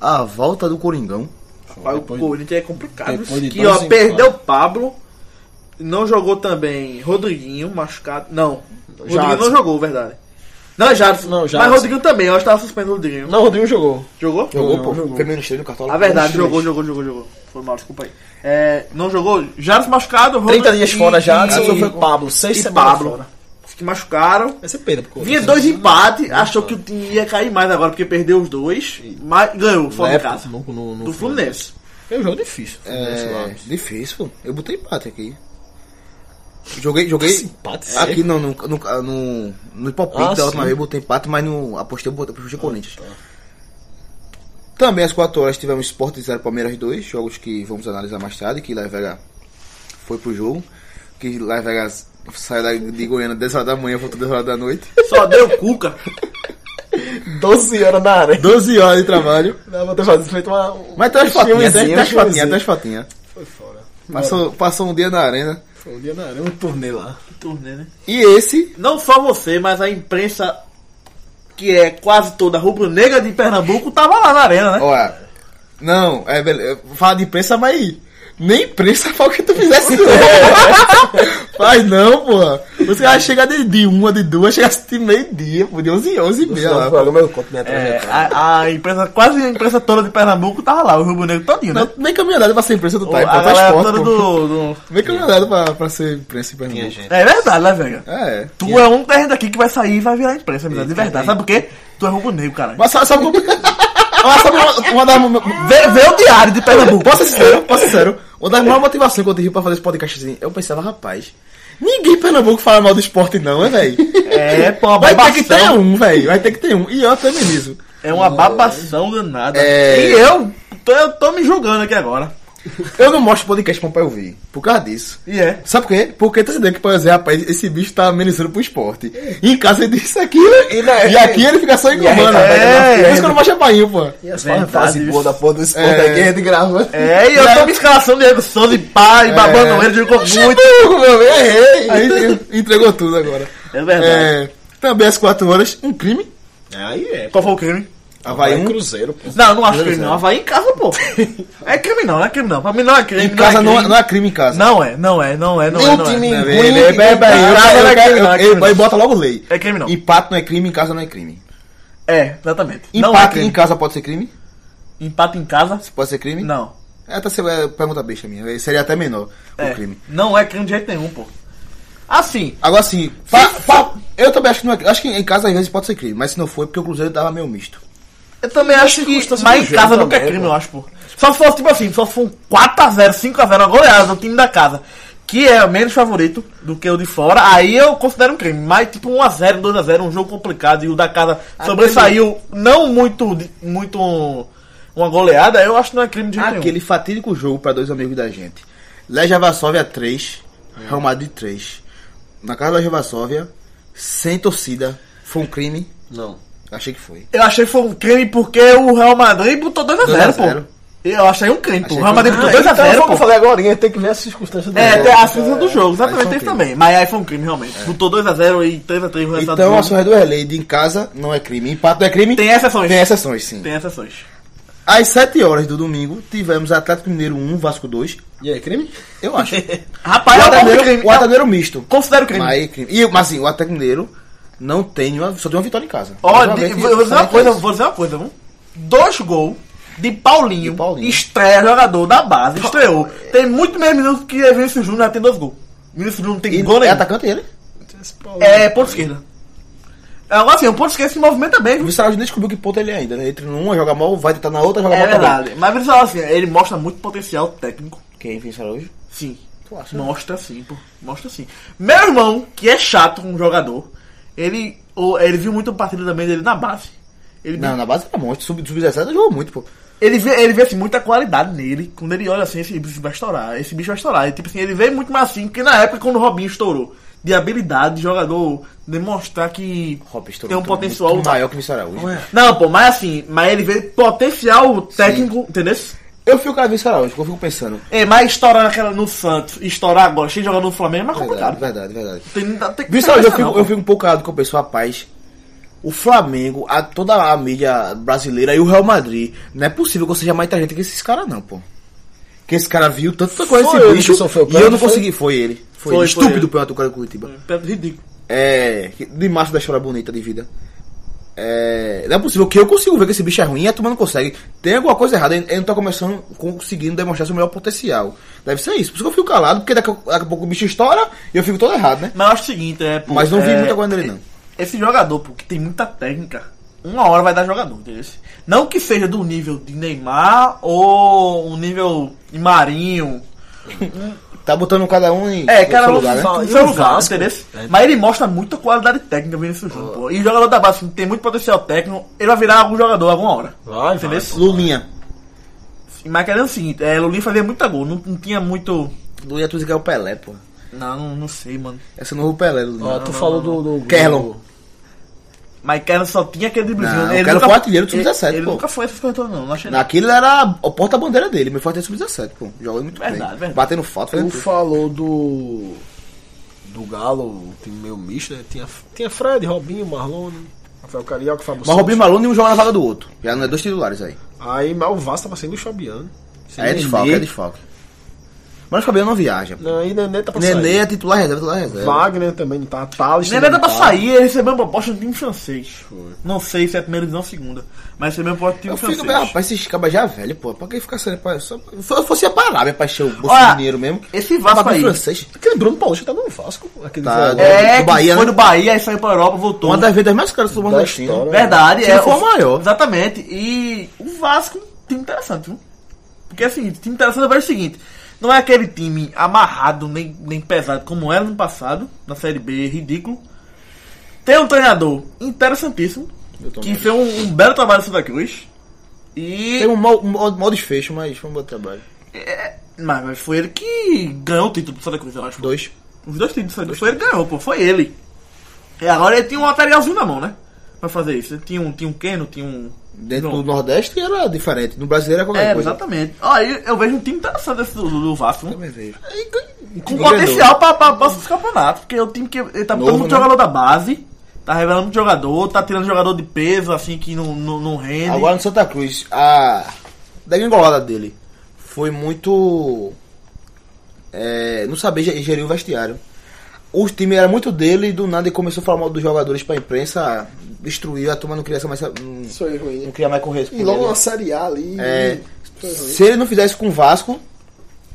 Speaker 2: a volta do Coringão.
Speaker 4: Rapaz,
Speaker 3: Depois-
Speaker 4: o Corinthians é complicado.
Speaker 3: depois de
Speaker 4: Que
Speaker 3: dois
Speaker 4: ó,
Speaker 3: empates.
Speaker 4: perdeu o Pablo. Não jogou também Rodriguinho, machucado. Não. Rodriguinho não jogou, verdade. Não, é Jadson.
Speaker 3: Não, Jadson.
Speaker 4: Mas Rodriguinho também, eu acho que tava suspenso o Rodriguinho.
Speaker 3: Não, o Rodrigo jogou.
Speaker 4: Jogou?
Speaker 2: Jogou,
Speaker 3: Não,
Speaker 2: pô.
Speaker 3: jogou.
Speaker 2: Foi menos três no cartola.
Speaker 4: A verdade,
Speaker 2: Menos
Speaker 4: jogou,
Speaker 2: três.
Speaker 4: jogou, jogou, jogou. Foi mal, desculpa aí. É, não jogou, Jadson machucado, Rodrigo.
Speaker 3: 30 dias fora já, só foi
Speaker 4: E, um.
Speaker 3: Pablo, 6
Speaker 4: e, e
Speaker 3: semanas
Speaker 4: Pablo.
Speaker 3: fora.
Speaker 4: Os que machucaram.
Speaker 3: Essa é perda, porque
Speaker 4: Vinha dois empates, achou que o time ia cair mais agora, porque perdeu os dois, mas ganhou
Speaker 3: na
Speaker 4: fora de
Speaker 3: época,
Speaker 4: casa.
Speaker 3: no- no- no
Speaker 4: Do Fluminense.
Speaker 3: É um jogo difícil. Fluminense lá.
Speaker 2: É, difícil, pô. Eu botei empate aqui. Joguei, joguei.
Speaker 3: empate
Speaker 2: Aqui
Speaker 3: sério?
Speaker 2: não, no, no, no, no palpite
Speaker 3: Ah,
Speaker 2: da última
Speaker 3: sim.
Speaker 2: vez eu botei empate, mas no, apostei, eu botei, apostei Corinthians. Também às 4 horas tivemos Sport 0 Palmeiras 2, jogos que vamos analisar mais tarde, que Las Vegas foi pro jogo, que Las Vegas saiu da, de Goiânia 10 horas da manhã, voltou 10 horas da noite.
Speaker 4: Só deu cuca.
Speaker 3: 12 horas na área.
Speaker 2: 12 horas de trabalhho.
Speaker 3: Dava pra ter fazer feito uma. um-
Speaker 2: Mas tem umas
Speaker 3: um
Speaker 2: patinhas, tem
Speaker 3: filmezinho,
Speaker 2: tem umas
Speaker 3: um
Speaker 2: patinhas, tem
Speaker 3: filmezinho.
Speaker 2: umas patinhas.
Speaker 3: Foi fora.
Speaker 2: Passou, passou um dia na arena.
Speaker 3: Foi um dia na área, um torneio lá.
Speaker 4: Que turnê, né?
Speaker 2: E esse
Speaker 4: Não só você, mas a imprensa, que é quase toda rubro-negra de Pernambuco, tava lá na arena, né?
Speaker 2: Olha, é. não, é beleza. Fala de imprensa, mas nem imprensa fala o que tu fizesse. não. mas não, porra. Os caras chegam de, de uma, de duas, chegam de meio-dia, pô, de 11 e 11 e meia.
Speaker 3: Não, o
Speaker 2: lá.
Speaker 3: programa eu conto né, tá minha
Speaker 4: É,
Speaker 3: trajetória.
Speaker 4: a, a imprensa, quase a imprensa toda de Pernambuco tava lá, o rubro-negro todinho, né?
Speaker 2: Não, tá nem caminhonada pra ser imprensa do
Speaker 4: O-
Speaker 2: Time,
Speaker 4: a
Speaker 2: pô, faz
Speaker 4: galera
Speaker 2: foto,
Speaker 4: toda
Speaker 2: pô.
Speaker 4: do, do-
Speaker 2: Nem caminhonada pra, pra ser imprensa em Pernambuco.
Speaker 4: É verdade, né, velho?
Speaker 2: É.
Speaker 4: Tu é um terreno daqui que vai sair e vai virar imprensa, menino, de verdade. Sabe por quê? Tu é rubro-negro, cara.
Speaker 2: Mas sabe, sabe como... Mas sabe uma, uma das... uma-
Speaker 4: Vê, vê o diário de Pernambuco.
Speaker 2: Posso ser sincero, posso ser sincero. Uma das maiores motivações que eu tive pra fazer esse podcast, assim, eu pensava, rapaz, ninguém em Pernambuco fala mal do esporte não, é, velho?
Speaker 4: É, pô, uma
Speaker 2: Vai ter que ter
Speaker 4: babação.
Speaker 2: um, velho. Vai ter que ter um. E eu feminizo.
Speaker 4: É uma babação danada.
Speaker 2: É.
Speaker 4: E eu tô, eu tô me julgando aqui agora.
Speaker 2: Eu não mostro podcast pra pai ouvir. Por causa disso.
Speaker 4: E é.
Speaker 2: Sabe por quê? Porque tá entendendo que pode dizer, rapaz, esse bicho tá amenizando pro esporte. E em casa ele diz isso aqui, né?
Speaker 5: E na-
Speaker 4: é,
Speaker 2: E aqui ele fica só
Speaker 4: tá
Speaker 2: engomando.
Speaker 5: arrecada
Speaker 2: É,
Speaker 4: na
Speaker 2: por isso que eu não mostro painho, pô.
Speaker 5: E as
Speaker 4: Verdade,
Speaker 5: fase
Speaker 4: isso.
Speaker 5: boa da porra do esporte
Speaker 2: É.
Speaker 5: aqui, a gente grava.
Speaker 4: É, e eu tô me escalação Diego Souza e pá, e
Speaker 2: É.
Speaker 4: babando ele, jogou muito.
Speaker 2: Muito, meu, eu errei. Aí entre- entregou tudo agora.
Speaker 4: É verdade.
Speaker 2: É, também às 4 horas, um crime.
Speaker 3: Aí é.
Speaker 4: Qual foi o crime?
Speaker 2: Havaí
Speaker 3: Vai
Speaker 2: um.
Speaker 3: Cruzeiro, pô.
Speaker 4: Não, não acho crime não. Havaí em casa, pô. É crime não, não é crime não. Pra mim não é crime.
Speaker 2: Em casa não,
Speaker 4: não é
Speaker 2: é-
Speaker 4: crime.
Speaker 2: não é crime em casa.
Speaker 4: Não é, não é, não é, não
Speaker 5: Nem
Speaker 4: é.
Speaker 5: o
Speaker 4: Não
Speaker 5: time
Speaker 4: é.
Speaker 2: Não,
Speaker 5: ruim
Speaker 2: ele-
Speaker 5: que
Speaker 2: ele-
Speaker 5: tem
Speaker 2: ele-
Speaker 5: casa,
Speaker 2: ele-
Speaker 4: não é crime, não é
Speaker 2: ele- ele-
Speaker 4: crime.
Speaker 2: ele bota logo lei.
Speaker 4: É crime não.
Speaker 2: Empate não é crime, em casa não é crime.
Speaker 4: É, exatamente. Não é
Speaker 2: Empate em
Speaker 4: crime.
Speaker 2: casa pode ser crime?
Speaker 4: Empate em casa?
Speaker 2: Pode ser crime?
Speaker 4: Não.
Speaker 2: É, tá, sendo- é pergunta besta minha. Seria até menor
Speaker 4: É.
Speaker 2: o crime.
Speaker 4: Não é crime de jeito nenhum, pô. Assim,
Speaker 2: Agora sim, fa- fa- eu também acho que não é, Acho que em casa às vezes pode ser crime, mas se não foi, é porque o Cruzeiro tava meio misto.
Speaker 4: eu também acho que.
Speaker 3: circunstâncias
Speaker 4: Mas em
Speaker 3: do jogo
Speaker 4: casa nunca é
Speaker 3: também,
Speaker 4: crime,
Speaker 3: pô.
Speaker 4: eu acho, pô. Só se fosse tipo assim, só se for um 4x0, 5x0, uma goleada do time da casa, que é menos favorito do que o de fora, aí eu considero um crime. Mas tipo 1x0, 2x0, um jogo complicado e o da casa sobressaiu não muito. de- muito um- uma goleada, eu acho que não é crime de jeito
Speaker 2: Aquele fatídico jogo pra dois amigos da gente. Legia Vassóvia 3,
Speaker 4: É.
Speaker 2: Real Madrid 3. Na casa da Legia Vassóvia, sem torcida, foi um crime.
Speaker 3: Não.
Speaker 2: Achei que foi.
Speaker 4: Eu achei que foi um crime porque o Real Madrid botou 2x0,
Speaker 2: 2x0.
Speaker 4: pô. Eu achei um crime, pô.
Speaker 2: Achei
Speaker 4: O Real
Speaker 2: que-
Speaker 4: Madrid botou
Speaker 3: Ah,
Speaker 5: Então,
Speaker 4: 2x0,
Speaker 5: foi o que eu
Speaker 4: pô.
Speaker 5: falei agora, tem que ver as circunstâncias do
Speaker 4: É,
Speaker 5: jogo.
Speaker 4: tem a cinza do jojogo, exatamente,
Speaker 2: foi um
Speaker 4: tem isso
Speaker 2: crime.
Speaker 4: também. Mas aí foi um crime, realmente. Botou 2x0 e 3x3 o resultado
Speaker 2: Então, a
Speaker 4: do jogo.
Speaker 2: sua regra é lei de em casa não é crime. Empate não é crime?
Speaker 4: Tem exceções.
Speaker 2: Tem exceções, sim.
Speaker 4: Tem exceções.
Speaker 2: Às 7 horas do domingo, tivemos Atlético Mineiro 1, Vasco 2.
Speaker 3: E aí, crime?
Speaker 2: Eu acho.
Speaker 4: Rapaz,
Speaker 2: o
Speaker 4: é um
Speaker 2: Atlético
Speaker 4: pouco
Speaker 2: Mineiro-
Speaker 4: crime.
Speaker 2: o Atlético Mineiro misto.
Speaker 4: Considero crime.
Speaker 2: Mas, crime. E, mas assim, o Atlético Mineiro não tem nenhuma, só tem uma vitória em casa.
Speaker 4: Ó,
Speaker 2: Mais
Speaker 4: de-
Speaker 2: uma vez,
Speaker 4: vou vou dizer uma
Speaker 2: isso.
Speaker 4: coisa, vou dizer uma coisa, vamos. Dois gols de Paulinho,
Speaker 2: De Paulinho.
Speaker 4: estreia jogador da base, estreou. Tem muito menos minutos que Vinícius Júnior já tem dois gols. Vinícius Júnior não tem
Speaker 2: E
Speaker 4: gol
Speaker 2: é
Speaker 4: nenhum.
Speaker 2: atacante ele?
Speaker 4: É, ponto esquerda. Agora assim, o ponto esquerda se movimenta bem,
Speaker 2: O
Speaker 4: viu?
Speaker 2: Vissaraldi nem descobriu que ponto ele é ainda, né? Entra numa, joga mal, vai tentar na outra, joga
Speaker 4: É
Speaker 2: mal também.
Speaker 4: verdade. Mas Vinícius assim, ele mostra muito potencial técnico.
Speaker 2: Quem é Vissaraldi?
Speaker 4: Sim.
Speaker 2: Tu acha?
Speaker 4: Mostra sim, pô. Mostra sim. Meu irmão, que é chato com um jogador, ele, o- ele viu muito partida também dele na base. Ele,
Speaker 2: Não, na base era monstro. Sub- Sub-17 jogou muito, pô.
Speaker 4: ele vê, ele vê assim, muita qualidade nele. Quando ele olha assim, esse bicho vai estourar. Esse bicho vai estourar. E, tipo assim, ele vê muito mais assim que na época quando o Robinho estourou. De habilidade, de jogador demonstrar que
Speaker 2: Robin estourou
Speaker 4: tem um
Speaker 2: é muito-
Speaker 4: potencial.
Speaker 2: muito maior que o Vissaraldi.
Speaker 4: Não, é? pô, mas assim, mas ele vê potencial técnico, entendeu?
Speaker 2: Eu fico com a Vissaraldi, porque eu fico pensando.
Speaker 4: É, mas estourar naquela, no Santos, estourar agora, cheio de jogar no Flamengo é mais
Speaker 2: Verdade,
Speaker 4: complicado.
Speaker 2: verdade, verdade.
Speaker 4: Tem, tem que
Speaker 2: Viu,
Speaker 4: ter
Speaker 2: Saúde, eu
Speaker 4: essa, não,
Speaker 2: fico,
Speaker 4: pô.
Speaker 2: eu fico um pouco calado com o pessoal, rapaz. O Flamengo, a, toda a mídia brasileira e o Real Madrid. Não é possível que eu seja mais inteligente que esses caras, não, pô. Que esse cara viu tanta coisa esse
Speaker 3: Foi ele
Speaker 2: bicho
Speaker 3: que sofreu o
Speaker 2: e eu
Speaker 3: pênalti,
Speaker 2: não
Speaker 3: foi?
Speaker 2: consegui. Foi ele. Foi,
Speaker 4: Foi,
Speaker 2: ele.
Speaker 4: foi ele.
Speaker 2: Estúpido pelo do cara do Curitiba.
Speaker 4: Pedro ridículo.
Speaker 2: É. De massa da história bonita de vida. É, não é possível que eu consigo ver que esse bicho é ruim e a turma não consegue. Tem alguma coisa errada, ele ele não tá começando, conseguindo demonstrar seu melhor potencial. Deve ser isso. Por isso que eu fico calado, porque daqui a, daqui a pouco o bicho estoura e eu fico todo errado, né?
Speaker 4: Mas eu acho o seguinte, é. pô,
Speaker 2: Mas não vi
Speaker 4: é,
Speaker 2: muita coisa dele, não.
Speaker 4: Esse jogador, pô, que tem muita técnica, uma hora vai dar jogador, entendeu? Não que seja do nível de Neymar ou um nível de Marinho.
Speaker 2: Tá botando cada um em
Speaker 4: É,
Speaker 2: em
Speaker 4: cara,
Speaker 2: seu
Speaker 4: o
Speaker 2: lugar, né?
Speaker 4: seu
Speaker 3: E o
Speaker 4: lugar,
Speaker 3: Vasco?
Speaker 4: entendeu?
Speaker 3: É.
Speaker 4: Mas ele mostra muita qualidade técnica vindo nesse jogo, pô. E jogador da base, assim, tem muito potencial técnico, ele vai virar algum jogador alguma hora.
Speaker 3: Vai, vai.
Speaker 2: né?
Speaker 4: Entendeu?
Speaker 2: Lulinha.
Speaker 4: Mas querendo o seguinte, é, Lulinha fazia muita gol, não, não tinha muito.
Speaker 2: Lulinha tu diz que é o Pelé, pô.
Speaker 4: Não, não, não sei, mano.
Speaker 2: Essa não é o Pelé,
Speaker 3: Ó,
Speaker 2: Lulinha.
Speaker 3: tu falou do. do
Speaker 2: Kerlon.
Speaker 3: do-
Speaker 4: Mas Kerlon só tinha aquele driblezinho.
Speaker 2: Não,
Speaker 4: né?
Speaker 2: o Kerlon foi artilheiro do sub-17,
Speaker 4: ele, ele
Speaker 2: pô.
Speaker 4: nunca foi essas coisas todas, não. Não achei nada.
Speaker 2: Naquilo era o porta-bandeira dele, meu forte é sub-17, pô. Jogou muito
Speaker 4: Verdade,
Speaker 2: bem.
Speaker 4: verdade.
Speaker 2: Batendo foto, fazendo
Speaker 3: Tu
Speaker 2: tudo.
Speaker 3: falou do. Do Galo, um time meio misto, né? Tinha, tinha Fred, Robinho, Marlon, Rafael Carioca, Fábio
Speaker 2: Mas
Speaker 3: Santos.
Speaker 2: Robinho Malone e um joga na vaga do outro. Já não é dois titulares aí.
Speaker 3: Aí mas o Vasco tava sendo o Fabiano. Sem
Speaker 2: Aí é
Speaker 3: Nenê.
Speaker 2: desfalque, é desfalque. Mas o cabelo não viaja. pô.
Speaker 3: Não, e Nenê tá pra
Speaker 2: Nenê
Speaker 3: sair.
Speaker 2: é titular reserva, titular reserva.
Speaker 3: Wagner também não tá. Thales.
Speaker 4: Nem nada pra
Speaker 3: também não tá.
Speaker 4: sair, ele recebeu uma proposta de time francês. Não sei se é a primeira divisão ou segunda. Mas recebeu uma proposta de
Speaker 2: Eu
Speaker 4: time
Speaker 2: fico,
Speaker 4: francês.
Speaker 2: bem, rapaz, esses cabas já velho, pô. Pra que ficar sendo pai? Só, se eu fosse parar, meu pai, encher o bolso
Speaker 4: Olha,
Speaker 2: de dinheiro mesmo.
Speaker 4: esse Vasco
Speaker 2: Bagulho
Speaker 4: aí.
Speaker 2: Tá francês.
Speaker 3: Aquele Bruno Paulista tá no Vasco. Aquele
Speaker 2: Tá,
Speaker 3: voador.
Speaker 2: é.
Speaker 4: É,
Speaker 2: do
Speaker 4: que
Speaker 2: Bahia,
Speaker 4: foi
Speaker 2: né?
Speaker 4: do Bahia, aí saiu pra Europa, voltou.
Speaker 2: Uma das vendas mais caras do
Speaker 3: da
Speaker 2: Nordestino.
Speaker 3: história.
Speaker 4: Verdade,
Speaker 2: Se
Speaker 4: é.
Speaker 2: não for a maior.
Speaker 4: Exatamente. E o Vasco, time interessante, viu? Porque assim, time interessante é o seguinte. Não é aquele time amarrado, nem, nem pesado, como era no passado, na Série B, ridículo. Tem um treinador interessantíssimo,
Speaker 2: Milton
Speaker 4: que
Speaker 2: Neves.
Speaker 4: fez um, um belo trabalho no Santa Cruz. E. é,
Speaker 2: Tem um mau, um mau- mau desfecho, mas foi um bom trabalho.
Speaker 4: Mas, mas foi ele que ganhou o título do Santa Cruz, eu acho.
Speaker 2: Dois.
Speaker 4: Os dois títulos do Santa Cruz. Foi ele que ganhou, pô. Foi ele. E agora ele tinha um materialzinho na mão, né? Pra fazer isso. Ele tinha um, tinha um Keno, tinha um.
Speaker 2: Dentro
Speaker 4: Não.
Speaker 2: do Nordeste era diferente. No brasileiro era qualquer
Speaker 4: É,
Speaker 2: coisa.
Speaker 4: exatamente. Aí eu vejo um time interessante desse do, do Vasco. né?
Speaker 2: Também vejo.
Speaker 4: Com
Speaker 2: Entendeu?
Speaker 4: potencial pra, pra, pra os campeonatos. Porque é o time que ele tá botando
Speaker 2: Novo,
Speaker 4: muito
Speaker 2: né?
Speaker 4: jogador da base. Tá revelando muito jogador. Tá tirando jogador de peso, assim, que não, não, não rende.
Speaker 2: Agora no Santa Cruz, a degringolada dele foi muito. é, não saber ge- gerir o vestiário. O time era muito dele e do nada ele começou a falar mal dos jogadores pra imprensa, destruiu, a turma não queria mais. Não,
Speaker 5: Isso aí, ruim. né?
Speaker 2: não queria mais correr.
Speaker 5: E logo uma Série A ali.
Speaker 2: É,
Speaker 5: Foi ruim.
Speaker 2: se ele não fizesse com o Vasco,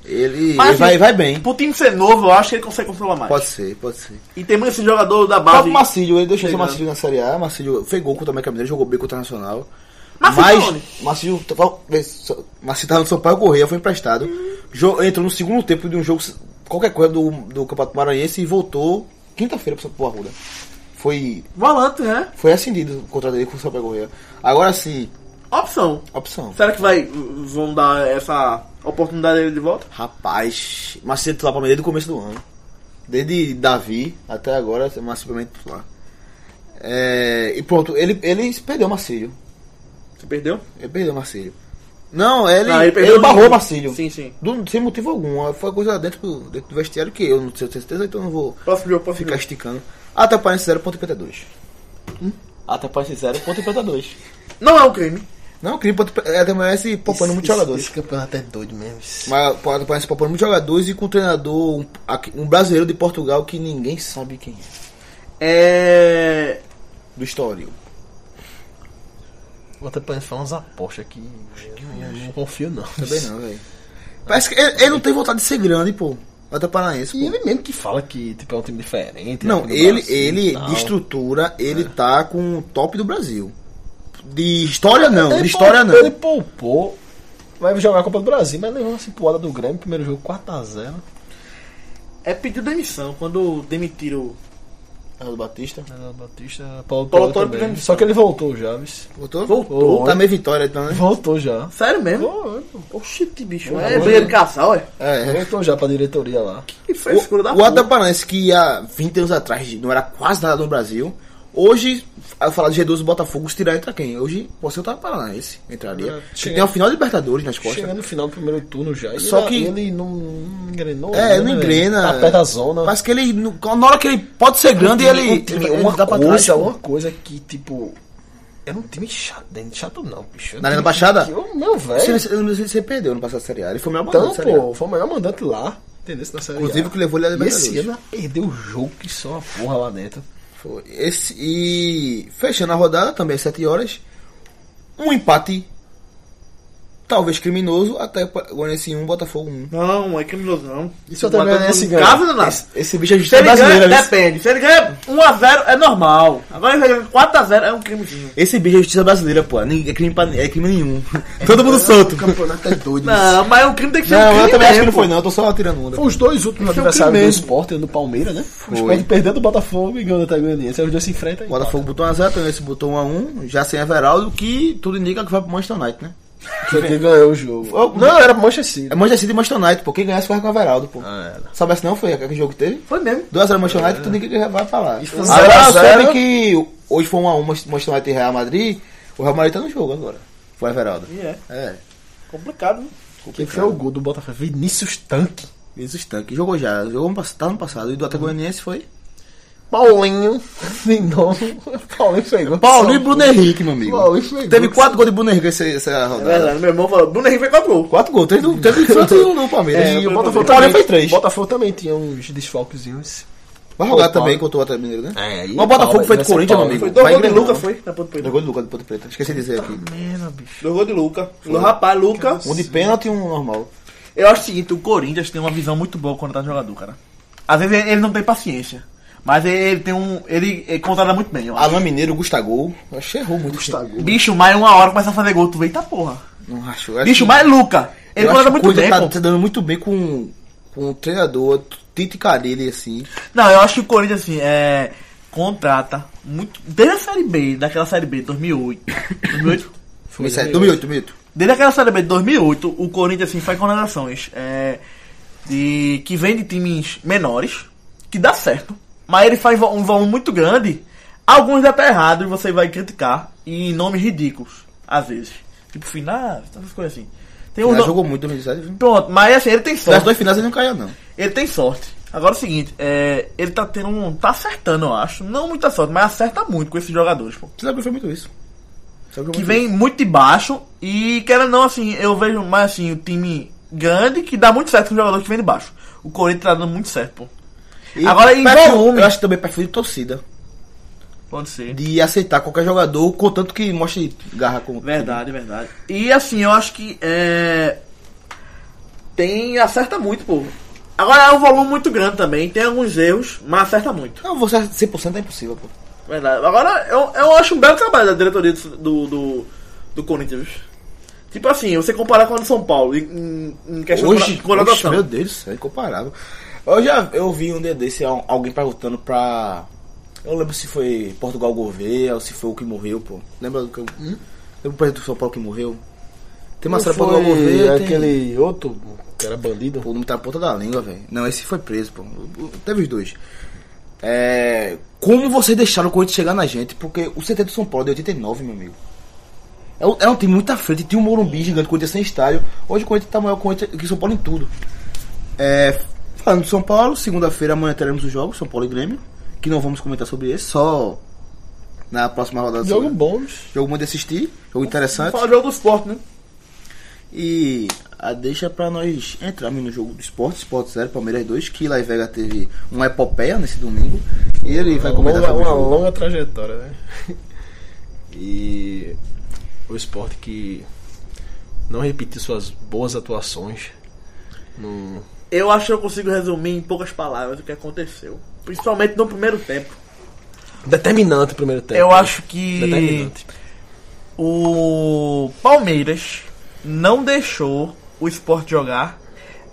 Speaker 2: ele,
Speaker 4: Mas,
Speaker 2: ele vai,
Speaker 4: assim,
Speaker 2: vai bem.
Speaker 4: Pro time ser novo, eu acho que ele consegue controlar mais.
Speaker 2: Pode ser, pode ser.
Speaker 4: E tem muito esse jogador da
Speaker 2: O
Speaker 4: base.
Speaker 2: próprio Marcílio, ele deixou ser
Speaker 4: Chegando.
Speaker 2: Marcílio na Série A. Marcílio fez gol contra o América Mineiro, jogou bem contra o Nacional.
Speaker 4: Marcílio
Speaker 2: Mas
Speaker 4: pra onde?
Speaker 2: Marcílio, tava- Marcílio tava no São Paulo, corria, foi emprestado. Jo- entrou no segundo tempo de um jogo, qualquer coisa, do, do Campeonato Maranhense e voltou quinta-feira pro, pro Arruda. Foi,
Speaker 4: Volante, né?
Speaker 2: foi acendido o contrato dele com o São Paulo Correia. Agora sim,
Speaker 4: Opção.
Speaker 2: opção.
Speaker 4: Será que vai, vão dar essa oportunidade dele de volta?
Speaker 2: Rapaz, Marcílio é titular pra mim desde o começo do ano. Desde Davi até agora, Marcílio pra mim é titular. É, e pronto, ele, ele perdeu o Marcílio.
Speaker 4: Você perdeu?
Speaker 2: Ele perdeu o Marcílio. Não, ele,
Speaker 4: Não,
Speaker 2: ele,
Speaker 4: perdeu no-
Speaker 2: barrou o Marcílio.
Speaker 4: Sim, sim.
Speaker 2: Do- sem motivo algum. Foi coisa dentro do, dentro do vestiário que eu não tenho certeza, então eu não vou
Speaker 4: Posso jogo, posso
Speaker 2: ficar esticando. Até aparência 0.52. Hum? Até aparência 0.52.
Speaker 4: Não é um crime.
Speaker 2: Não, crime é, ATMS poupando muitos jogadores.
Speaker 5: Esse campeonato é doido mesmo.
Speaker 2: Mas pode parece poupando muitos jogadores e com um treinador, um, aqui- um brasileiro de Portugal que ninguém sabe quem é.
Speaker 4: É.
Speaker 2: Do histórico.
Speaker 5: Vou até pensar umas apostas aqui.
Speaker 3: Não confio, não.
Speaker 2: Também não, velho. Parece que ele, ele não tem vontade de ser grande, pô. Até paranaense,
Speaker 3: E
Speaker 2: pô.
Speaker 3: ele mesmo que fala que tipo, é um time diferente.
Speaker 2: Não,
Speaker 3: aqui no
Speaker 2: ele,
Speaker 3: Brasil e
Speaker 2: ele
Speaker 3: tal. É.
Speaker 2: de estrutura, ele tá com o top do Brasil. De história não,
Speaker 3: Ele
Speaker 2: de história
Speaker 3: pou-
Speaker 2: não.
Speaker 3: Ele poupou. Vai jogar a Copa do Brasil, mas levou uma cipuada do Grêmio. Primeiro jogo 4x0.
Speaker 4: É pedir demissão. Quando demitiram.
Speaker 2: Renato Batista.
Speaker 3: Renato né, Batista, Paulo
Speaker 4: Paulo Torre
Speaker 3: Paulo Torre
Speaker 4: também.
Speaker 3: também. Só que ele voltou já, vice.
Speaker 2: Voltou?
Speaker 4: Voltou.
Speaker 2: Tá meio vitória então, né?
Speaker 3: Voltou já.
Speaker 4: Sério mesmo?
Speaker 3: Voltou
Speaker 4: Oxente, bicho.
Speaker 3: Boa,
Speaker 4: É
Speaker 3: boa,
Speaker 4: briga
Speaker 3: né?
Speaker 4: de casal, é.
Speaker 2: É.
Speaker 3: já pra diretoria lá.
Speaker 4: Que frescura da
Speaker 2: O, o
Speaker 4: porra.
Speaker 2: Adam Paranaense, que há 20 anos atrás não era quase nada no Brasil, hoje, a falar de G12 e Botafogo, se tirar entra quem? Hoje, você tá Paranaense, entraria.
Speaker 3: É,
Speaker 2: que
Speaker 3: chega- né?
Speaker 2: tem uma final de Libertadores nas costas.
Speaker 3: Chegando no final do primeiro turno já.
Speaker 2: Só
Speaker 3: Só
Speaker 2: que-
Speaker 3: que ele não, não engrenou.
Speaker 2: É,
Speaker 3: né,
Speaker 2: não
Speaker 3: velho?
Speaker 2: engrena.
Speaker 3: Tá perto da zona.
Speaker 2: Parece que ele, no- na hora que ele pode ser grande, ele,
Speaker 3: Um time-
Speaker 2: ele
Speaker 3: uma
Speaker 2: dá pra trás.
Speaker 3: coisa,
Speaker 2: pô.
Speaker 3: uma coisa que, tipo. Era um time chato, né? chato não, bicho.
Speaker 2: Na Arena
Speaker 3: Era um time
Speaker 2: Baixada?
Speaker 3: que- eu- Meu,
Speaker 2: Eu não
Speaker 3: velho.
Speaker 2: sei se- eu não sei se você perdeu no passado da Série A. Ele foi o melhor mandante
Speaker 3: Então,
Speaker 2: da Série A.
Speaker 3: pô, foi o melhor mandante lá. Entendeu? Na série
Speaker 2: Inclusive
Speaker 3: A.
Speaker 2: o que levou ele à
Speaker 3: E esse
Speaker 2: Libertadores.
Speaker 3: ano ela né? perdeu o jogo que só uma porra lá dentro.
Speaker 2: Foi. Esse, e fechando a rodada, também às 7 horas, um empate, talvez criminoso, até Goianiense 1, Botafogo 1.
Speaker 4: Não, é criminoso não.
Speaker 3: Isso até ganha esse ganha.
Speaker 4: Caso não nasce.
Speaker 2: é Esse, esse bicho é
Speaker 4: Se
Speaker 2: justiça
Speaker 4: ele
Speaker 2: brasileira.
Speaker 4: ganha,
Speaker 2: viu?
Speaker 4: depende. Se ele ganha 1x0, é normal. Agora ele ganha 4x0, é um crimezinho.
Speaker 2: Esse bicho é justiça brasileira, pô. Ninguém- É crime, pra, é crime nenhum. Todo mundo solto.
Speaker 5: O campeonato é doido.
Speaker 4: Não, mas o crime tem que ser um
Speaker 2: Não,
Speaker 4: crime.
Speaker 2: eu também acho que não
Speaker 4: mesmo.
Speaker 2: foi, não. Eu tô só atirando onda.
Speaker 3: Foi os dois últimos
Speaker 5: Foi o
Speaker 3: adversários do
Speaker 5: primeiro.
Speaker 3: Sport, do Palmeiras, né? O Sport perdendo o Botafogo e ganhando o Goianiense. Aí os dois se enfrentam. e
Speaker 2: Botafogo botou 1x0, Goianiense botou 1x1, já sem Everaldo, que tudo indica que vai pro Manchester United, né?
Speaker 3: empatam. Quem ganhou o jogo? Não, era Manchester City.
Speaker 2: É Manchester City e Manchester United, pô. Quem ganhasse foi com o Everaldo, pô.
Speaker 3: Ah, era.
Speaker 2: Sabe assim não? Foi aquele jogo que teve?
Speaker 4: Foi mesmo.
Speaker 2: 2x0 Manchester United, tudo indica que vai pra lá.
Speaker 3: Isso foi
Speaker 2: Agora
Speaker 3: 0 a 0.
Speaker 2: soube que hoje foi 1x1 Manchester United e Real Madrid, o Real Madrid tá no jogo agora. Foi Everaldo.
Speaker 4: E é.
Speaker 2: É.
Speaker 4: Complicado, né?
Speaker 3: Quem foi o gol do Botafogo? Vinícius Tanque.
Speaker 2: Vinícius Tanque. Jogou já. Jogou no passado, tá no passado. E do Atlético Goianiense foi?
Speaker 3: Paulinho. Sem nome. Paulinho pegou.
Speaker 2: Paulinho e Bruno Henrique, meu amigo.
Speaker 3: Paulinho foi
Speaker 2: Teve
Speaker 3: gol.
Speaker 2: 4 gols de Bruno Henrique essa, essa
Speaker 4: É
Speaker 2: rodada.
Speaker 4: verdade, meu irmão falou, Bruno Henrique vai com gol.
Speaker 2: 4 gols. Teve, do- teve um tanto no É, Palmeiras.
Speaker 3: E o
Speaker 2: o
Speaker 3: Botafogo
Speaker 2: Paulinho fez
Speaker 3: também.
Speaker 2: 3.
Speaker 3: Botafogo também tinha uns desfalquezinhos.
Speaker 2: Vai jogar
Speaker 3: Paulo.
Speaker 2: também contra o Atlético Mineiro, né?
Speaker 3: É, e
Speaker 2: Mas o Botafogo
Speaker 3: Paulo,
Speaker 2: foi de
Speaker 3: vai ser
Speaker 2: Corinthians, meu
Speaker 3: Paulo.
Speaker 2: amigo.
Speaker 4: Foi dois
Speaker 2: Vai
Speaker 4: gols de
Speaker 2: engrenar.
Speaker 4: Luca, foi? Na ponta do
Speaker 2: Dois gols de Lucas do Ponte Preta. Esqueci de dizer aqui.
Speaker 4: Dois gols de Luca. O rapaz, Luca.
Speaker 2: Um de pênalti e um normal.
Speaker 4: Eu acho o seguinte, o Corinthians tem uma visão muito boa quando tá jogador, cara. Às vezes ele ele não tem paciência. Mas ele- ele tem um. Ele, ele contrata muito bem, ó.
Speaker 2: Alan Mineiro, Gustagol. Eu acho que errou muito. Gustagol.
Speaker 4: Bicho, mais uma hora começa a fazer gol, tu vê, eita porra.
Speaker 2: Não acho. eu acho
Speaker 4: Bicho,
Speaker 2: que-
Speaker 4: mais Luca. Ele
Speaker 2: eu acho
Speaker 4: contrata
Speaker 2: que
Speaker 4: muito
Speaker 2: o
Speaker 4: bem,
Speaker 2: Corinthians tá,
Speaker 4: pô.
Speaker 2: tá dando muito bem com, com o treinador Tite Carelli, assim.
Speaker 4: Não, eu acho que o Corinthians, assim, é. Contrata muito. Desde a Série B, daquela Série B de 2008. 2008?
Speaker 2: Foi 2008, 2008.
Speaker 4: Desde aquela Série B de 2008, o Corinthians, assim, faz contratações. É. De, que vem de times menores, que dá certo. Mas ele faz vo- um volume muito grande. Alguns dá até errado e você vai criticar. E nomes ridículos, às vezes. Tipo, finais, essas coisas assim. Tem um.
Speaker 2: Ele
Speaker 4: no-
Speaker 2: jogou muito em 2017. viu?
Speaker 4: Pronto, mas assim, ele tem sorte.
Speaker 2: Nas duas finais ele não caiu, não.
Speaker 4: Ele tem sorte. Agora é o seguinte, é, ele tá tendo um. tá acertando, eu acho. Não muita sorte, mas acerta muito com esses jogadores, pô.
Speaker 2: Você sabe foi muito isso. Sabe
Speaker 4: Que vem muito de baixo e, querendo ou não, assim, eu vejo mais assim, o time grande que dá muito certo com o jogador que vem de baixo. O Corinthians tá dando muito certo, pô. Agora, em volume.
Speaker 2: Eu acho que também perfil de torcida.
Speaker 4: Pode ser.
Speaker 2: De aceitar qualquer jogador, contanto que mostre garra com
Speaker 4: Verdade, verdade. E assim, eu acho que é. Tem. acerta muito, pô. Agora é um volume muito grande também, tem alguns erros, mas acerta muito.
Speaker 2: Não, você 100% é impossível, pô.
Speaker 4: Verdade. Agora, eu, eu acho um belo trabalho da diretoria do, do, do, do Corinthians. Tipo assim, você comparar com a do São Paulo em- em, em questão
Speaker 2: Hoje,
Speaker 4: de colo-
Speaker 2: hoje,
Speaker 4: colocação.
Speaker 2: meu Deus do céu, é incomparável. Eu já eu vi um dia desse al- alguém perguntando pra. Eu não lembro se foi Portugal Gouveia ou se foi o que morreu, pô. Lembra do que eu. Lembra o presidente do São Paulo que morreu? Tem uma
Speaker 3: Hum? Não
Speaker 2: série Portugal Gouveia. tem-
Speaker 3: aquele outro que era bandido.
Speaker 2: Pô, o nome tá na ponta da língua, velho. Não, esse foi preso, pô. Teve os dois. É, Como vocês deixaram o Corinthians chegar na gente? Porque o CT do São Paulo é de 89, meu amigo. É um, é um time muito à frente. Tem um Morumbi gigante, o Corinthians sem estádio. Hoje o Corinthians tá maior que o Corinthians- que o São Paulo em tudo. É, Falando do São Paulo, segunda-feira amanhã teremos os jogos, São Paulo e Grêmio. Que não vamos comentar sobre esse, só na próxima rodada.
Speaker 3: Jogo
Speaker 2: sobre-
Speaker 3: bom.
Speaker 2: Jogo muito de assistir, jogo interessante.
Speaker 4: Fala do jogo do esporte, né?
Speaker 2: E a deixa pra nós entrarmos no jogo do esporte, Sport 0, Palmeiras 2, que Las Vegas teve uma epopeia nesse domingo. E ele vai
Speaker 3: uma,
Speaker 2: comentar
Speaker 3: longa,
Speaker 2: sobre o
Speaker 3: uma
Speaker 2: jogo.
Speaker 3: longa trajetória, né? E o esporte que não repetiu suas boas atuações no
Speaker 4: Eu acho que eu consigo resumir em poucas palavras o que aconteceu. Principalmente no primeiro tempo.
Speaker 3: determinante primeiro tempo.
Speaker 4: Eu
Speaker 3: né?
Speaker 4: acho que
Speaker 3: determinante.
Speaker 4: o Palmeiras não deixou o esporte jogar,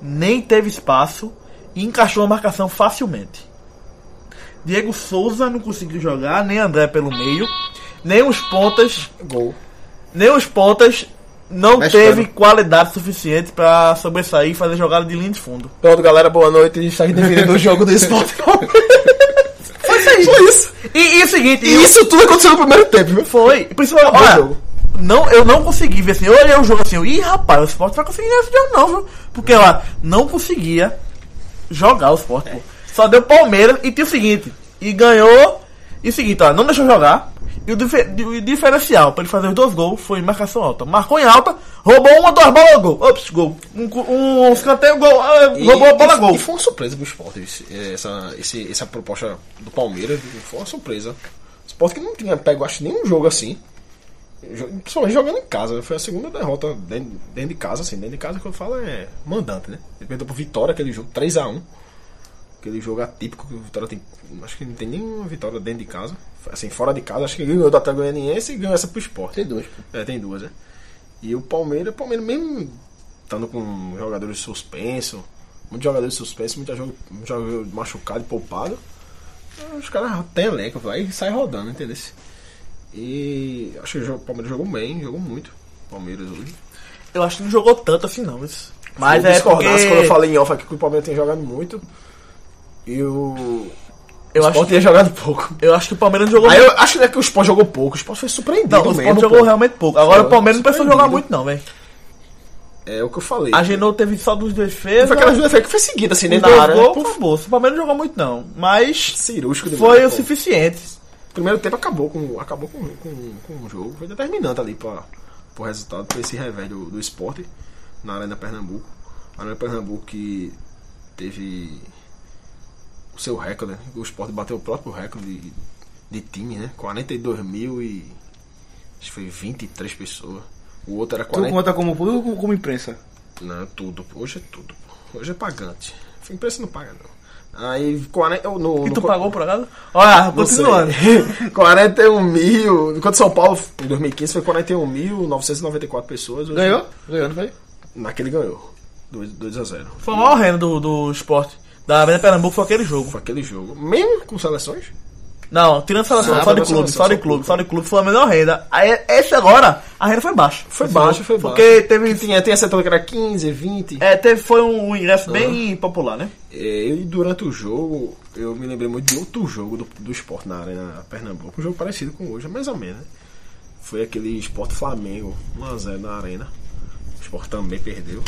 Speaker 4: nem teve espaço e encaixou a marcação facilmente. Diego Souza não conseguiu jogar, nem André pelo meio, nem os pontas,
Speaker 3: Gol.
Speaker 4: nem os pontas não
Speaker 2: Mexicano.
Speaker 4: teve qualidade suficiente para sobressair e fazer jogada de linha de fundo.
Speaker 3: Pronto, galera, boa noite. A gente tá aqui defendendo o jogo do esporte. Foi isso aí. Foi isso.
Speaker 4: E, e o seguinte,
Speaker 3: E isso tudo aconteceu no primeiro tempo, viu?
Speaker 4: Foi. Principalmente, olha,
Speaker 3: jogo.
Speaker 4: Não, eu não consegui ver assim. Eu olhei o jogo assim, eu, ih, rapaz, o Sport vai conseguir ganhar esse jogo não, viu? Porque ela não conseguia jogar o Sport, pô. Só deu Palmeiras e tem o seguinte, e ganhou. E o seguinte, ó, não deixou jogar. E o, dife- e o diferencial pra ele fazer os dois gols foi em marcação alta. Marcou em alta, roubou uma, duas bolas, gol. Ops, gol. Um, cu- um escanteio, gol. Ah,
Speaker 3: E-
Speaker 4: roubou a bola,
Speaker 3: e,
Speaker 4: gol.
Speaker 3: E foi uma surpresa pro Sport esse- é, essa, esse- essa proposta do Palmeiras. Foi uma surpresa. O Sport que não tinha pego, acho, nenhum jogo assim. Jo- Principalmente jogando em casa. né? Foi a segunda derrota dentro, dentro de casa, assim. Dentro de casa que eu falo é mandante, né? Ele perdeu pro Vitória aquele jogo, 3x1. Aquele jogo atípico que o Vitória tem. Acho que não tem nenhuma vitória dentro de casa. Assim, fora de casa, acho que ganhou do Atlético Goianiense e ganhou essa pro Sport.
Speaker 2: Tem dois, pô.
Speaker 3: É, tem duas, né? E o Palmeiras, o Palmeiras mesmo estando com jogadores suspenso, muitos jogadores suspensos, muita jogo, muito jogador machucado e poupado, os caras têm elenco, vai e sai rodando, entendeu? E acho que o jogo- o Palmeiras jogou bem, jogou muito. Palmeiras hoje.
Speaker 4: Eu acho que não jogou tanto assim, não. Mas, mas
Speaker 3: Vou
Speaker 4: é porque...
Speaker 3: discordar, quando eu falei em off aqui que o Palmeiras tem jogado muito. E o.
Speaker 4: Eu
Speaker 3: o
Speaker 4: acho,
Speaker 3: Sport
Speaker 4: que,
Speaker 3: tem jogado pouco.
Speaker 4: eu acho que o Palmeiras não jogou
Speaker 3: Aí eu acho que não é que o Sport jogou pouco, o Sport foi surpreendido.
Speaker 4: Não, o
Speaker 3: mesmo,
Speaker 4: Sport
Speaker 3: pô.
Speaker 4: jogou realmente pouco. Agora o Palmeiras não precisou jogar
Speaker 3: surpreendido.
Speaker 4: muito, não, velho.
Speaker 3: É o que eu falei.
Speaker 4: A Genoa teve só dos defesas. Um
Speaker 3: Foi aquela ajuda feia que foi seguida, assim,
Speaker 4: Os
Speaker 3: dentro da
Speaker 4: dois
Speaker 3: área.
Speaker 4: gols,
Speaker 3: Pô,
Speaker 4: acabou. O Palmeiras não jogou muito, não. Mas
Speaker 3: cirúrgico demais,
Speaker 4: foi o
Speaker 3: pô.
Speaker 4: suficiente.
Speaker 3: O primeiro tempo acabou com acabou com, com, com o jogo. Foi determinante ali para o resultado, para esse revés do, do esporte na Arena Pernambuco. A Arena Pernambuco que teve o seu recorde, né? O esporte bateu o próprio recorde de, de time, né? 42 mil e. Acho que foi 23 pessoas. O outro era
Speaker 2: Tu
Speaker 3: 40.
Speaker 2: conta como público ou como- como imprensa?
Speaker 3: Não, é tudo. pô. Hoje é tudo. pô. Hoje é pagante. A imprensa não paga, não. Aí, 40. eu- No,
Speaker 4: E
Speaker 3: no-
Speaker 4: tu pagou por acaso? Olha,
Speaker 3: não sei.
Speaker 4: continuando.
Speaker 3: 41 mil. Enquanto São Paulo, em 2015, foi 41.994 pessoas. Hoje-
Speaker 2: Ganhou? Ganhou, não foi?
Speaker 3: Naquele ganhou. 2, 2 a 0
Speaker 4: Foi o maior reino do, do esporte. Da Arena Pernambuco foi aquele jogo.
Speaker 3: Foi aquele jogo. Mesmo com seleções?
Speaker 4: Não, tirando seleção,
Speaker 3: Ah,
Speaker 4: só de
Speaker 3: mas
Speaker 4: clube,
Speaker 3: seleção,
Speaker 4: só de
Speaker 3: só
Speaker 4: clube, só de clube, foi a melhor renda. Aí, esse agora, a renda foi baixa.
Speaker 3: Foi
Speaker 4: Esse jogo.
Speaker 3: baixo, foi baixo.
Speaker 4: Porque teve,
Speaker 3: Tinha, tem a setor que era 15, 20.
Speaker 4: é, teve, foi um, um ingresso bem popular, né?
Speaker 3: É, e durante o jogo, eu me lembrei muito de outro jogo do, do esporte na Arena Pernambuco. Um jogo parecido com hoje, mais ou menos. né? Foi aquele esporte Flamengo, 1x0 na Arena. O esporte também perdeu.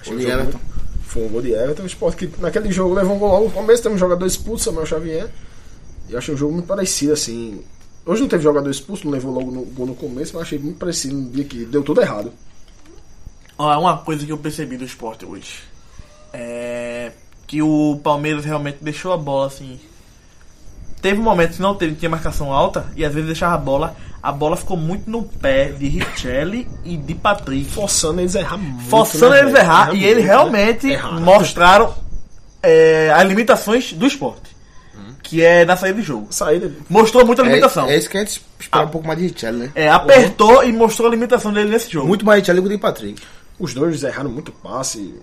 Speaker 3: Achei
Speaker 2: Gol
Speaker 3: um
Speaker 2: de
Speaker 3: jogo
Speaker 2: Everton.
Speaker 3: muito- Foi um gol de Everton. O esporte que naquele jogo levou um gol logo no começo. Teve um jogador expulso, Samuel Xavier. E eu achei um jogo muito parecido, assim. Hoje não teve jogador expulso, não levou logo no gol no começo, mas achei muito parecido no dia que deu tudo errado.
Speaker 4: Ó, uma coisa que eu percebi do esporte hoje é que o Palmeiras realmente deixou a bola assim. Teve um momento que não teve, tinha marcação alta e às vezes deixava a bola. A bola ficou muito no pé de Richelli e de Patrick.
Speaker 3: Forçando eles a errar muito.
Speaker 4: forçando
Speaker 3: né,
Speaker 4: eles a
Speaker 3: velho?
Speaker 4: errar e
Speaker 3: muito,
Speaker 4: eles
Speaker 3: né?
Speaker 4: realmente
Speaker 3: Erraram.
Speaker 4: mostraram é, as limitações do esporte, que é na saída de jogo.
Speaker 3: Saída.
Speaker 4: Mostrou muita limitação.
Speaker 2: É, é isso que a gente espera um pouco mais de Richelli, né?
Speaker 4: É, apertou e mostrou a limitação dele nesse jogo.
Speaker 2: Muito mais Richelli do que o de Patrick.
Speaker 3: Os dois erraram muito passe.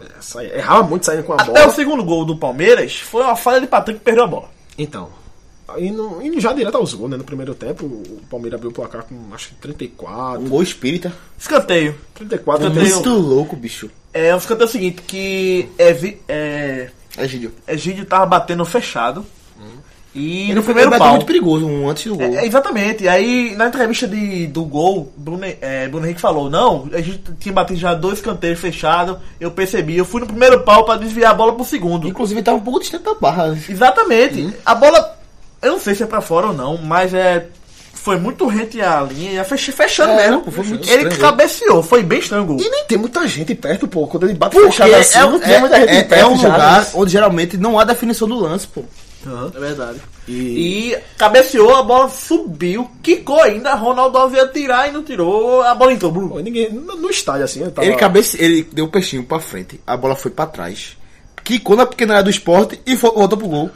Speaker 3: é, sai- Errava muito saindo com a
Speaker 4: Até
Speaker 3: bola.
Speaker 4: o segundo gol do Palmeiras foi uma falha de Patrick que perdeu a bola.
Speaker 3: Então. E, não, e já direto aos gols, né? No primeiro tempo, o Palmeiras abriu o placar com acho que 34.
Speaker 2: Um gol espírita.
Speaker 4: Escanteio.
Speaker 3: 34
Speaker 4: Também.
Speaker 3: também.
Speaker 2: Muito louco, bicho.
Speaker 4: É, o escanteio é o seguinte, que é, vi- é,
Speaker 2: É, Gílio.
Speaker 4: é Gide tava batendo fechado. E
Speaker 2: Ele
Speaker 4: no
Speaker 2: foi
Speaker 4: primeiro
Speaker 2: primeiro
Speaker 4: pau.
Speaker 2: muito perigoso, um antes do gol.
Speaker 4: É, é, exatamente. E aí, na entrevista de, do gol, Bruno, é, Bruno Henrique falou: Não, a gente tinha batido já dois canteiros fechados. Eu percebi, eu fui no primeiro pau pra desviar a bola pro segundo.
Speaker 2: Inclusive, ele tava um pouco distante da barra.
Speaker 4: Exatamente. A bola, eu não sei se é pra fora ou não, mas é. Foi muito rente à linha e a fech- fechando
Speaker 2: É,
Speaker 4: mesmo.
Speaker 2: pô, foi muito
Speaker 4: Ele
Speaker 2: estranho,
Speaker 4: cabeceou, foi bem estranho o gol.
Speaker 3: E nem tem muita gente perto, pô. Quando ele bate
Speaker 2: Porque
Speaker 3: fechado
Speaker 2: é,
Speaker 3: assim, não tem muita gente
Speaker 2: é- é- é
Speaker 3: perto
Speaker 2: um
Speaker 3: já,
Speaker 2: lugar
Speaker 3: né?
Speaker 2: onde geralmente não há definição do lance, pô.
Speaker 4: É verdade.
Speaker 3: E,
Speaker 4: E cabeceou, a bola subiu, quicou ainda, Ronaldo Alves ia tirar e não tirou, a bola entrou.
Speaker 3: pô,
Speaker 4: Brum.
Speaker 3: ninguém, no, no estádio, assim, eu tava-
Speaker 2: Ele, cabece... ele deu o peixinho pra frente, a bola foi pra trás. Quicou na pequena área do esporte e fo- voltou pro gol.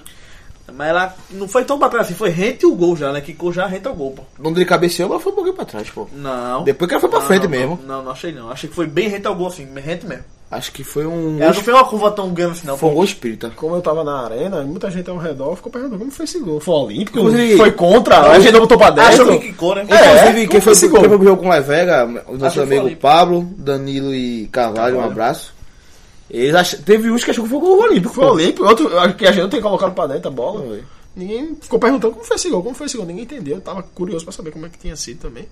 Speaker 4: Mas ela não foi tão pra trás assim, foi rente o gol já, né? Quicou já rente ao gol, pô.
Speaker 2: Onde ele cabeceou, ela foi um pouquinho pra trás, pô.
Speaker 4: Não.
Speaker 2: Depois que ela foi pra
Speaker 4: Não,
Speaker 2: frente
Speaker 4: não,
Speaker 2: mesmo.
Speaker 4: Não, não achei não. Achei que foi bem rente ao gol, assim, rente mesmo.
Speaker 2: Acho que foi um.
Speaker 4: Ela não foi uma curva tão grande assim, não.
Speaker 2: Foi um
Speaker 4: Foi
Speaker 2: gol espírita.
Speaker 3: Como eu tava na arena, muita gente ao redor ficou perguntando como foi esse gol. Foi olímpico?
Speaker 2: Inclusive-
Speaker 3: Foi contra? A gente não botou pra dentro?
Speaker 4: Achou que quicou, né?
Speaker 2: Inclusive,
Speaker 3: como
Speaker 2: quem
Speaker 3: foi
Speaker 2: foi,
Speaker 3: esse
Speaker 2: quem
Speaker 3: gol?
Speaker 2: foi pro jogo com o Levega, o nosso
Speaker 4: foi
Speaker 2: amigo
Speaker 4: Olímpico.
Speaker 2: Pablo, Danilo e Carvalho, um abraço. Eles ach... Teve uns que achou que foi gol olímpico.
Speaker 3: Foi
Speaker 2: pô.
Speaker 3: olímpico, outro eu acho que a gente não tem colocado pra dentro a bola.
Speaker 2: Foi.
Speaker 3: Ninguém ficou perguntando como foi esse gol, como foi esse gol. Ninguém entendeu, eu tava curioso pra saber como é que tinha sido também.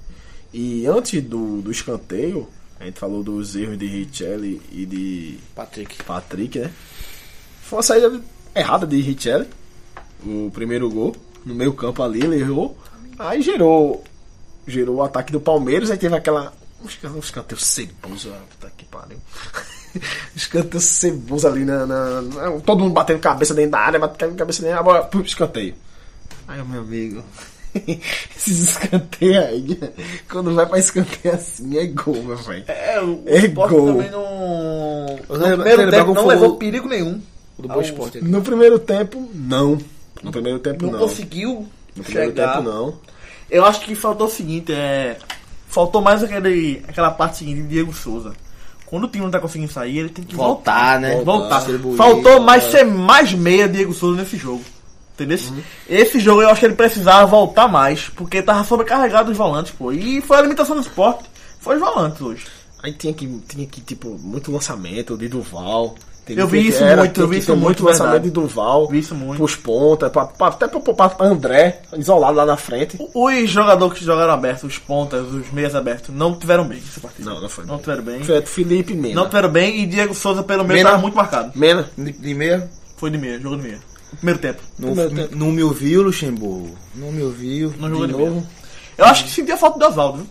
Speaker 3: E antes do, do escanteio, a gente falou dos erros de Richelli e de
Speaker 2: Patrick.
Speaker 3: Patrick, né? Foi uma saída errada de Richelli. O primeiro gol, no meio campo ali, ele errou. Aí gerou. Gerou o ataque do Palmeiras, aí teve aquela. é Uns can- uns canteiros cebosos, um ah, puta que pariu. Os canteiros cebosos ali na, na- na- Todo mundo batendo cabeça dentro da área, batendo cabeça dentro da área, agora, pum, escanteio. Ai, meu amigo. Esses escanteios aí, quando vai pra escanteio assim, é gol, meu velho.
Speaker 4: É, o, o
Speaker 3: É
Speaker 4: Sport
Speaker 3: gol.
Speaker 4: também não.
Speaker 2: Eu não-
Speaker 4: No
Speaker 2: eu
Speaker 4: primeiro
Speaker 2: lembro
Speaker 4: tempo
Speaker 2: como
Speaker 4: não
Speaker 2: foi
Speaker 4: levou
Speaker 2: o-
Speaker 4: perigo nenhum.
Speaker 2: Do
Speaker 4: Ah,
Speaker 2: Boa Esporte.
Speaker 3: No primeiro tempo, não. No primeiro tempo,
Speaker 4: Não,
Speaker 3: não.
Speaker 4: conseguiu
Speaker 3: No primeiro
Speaker 4: chegar.
Speaker 3: tempo, não.
Speaker 4: Eu acho que faltou o seguinte, é. Faltou mais aquele, aquela parte seguinte de Diego Souza. Quando o time não tá conseguindo sair, ele tem que
Speaker 2: Voltar, né?
Speaker 4: Voltar.
Speaker 2: Distribuir. é.
Speaker 4: Faltou mais ser mais meia Diego Souza nesse jogo. Entendeu?
Speaker 2: Uhum.
Speaker 4: Esse jogo eu acho que ele precisava voltar mais, porque tava sobrecarregado os volantes, pô. E foi a limitação do esporte. Foi os volantes hoje.
Speaker 3: Aí tinha que, tinha que tipo, muito lançamento de Duval. Tem
Speaker 4: Eu
Speaker 3: que-
Speaker 4: vi isso
Speaker 3: era,
Speaker 4: muito,
Speaker 3: tem
Speaker 4: eu vi
Speaker 3: que
Speaker 4: isso
Speaker 3: ter
Speaker 4: muito,
Speaker 3: lançamento
Speaker 4: verdade.
Speaker 3: de Duval.
Speaker 4: Vi isso muito.
Speaker 3: Pros pontas, pra, pra- até pra, pra- pra André, isolado lá na frente.
Speaker 4: Os jogadores que jogaram aberto, os pontas, os meias abertos, não tiveram bem essa partida.
Speaker 3: Não, não foi
Speaker 4: Não
Speaker 3: bem.
Speaker 4: tiveram bem.
Speaker 3: Fe- Felipe Mena.
Speaker 2: né?
Speaker 4: Não tiveram bem e Diego Souza pelo meio
Speaker 2: Mena-
Speaker 4: tava muito marcado.
Speaker 3: Mena.
Speaker 2: De, de meia?
Speaker 4: Foi de meia, jogo de meia. Primeiro tempo.
Speaker 2: Não,
Speaker 3: Primeiro tempo.
Speaker 2: não me ouviu, Luxemburgo. Não me ouviu.
Speaker 4: Não
Speaker 2: De
Speaker 4: jogou de,
Speaker 2: novo.
Speaker 4: meia. Eu acho que sentia falta do Oswaldo, viu?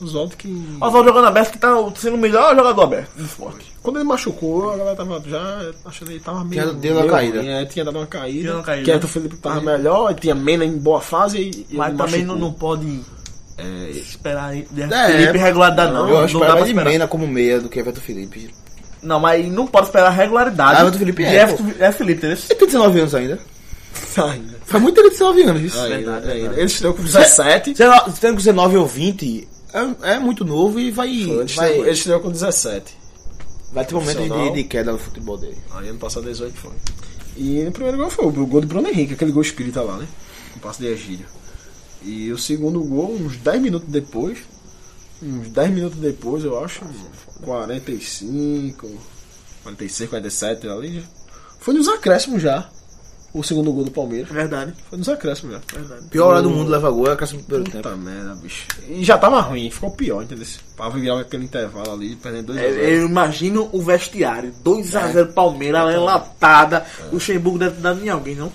Speaker 3: Os outros que.
Speaker 4: Oswaldo jogando aberto que tá sendo o melhor jogador aberto do esporte.
Speaker 3: Quando ele machucou, a galera tava já achando que ele tava meio.
Speaker 2: Tinha dado uma
Speaker 3: meio
Speaker 2: caída.
Speaker 3: ruim, é, tinha dado uma caída.
Speaker 4: Tinha dado uma caída. É.
Speaker 3: Que era o Felipe tava melhor, e tinha Mena em boa fase e. e
Speaker 4: Mas
Speaker 3: ele
Speaker 4: também
Speaker 3: machucou.
Speaker 4: não, não pode
Speaker 3: É,
Speaker 4: esperar aí de
Speaker 2: É,
Speaker 4: Felipe regularidade, não.
Speaker 2: eu
Speaker 4: não
Speaker 2: acho
Speaker 4: dá pra
Speaker 2: que de
Speaker 4: esperar.
Speaker 2: Mena como meia do que Everton Felipe.
Speaker 4: Não, mas não pode esperar regularidade.
Speaker 2: Ah, mas o Felipe é,
Speaker 4: é. É Felipe, entendeu?
Speaker 2: Ele tem 19 anos ainda.
Speaker 3: ainda.
Speaker 2: Faz muito tempo 19 anos, isso.
Speaker 3: Ainda,
Speaker 4: verdade,
Speaker 3: ainda.
Speaker 4: verdade.
Speaker 3: Ele estreou com 17.
Speaker 2: Tendo 19 ou 20, é, é muito novo e vai.
Speaker 3: Ele
Speaker 2: vai,
Speaker 3: estreou, ele estreou com 17.
Speaker 2: vai ter momentos de,
Speaker 3: profissional.
Speaker 2: de queda no futebol dele.
Speaker 3: Aí ano passado 18 foi. E o primeiro gol foi o gol do Bruno Henrique, aquele gol espírita lá, né? O passe de Egílio. E o segundo gol, uns 10 minutos depois. Uns 10 minutos depois, eu acho. 45, 46, 47 ali. Foi nos acréscimos já. O segundo gol do Palmeiras.
Speaker 4: Verdade,
Speaker 3: Foi nos acréscimos já.
Speaker 4: verdade.
Speaker 2: Pior hora do mundo leva gol é a caça no primeiro tempo.
Speaker 3: Puta merda, bicho. E já tava ruim, ficou pior, entendeu? Pra virar aquele intervalo ali, perdendo 2 a 0.
Speaker 4: É, Eu imagino o vestiário. 2x0 Palmeiras, ela é enlatada. O Luxemburgo deve ter dado em alguém, não?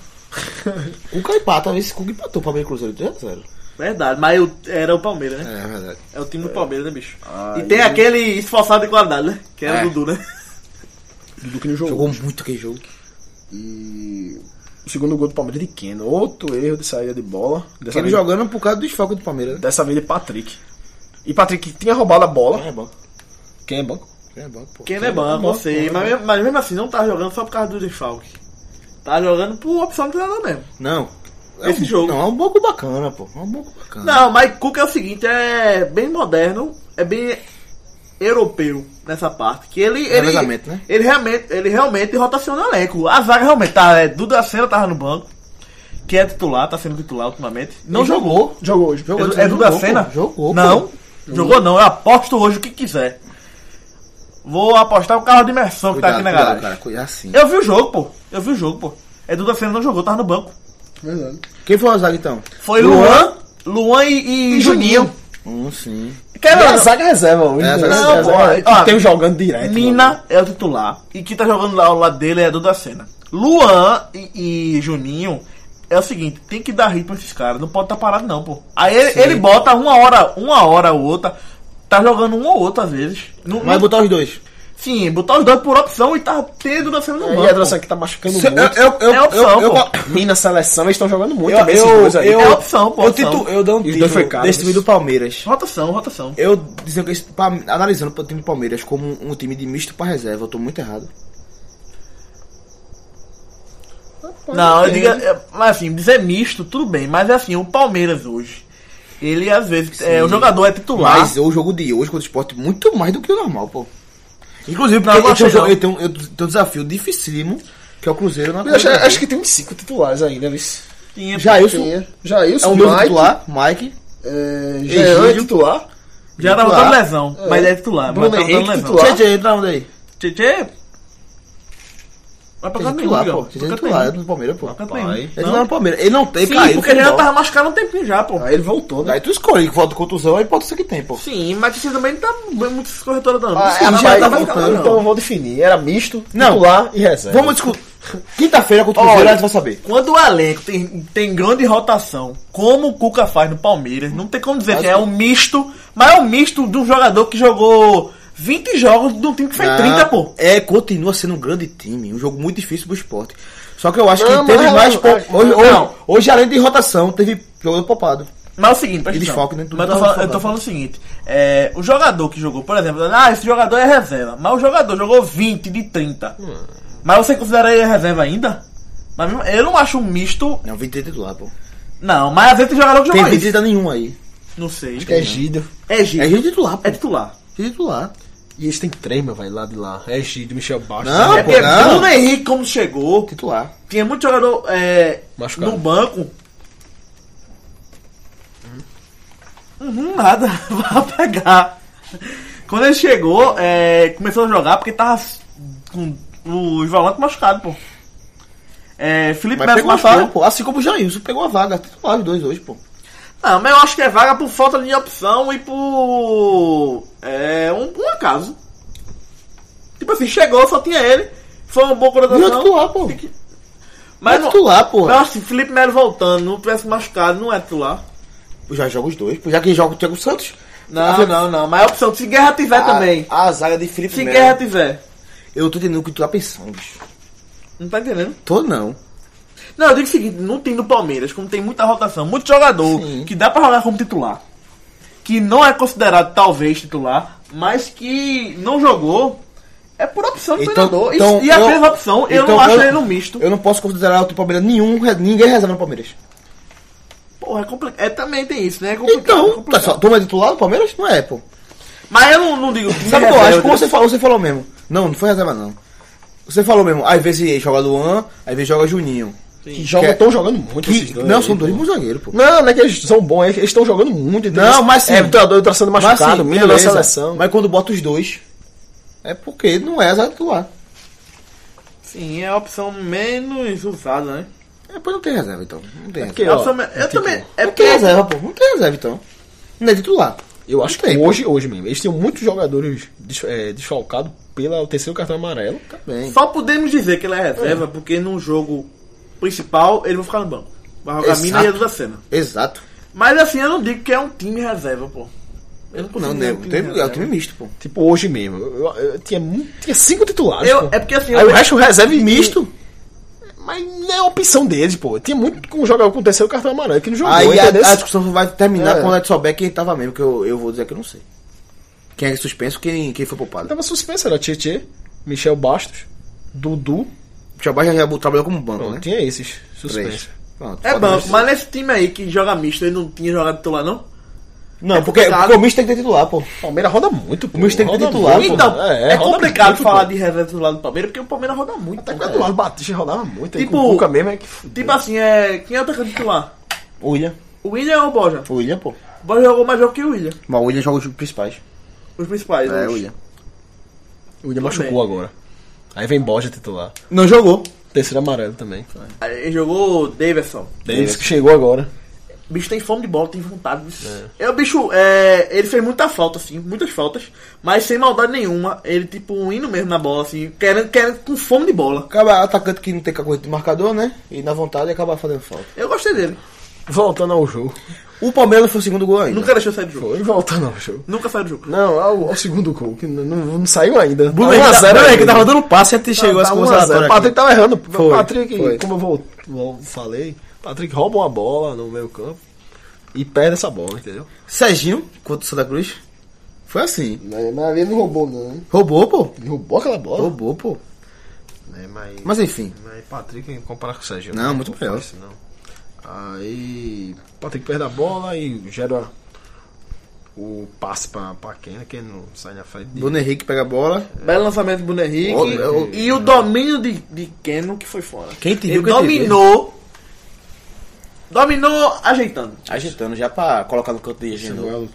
Speaker 2: O Caipá, talvez esse Cuca empatou para o Palmeiras e Cruzeiro 3x0.
Speaker 4: Verdade, mas eu, era o Palmeiras, né?
Speaker 2: É, verdade.
Speaker 4: É o time do Palmeiras, né, bicho?
Speaker 3: Aí-
Speaker 4: E tem aquele esforçado de qualidade, né? Que era
Speaker 2: É.
Speaker 4: o Dudu, né?
Speaker 3: Dudu que não
Speaker 2: Jogou muito aquele jogo.
Speaker 3: E o segundo gol do Palmeiras de Keno. Outro erro de saída de bola. Dessa,
Speaker 2: Ele
Speaker 3: vez,
Speaker 2: jogando por causa do desfalque do Palmeiras. né?
Speaker 3: dessa vez de Patrick. E Patrick tinha roubado a bola.
Speaker 2: É banco.
Speaker 3: Quem é banco?
Speaker 2: É banco, pô.
Speaker 4: Quem não é banco, eu sei. Mas, mesmo- mas mesmo assim, não tá jogando só por causa do desfalque. Tá jogando por opção do treinador mesmo.
Speaker 2: Não.
Speaker 4: Esse
Speaker 2: um-
Speaker 4: jogo.
Speaker 2: Não, é um banco bacana, pô. É um banco bacana.
Speaker 4: Não, mas Cuca é o seguinte, é bem moderno, é bem europeu nessa parte. Que ele. ele
Speaker 2: Revezamento, né?
Speaker 4: Ele realmente, ele realmente rotaciona o elenco. A zaga realmente tá. É, Duda Sena tava no banco, que é titular, tá sendo titular ultimamente. Não
Speaker 2: Ele
Speaker 4: jogou.
Speaker 3: Jogou hoje.
Speaker 2: Jogou.
Speaker 4: É, é Duda
Speaker 2: Jogou,
Speaker 4: Sena?
Speaker 2: pô. Jogou,
Speaker 4: Não.
Speaker 2: pô.
Speaker 4: Jogou não, eu aposto hoje o que quiser. Vou apostar o carro de imersão que tá
Speaker 2: Cuidado,
Speaker 4: aqui na
Speaker 2: cuidado,
Speaker 4: garagem.
Speaker 2: cara. Cuidado assim.
Speaker 4: Eu vi o jogo, pô. Eu vi o jogo, pô. É Duda Sena não jogou, tava no banco.
Speaker 3: Verdade.
Speaker 2: Quem foi o zaga então?
Speaker 4: Foi Luan, Luan e, e Juninho.
Speaker 2: Hum, sim.
Speaker 4: Quer
Speaker 3: E a
Speaker 4: não,
Speaker 3: zaga reserva hoje.
Speaker 2: É, a
Speaker 3: né?
Speaker 2: zaga
Speaker 3: Não,
Speaker 4: reserva.
Speaker 3: pô,
Speaker 4: Ó,
Speaker 3: que tem um jogando direto. mano.
Speaker 4: Nina é o titular. E quem tá jogando lá ao lado dele é a Duda Sena. Luan e, e Juninho é o seguinte, tem que dar ritmo a esses caras, não pode estar parado não, pô. Aí ele, ele bota uma hora, uma hora ou outra, tá jogando um ou outro às vezes. Não-
Speaker 2: Vai botar os dois.
Speaker 4: sim, botar os dois por opção e tá tendo Duda Sena no
Speaker 3: É,
Speaker 4: banco.
Speaker 3: E a Drossan que tá machucando
Speaker 2: Se-
Speaker 3: muito.
Speaker 4: É opção,
Speaker 2: eu,
Speaker 4: pô.
Speaker 3: Nina seleção, eles estão jogando muito.
Speaker 2: eu,
Speaker 3: bem esses dois aí.
Speaker 2: eu-
Speaker 4: É opção, pô,
Speaker 2: eu,
Speaker 4: opção.
Speaker 2: titu- eu dou um
Speaker 3: E os
Speaker 2: título
Speaker 3: dois foi caro,
Speaker 2: desse
Speaker 3: né?
Speaker 2: time do Palmeiras.
Speaker 4: Rotação, rotação.
Speaker 2: Eu dizendo que esse, pa- analisando o time do Palmeiras como um, um time de misto pra reserva, eu tô muito errado.
Speaker 4: Não, eu digo, é, mas assim, dizer misto, tudo bem, mas é assim, o Palmeiras hoje, ele às vezes, é, o jogador é titular.
Speaker 2: Mas o jogo de hoje contra o esporte muito mais do que o normal, pô. Inclusive,
Speaker 4: Não, eu
Speaker 2: porque eu,
Speaker 4: achei
Speaker 2: tenho, um jogo-
Speaker 4: não.
Speaker 2: eu, tenho, eu tenho um desafio dificílimo, que é o Cruzeiro na
Speaker 3: Eu acho, acho que tem uns 5 titulares ainda. viu?
Speaker 4: Tinha-
Speaker 2: Jailson
Speaker 3: Tem- Jailson, um
Speaker 2: é o mesmo
Speaker 3: Mike,
Speaker 2: titular, Mike.
Speaker 3: é,
Speaker 2: Egídio.
Speaker 3: Jean é titular.
Speaker 4: Já tava
Speaker 2: Titular.
Speaker 4: dando lesão, mas é titular.
Speaker 3: Bruno
Speaker 4: mas tava
Speaker 3: Henrique,
Speaker 4: dando lesão.
Speaker 3: titular.
Speaker 2: Tietê, entra onde aí?
Speaker 4: Tietê. Vai pra canto nenhum,
Speaker 2: Titular, pô.
Speaker 4: Miguel.
Speaker 2: Tietê é
Speaker 4: Pra canto
Speaker 2: titular, é
Speaker 4: nenhum.
Speaker 2: do Palmeiras, pô.
Speaker 4: Pra canto
Speaker 3: Vai.
Speaker 4: nenhum.
Speaker 2: Ele
Speaker 4: Não.
Speaker 2: não é no Palmeiras. Ele tá- não tem
Speaker 4: Sim,
Speaker 2: caído
Speaker 4: porque ele já
Speaker 2: futebol.
Speaker 4: tava machucado há um tempinho já, pô.
Speaker 3: Aí ele voltou, né?
Speaker 2: Aí tu escolhe, volta contusão, aí pode ser que tem, pô.
Speaker 4: Sim, mas Tietê também não tá muito escorretora, não.
Speaker 3: Ah,
Speaker 2: é,
Speaker 4: Desculpa,
Speaker 3: mas
Speaker 4: já
Speaker 3: aí,
Speaker 4: tava
Speaker 3: então,
Speaker 4: escalado,
Speaker 3: então eu
Speaker 4: não.
Speaker 3: vou definir. Era misto,
Speaker 2: tá Não.
Speaker 3: titular e reserva.
Speaker 2: Vamos discutir. Quinta-feira contra o Cruzeiro,
Speaker 4: Olha.
Speaker 2: a gente vai saber.
Speaker 4: Quando o elenco tem, tem grande rotação, como o Cuca faz no Palmeiras, não tem como dizer que é um misto, mas é um misto de um jogador que jogou 20 jogos de um time que fez
Speaker 2: Não,
Speaker 4: 30, pô.
Speaker 2: É, continua sendo um grande time, um jogo muito difícil pro esporte. Só que eu acho
Speaker 5: Não,
Speaker 2: que teve
Speaker 5: mas-
Speaker 2: mais. po-
Speaker 5: mas-
Speaker 2: hoje,
Speaker 4: não.
Speaker 2: hoje- hoje, além de rotação, teve jogador poupado.
Speaker 4: Mas é o seguinte, presta
Speaker 2: E
Speaker 4: atenção.
Speaker 2: desfalque, né? Tudo
Speaker 4: Mas eu
Speaker 2: tá
Speaker 4: tô, fal- eu
Speaker 2: desfalcado.
Speaker 4: tô falando o seguinte: é, o jogador que jogou, por exemplo, ah, esse jogador é reserva, mas o jogador jogou 20 de 30.
Speaker 2: Hum.
Speaker 4: Mas você considera ele reserva ainda? Mas mesmo- eu não acho um misto.
Speaker 2: Não, 20 de titular, pô.
Speaker 4: Não, mas às vezes tem jogador que
Speaker 2: Tem
Speaker 4: jogou
Speaker 2: 20
Speaker 4: isso.
Speaker 2: de nenhum aí.
Speaker 4: Não sei.
Speaker 3: que é Egídio.
Speaker 4: É
Speaker 2: É
Speaker 4: gente.
Speaker 2: gente titular, pô.
Speaker 4: É titular.
Speaker 2: É titular.
Speaker 3: E eles têm trema, vai lá de lá. É Egídio, Michel Bastos.
Speaker 2: Não,
Speaker 3: né?
Speaker 2: Ah, pô,
Speaker 4: É Porque
Speaker 2: não.
Speaker 4: Bruno Henrique, como chegou,
Speaker 2: Titular.
Speaker 4: tinha muito jogador é,
Speaker 3: Machucado.
Speaker 4: no banco. Uhum, nada, vai pegar. Quando ele chegou, é, começou a jogar porque tava com os volantes machucados, pô. É, Felipe
Speaker 2: Mas
Speaker 4: Melo
Speaker 2: pegou a vaga,
Speaker 4: machucou.
Speaker 2: pô. Assim como o Jailson pegou a vaga. Titular os dois hoje, pô.
Speaker 4: Não, mas eu acho que é vaga por falta de opção e por. É, um, um acaso. Tipo assim, chegou, só tinha ele. Foi uma boa
Speaker 2: Virou
Speaker 4: contratação.
Speaker 2: titular, pô.
Speaker 4: Mas
Speaker 2: é
Speaker 4: não,
Speaker 2: titular, pô.
Speaker 4: Eu acho que Felipe Melo voltando, não tivesse machucado, não é titular.
Speaker 2: Já joga os dois, pô. Já que joga o Thiago Santos.
Speaker 4: Não, não, não. Mas é opção, se Guerra tiver também.
Speaker 2: A, a zaga de Felipe
Speaker 4: Se
Speaker 2: Melo.
Speaker 4: Guerra tiver.
Speaker 2: Eu tô entendendo o que tu tá pensando, bicho.
Speaker 4: Não tá entendendo?
Speaker 2: Tô não.
Speaker 4: Não, eu digo o seguinte, não tem no Palmeiras, como tem muita rotação, muito jogador
Speaker 2: Sim.
Speaker 4: que dá pra jogar como titular. Que não é considerado talvez titular, mas que não jogou. É por opção do
Speaker 2: Então-
Speaker 4: treinador. E-
Speaker 2: então
Speaker 4: e a
Speaker 2: eu-
Speaker 4: mesma opção, eu
Speaker 2: então
Speaker 4: não acho
Speaker 2: eu-
Speaker 4: ele no misto.
Speaker 2: Eu não posso considerar o Palmeiras nenhum, ninguém reserva no Palmeiras.
Speaker 4: Porra, é complicado. É, também tem isso, né? É complicado. é
Speaker 2: Então, tá
Speaker 4: complicado.
Speaker 2: só, tu é titular do Palmeiras? Não é, pô.
Speaker 4: Mas eu não, não digo. time
Speaker 2: Sabe o que
Speaker 4: reserva,
Speaker 2: eu
Speaker 4: né?
Speaker 2: acho? Como
Speaker 4: entendeu?
Speaker 2: você falou, você falou mesmo. Não, não foi reserva, não. Você falou mesmo, às vezes joga Luan, às vezes joga Juninho.
Speaker 3: Que jogam,
Speaker 2: Que-
Speaker 3: estão jogando muito esses
Speaker 2: Que,
Speaker 3: dois.
Speaker 2: não,
Speaker 3: aí,
Speaker 2: são dois
Speaker 3: pô.
Speaker 2: bons zagueiros, pô.
Speaker 3: Não, não é que eles são bons, é que eles estão jogando muito. entendeu?
Speaker 2: Não, mas sim.
Speaker 3: É, o treinador tá sendo
Speaker 2: Mas,
Speaker 3: machucado,
Speaker 2: assim,
Speaker 3: mina da
Speaker 2: beleza.
Speaker 3: seleção.
Speaker 2: Mas quando bota os dois, é porque não é zaga titular.
Speaker 4: Sim, é a opção menos usada, né?
Speaker 2: É, pois não tem reserva, então. Não tem
Speaker 3: porque,
Speaker 4: É
Speaker 2: reserva.
Speaker 4: a opção
Speaker 3: ó,
Speaker 4: me- eu
Speaker 3: tipo,
Speaker 4: também. É
Speaker 2: Não tem
Speaker 4: porque
Speaker 2: reserva, pô. Não tem reserva, então. Não é titular.
Speaker 3: Eu acho que
Speaker 2: Tem, pô.
Speaker 3: hoje, hoje mesmo, eles tinham muitos jogadores des- é, desfalcados pelo terceiro cartão amarelo.
Speaker 2: Tá bem.
Speaker 4: Só podemos dizer que ele é reserva porque no jogo principal ele vai ficar no banco. Vai jogar
Speaker 2: Exato.
Speaker 4: Mina e Edu da Cena.
Speaker 2: Exato.
Speaker 4: Mas assim, eu não digo que é um time reserva, pô. Eu não
Speaker 2: Não,
Speaker 4: consigo
Speaker 2: né?
Speaker 4: dizer
Speaker 2: Tem, é um time misto, pô.
Speaker 3: Tipo, hoje mesmo. Eu, eu- eu tinha, mu- tinha cinco titulares.
Speaker 4: Eu-
Speaker 3: pô.
Speaker 4: é porque, assim,
Speaker 3: Aí
Speaker 4: eu-
Speaker 3: o resto reserva e misto. Mas não é a opção deles, pô. Tinha muito com um jogador com o terceiro cartão amarelo que não jogou.
Speaker 2: Aí a,
Speaker 3: entendeu?
Speaker 2: a discussão vai terminar
Speaker 3: É.
Speaker 2: quando a gente souber quem tava mesmo, que eu, eu vou dizer que eu não sei. Quem é suspenso, quem, quem foi poupado.
Speaker 3: Tava suspenso, era Tietê, Michel Bastos, Dudu.
Speaker 2: O Chabá já, já trabalhou como banco,
Speaker 3: Pronto,
Speaker 2: né?
Speaker 3: tinha esses
Speaker 2: Três.
Speaker 3: suspensos.
Speaker 2: Pronto,
Speaker 4: É
Speaker 2: pode
Speaker 4: banco,
Speaker 2: ver.
Speaker 4: mas nesse time aí que joga misto, ele não tinha jogado titular, não?
Speaker 2: Não, porque, porque o misto tem que ter titular, pô.
Speaker 3: Palmeiras roda muito, pô.
Speaker 2: O Mister tem que
Speaker 3: Roda
Speaker 2: titular,
Speaker 3: muito,
Speaker 4: então,
Speaker 3: pô.
Speaker 4: é,
Speaker 3: roda
Speaker 4: complicado
Speaker 3: muito,
Speaker 4: falar
Speaker 3: pô.
Speaker 4: de reserva do lado do Palmeiras porque o Palmeiras roda muito.
Speaker 3: Até que o
Speaker 4: pô.
Speaker 3: Tá Eduardo Batista rodava muito. Tipo,
Speaker 4: Tipo-
Speaker 3: com o Cuca mesmo é que... fudeu.
Speaker 4: Tipo assim, é. Quem é o atacante titular?
Speaker 2: O William.
Speaker 4: O William ou o Borja?
Speaker 2: O William, pô.
Speaker 4: O Borja jogou mais jogo que o William.
Speaker 2: Mas o William joga os principais.
Speaker 4: Os principais. né?
Speaker 2: É,
Speaker 4: os-
Speaker 2: o William.
Speaker 3: O William machucou agora. Aí vem Borja titular.
Speaker 2: Não jogou.
Speaker 3: Terceiro amarelo também.
Speaker 4: Ele jogou o Davidson.
Speaker 3: Davis que chegou agora.
Speaker 4: O bicho tem fome de bola, tem vontade. Bicho. É. o bicho, é, ele fez muita falta, assim, muitas faltas, mas sem maldade nenhuma. Ele, tipo, indo mesmo na bola, assim, querendo, querendo com fome de bola.
Speaker 2: Acaba atacante que não tem cacoete de marcador, né? E na vontade acaba fazendo falta.
Speaker 4: Eu gostei dele.
Speaker 3: Voltando ao jogo.
Speaker 2: O Palmeiras foi o segundo gol ainda.
Speaker 4: Nunca deixou sair do jogo.
Speaker 3: Foi voltando ao jogo.
Speaker 4: Nunca saiu do jogo.
Speaker 3: Não, ao, ao segundo gol, que não, não- não saiu ainda.
Speaker 2: Bruno
Speaker 3: Tá 1 a
Speaker 2: Henrique tá-
Speaker 3: 0
Speaker 2: Bruno Henrique
Speaker 3: ainda.
Speaker 2: tava dando passe antes de chegar
Speaker 3: Tá
Speaker 2: essa
Speaker 3: 1 a
Speaker 2: conversação.
Speaker 3: 0. Patrick tava errando.
Speaker 2: Foi,
Speaker 3: Patrick,
Speaker 2: foi.
Speaker 3: como eu vou, vou- falei, Patrick rouba uma bola no meio campo e perde essa bola, entendeu?
Speaker 2: Serginho, contra o Santa Cruz. Foi assim.
Speaker 5: Mas, mas ele não roubou, não. né?
Speaker 2: Roubou, pô.
Speaker 5: Ele roubou aquela bola.
Speaker 2: Roubou, pô.
Speaker 3: Né, mas,
Speaker 2: Mas enfim.
Speaker 3: mas Patrick, em comparar com o Sérgio.
Speaker 2: Não, muito melhor.
Speaker 3: faz isso, não. Aí, Patrick perde a bola e gera o passe pra, pra Kena, que não sai na frente dele.
Speaker 2: Bruno Henrique pega a bola.
Speaker 4: Belo lançamento do Bruno Henrique.
Speaker 2: Olha, eu-
Speaker 4: e o domínio de, de Keno que foi fora.
Speaker 2: né? Quem te
Speaker 4: ele
Speaker 2: viu, quem te
Speaker 4: dominou. Dominou ajeitando.
Speaker 2: Ajeitando já pra colocar no canto de Genoa.
Speaker 3: Samuel, Samuel,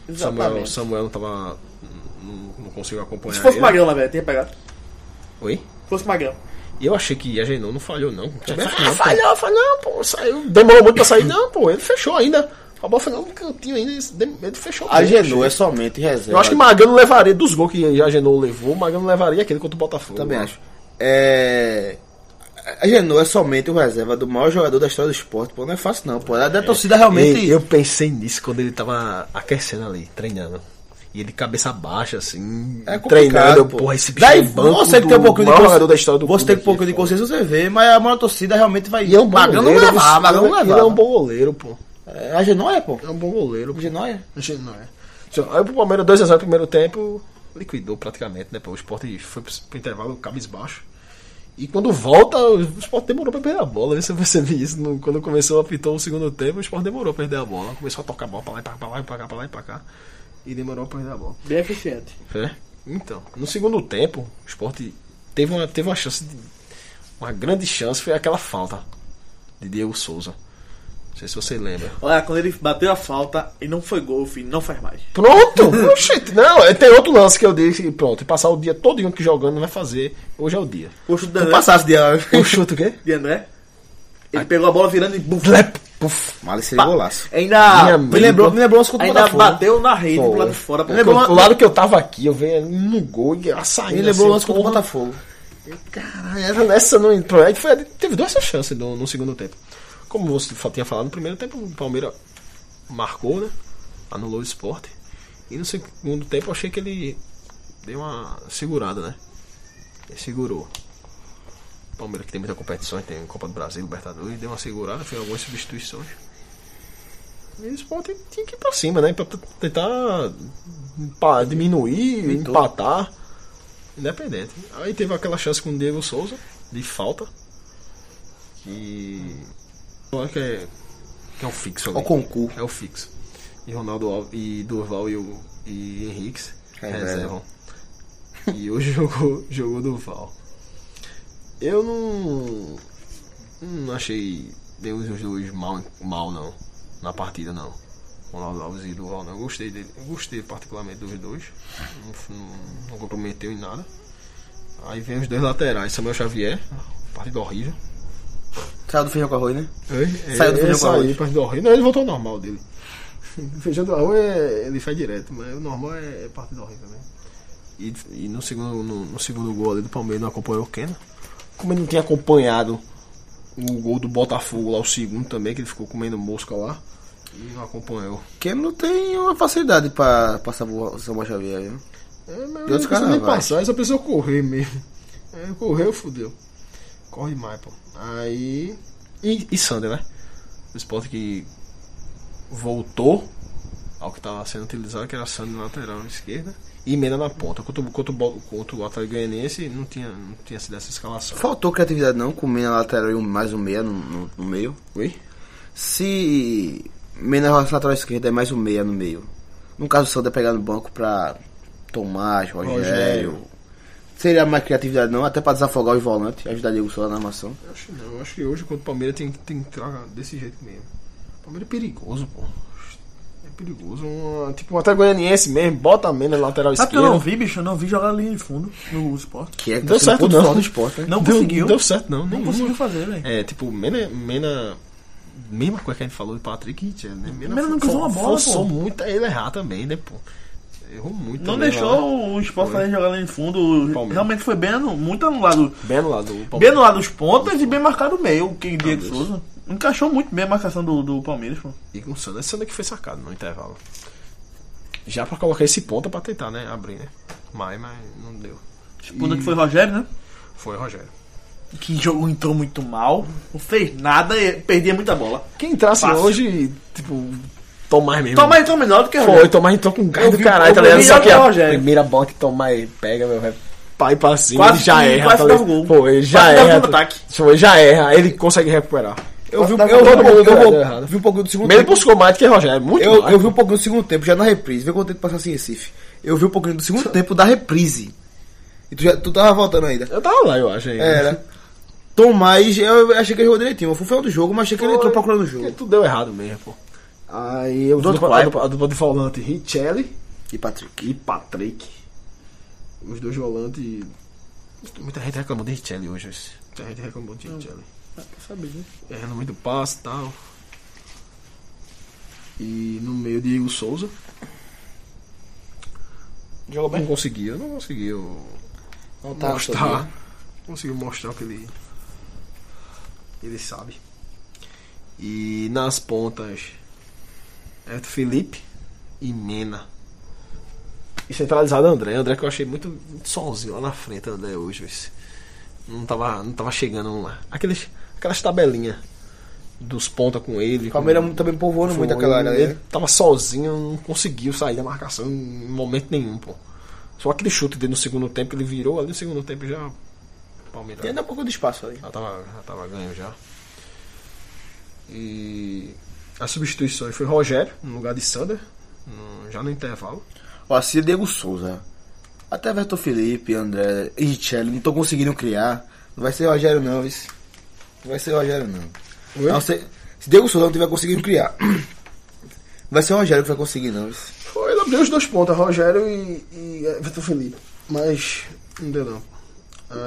Speaker 4: Exatamente.
Speaker 3: Samuel não tava. Não, não conseguiu acompanhar.
Speaker 2: É,
Speaker 4: Se fosse
Speaker 3: ele.
Speaker 4: Magrão, na verdade, tinha pegado.
Speaker 3: Oi?
Speaker 4: Se fosse Magrão.
Speaker 3: E eu achei que a Genon não falhou, não. Também acho que não, falhou, falhou, não, pô. Saiu, demorou muito pra sair, não, pô. Ele fechou ainda. A bola foi lá no cantinho ainda. esse- dem- Ele fechou.
Speaker 2: A
Speaker 3: bem,
Speaker 2: Genoa é
Speaker 3: achei.
Speaker 2: somente reserva.
Speaker 3: Eu acho que Magano levaria, dos gols que a Genon levou, Magano levaria aquele contra o Botafogo.
Speaker 2: Também acho. É... a Genoa é somente o reserva do maior jogador da história do esporte. Pô, não é fácil não, pô. A da torcida realmente.
Speaker 3: Ei, eu pensei nisso quando ele tava aquecendo ali, treinando. E ele cabeça baixa, assim,
Speaker 2: É complicado,
Speaker 3: treinando,
Speaker 2: pô.
Speaker 3: porra, esse bicho
Speaker 2: Daí
Speaker 3: é banco
Speaker 2: você tem um
Speaker 3: do
Speaker 2: pouquinho de
Speaker 3: maior
Speaker 2: consci-
Speaker 3: jogador da história do
Speaker 2: Você
Speaker 3: clube
Speaker 2: tem um
Speaker 3: aqui,
Speaker 2: pouco de
Speaker 3: pô.
Speaker 2: consciência, você vê, mas a maior torcida realmente vai. né?
Speaker 3: E é um bom
Speaker 2: Magrão não
Speaker 3: goleiro,
Speaker 2: vai levar,
Speaker 3: você-
Speaker 2: Magrão não vai
Speaker 3: Ele
Speaker 2: levar.
Speaker 3: é um bom goleiro, pô.
Speaker 2: É, A Genoa é, pô.
Speaker 3: É um bom goleiro,
Speaker 2: A
Speaker 3: pô.
Speaker 2: Genoa é.
Speaker 3: Não é. Só- Aí pro Palmeiras 2x0 no primeiro tempo, liquidou praticamente, né? pô? O Sport foi pro pro intervalo cabisbaixo. E quando volta, o Sport demorou pra perder a bola. né? Você percebe isso? no- quando começou, apitou o segundo tempo, o Sport demorou pra perder a bola. Começou a tocar a bola pra lá e pra cá, pra lá e pra cá, pra lá e pra cá. E demorou pra perder a bola.
Speaker 4: Bem eficiente.
Speaker 3: É. Então, no segundo tempo, o Sport teve uma, teve uma chance, de- uma grande chance, foi aquela falta de Diego Souza. Não sei se você lembra.
Speaker 4: Olha, quando ele bateu a falta e não foi gol, filho, não faz mais.
Speaker 3: Pronto! Oxente, não, é, tem outro lance que eu disse, e pronto, e passar o dia todo que jogando não vai fazer, hoje é o dia.
Speaker 4: O chute de
Speaker 2: Tu
Speaker 4: André,
Speaker 2: passasse de ano.
Speaker 3: O chute o quê?
Speaker 4: de André, ele pegou a bola virando e buf,
Speaker 3: Lep, puf,
Speaker 2: Mali seria golaço.
Speaker 4: ainda,
Speaker 3: Minha
Speaker 2: Me lembrou, me lembrou uns contra o
Speaker 4: ainda
Speaker 2: Botafogo.
Speaker 4: bateu na rede pro
Speaker 3: Foi.
Speaker 4: lado de fora.
Speaker 3: Me
Speaker 4: pô.
Speaker 3: lembrou uma- O lado que eu tava aqui, eu venho no gol e ela saindo.
Speaker 2: Me lembrou o lance
Speaker 3: assim,
Speaker 2: contra o
Speaker 3: porra.
Speaker 2: Botafogo.
Speaker 3: Caralho, essa- essa não entrou. Aí foi- teve duas chances no, no segundo tempo. Como você fa- tinha falado, no primeiro tempo o Palmeiras marcou, né? Anulou o esporte. E no segundo tempo eu achei que ele deu uma segurada, né? Ele segurou. O Palmeiras que tem muita competição, tem Copa do Brasil, Libertadores, deu uma segurada, fez algumas substituições. E o esporte tinha que ir pra cima, né? Pra t- tentar empa- diminuir, empatar. Independente. Aí teve aquela chance com o Diego Souza, de falta. Que. Eu acho que é. Que é o fixo ali.
Speaker 2: O concurso.
Speaker 3: É o fixo. E Ronaldo Alves, e Durval e, o, e Henrique
Speaker 2: É,
Speaker 3: reservam. E hoje jogou, jogou Durval. Eu não. Não achei nenhum dos dois mal, mal não. Na partida não. Ronaldo Alves e Durval não. Eu gostei dele. Eu gostei particularmente dos dois. Não, f- não- não comprometeu em nada. Aí vem os dois laterais, Samuel Xavier, partida horrível.
Speaker 2: Saiu do feijão com arroz, né?
Speaker 3: É,
Speaker 2: Saiu do
Speaker 3: é,
Speaker 2: feijão com arroz.
Speaker 3: saiu, partida horrível. Não, ele voltou ao normal dele. Feijão do arroz é- ele faz direto, mas o normal é, é partida horrível mesmo. E, e no, segundo, no, no segundo gol ali do Palmeiras não acompanhou o Kena. Como ele não tinha acompanhado o gol do Botafogo lá, o segundo também, que ele ficou comendo mosca lá. E não acompanhou.
Speaker 2: Porque não tem uma facilidade pra passar o Samuel Xavier, viu? E
Speaker 3: É, mas eu
Speaker 2: outros
Speaker 3: não precisa nem
Speaker 2: carnavais.
Speaker 3: passar, essa pessoa correr mesmo. É, correu, fudeu. Corre mais, pô. Aí. E, e Sander, né? O esporte que voltou ao que estava sendo utilizado, que era Sander na lateral esquerda. E Mena na ponta. Quanto, quanto, bo- quanto o Atlético Goianiense não tinha, não tinha sido essa escalação.
Speaker 2: Faltou criatividade não, com o Mena lateral e um- mais um meia no, no- no meio.
Speaker 3: Oi?
Speaker 2: Se Mena lateral esquerda é mais um meia no meio. No caso, o Sander pegar no banco pra Tomás, Rogério.
Speaker 3: Rogério.
Speaker 2: Seria mais criatividade não, até pra desafogar os volantes, ajudar Diego Souza na armação.
Speaker 3: Eu acho não. Eu acho que hoje, contra o Palmeiras, tem, tem que entrar desse jeito mesmo. O Palmeiras é perigoso, pô. É perigoso. Um, tipo, um Atlético Goianiense mesmo. Bota a Mena na lateral
Speaker 4: Sabe o
Speaker 3: esquerda.
Speaker 4: que eu não vi, bicho? Eu não vi jogar linha de fundo no esporte.
Speaker 2: Que é que
Speaker 3: Deu
Speaker 2: tá sendo
Speaker 3: certo
Speaker 2: ponto
Speaker 3: não.
Speaker 2: forte do esporte, né?
Speaker 4: Não
Speaker 3: deu,
Speaker 4: conseguiu.
Speaker 3: Deu certo, não.
Speaker 4: não
Speaker 3: nenhuma.
Speaker 4: conseguiu fazer, velho.
Speaker 3: É, tipo, Mena. Mena mesma coisa que a gente falou do Patrick Hitcher, né? Mena,
Speaker 4: Mena não
Speaker 3: fo-
Speaker 4: cruzou uma bola,
Speaker 3: Forçou
Speaker 4: pô.
Speaker 3: muito a ele errar também, né, pô? Errou muito.
Speaker 4: Não
Speaker 3: também
Speaker 4: deixou
Speaker 3: lá.
Speaker 4: o esporte
Speaker 3: Foi.
Speaker 4: fazer jogar lá em fundo.
Speaker 3: Palmeiras.
Speaker 4: Realmente foi bem anu- muito anulado.
Speaker 3: Bem no lado. do
Speaker 4: Bem
Speaker 3: Palmeiras.
Speaker 4: anulado os pontas e bem marcado o meio, que Diego
Speaker 3: Deus.
Speaker 4: Souza. Encaixou muito bem a marcação do, do Palmeiras, pô.
Speaker 3: E com o Sander. Sander que foi sacado no intervalo. Já pra colocar esse ponta pra tentar, né? Abrir, né? Mas, mas não deu.
Speaker 4: Quando
Speaker 3: E-
Speaker 4: que foi Rogério, né?
Speaker 3: Foi Rogério.
Speaker 4: Que jogou entrou muito mal, não fez nada e perdia muita bola.
Speaker 3: Quem entrasse
Speaker 4: Fácil.
Speaker 3: hoje, tipo, Tomás mesmo.
Speaker 4: Tomás entrou melhor do que
Speaker 3: Foi,
Speaker 4: Rogério.
Speaker 3: Tomás entrou com um gás do
Speaker 4: vi-
Speaker 3: caralho,
Speaker 4: eu
Speaker 3: tá
Speaker 4: vi
Speaker 3: ligado? Só
Speaker 4: melhor
Speaker 3: que a
Speaker 4: que o Rogério.
Speaker 3: primeira bola que Tomás pega, meu velho. Pai pra cima,
Speaker 4: Quase
Speaker 3: ele já
Speaker 4: que-
Speaker 3: erra.
Speaker 4: quase
Speaker 3: talvez.
Speaker 4: dá um gol.
Speaker 3: Pô, ele já
Speaker 4: Quase dá um
Speaker 3: erra.
Speaker 4: ataque.
Speaker 3: Pô, ele já erra, ele consegue recuperar.
Speaker 2: Eu vi, eu,
Speaker 3: Todo mundo
Speaker 2: eu- eu-
Speaker 3: deu
Speaker 2: eu-
Speaker 3: errado.
Speaker 2: vi um pouco do segundo
Speaker 3: Primeiro ele
Speaker 2: tempo.
Speaker 3: buscou mais do que Rogério, muito
Speaker 2: Eu,
Speaker 3: mais.
Speaker 2: eu vi um pouquinho do segundo tempo, já na reprise. Vê quanto tempo passasse em Recife. Eu vi um pouquinho do segundo tempo da reprise. E tu, já, tu tava voltando ainda.
Speaker 3: Eu tava lá, eu acho. ainda.
Speaker 2: Era. Tomás, né? eu achei que ele jogou direitinho. Eu fui final do jogo, mas achei que ele entrou procurando o
Speaker 3: Porque
Speaker 2: jogo.
Speaker 3: tudo deu errado mesmo, pô. Aí eu
Speaker 2: Do
Speaker 3: vi
Speaker 2: outro
Speaker 3: a
Speaker 2: lado.
Speaker 3: dupla- a dupla de volante Richelli
Speaker 2: E Patrick.
Speaker 3: e Patrick. Os dois volantes. Muita gente reclamou de Richelli hoje. hoje. Muita gente reclamou de Richelli. errando muito passe e tal. E no meio Diego Souza. Jogou bem? Não conseguiu, não conseguiu
Speaker 2: Não tá,
Speaker 3: mostrar. Não conseguiu mostrar o que ele, Ele sabe. E nas pontas, é Felipe e Mena. E centralizado André. André que eu achei muito, muito sozinho lá na frente, André, hoje. vice. Não tava, não tava chegando lá. Aqueles, aquelas tabelinhas dos ponta com ele.
Speaker 2: O Palmeiras
Speaker 3: com-
Speaker 2: também povoando né? muito
Speaker 3: foi,
Speaker 2: aquela área
Speaker 3: Ele
Speaker 2: ali.
Speaker 3: tava sozinho, não conseguiu sair da marcação em momento nenhum, pô. Só aquele chute dele no segundo tempo, ele virou ali no segundo tempo já. o Palmeiras.
Speaker 2: Tem ainda um pouco de espaço ali.
Speaker 3: Já tava, já tava ganho já. E as substituições foi Rogério, no lugar de Sander, no- já no intervalo.
Speaker 2: Ó, se Diego Souza, até Verto Felipe, André e Tchelle não estão conseguindo criar, não vai ser Rogério não, isso. Não vai ser Rogério não.
Speaker 3: Oi?
Speaker 2: Não, se, se Diego Souza não tiver conseguindo criar, não vai ser Rogério que vai conseguir não, isso.
Speaker 3: Foi, ele abriu os dois pontos, Rogério e, e eh, Vitor Felipe. Mas não deu não.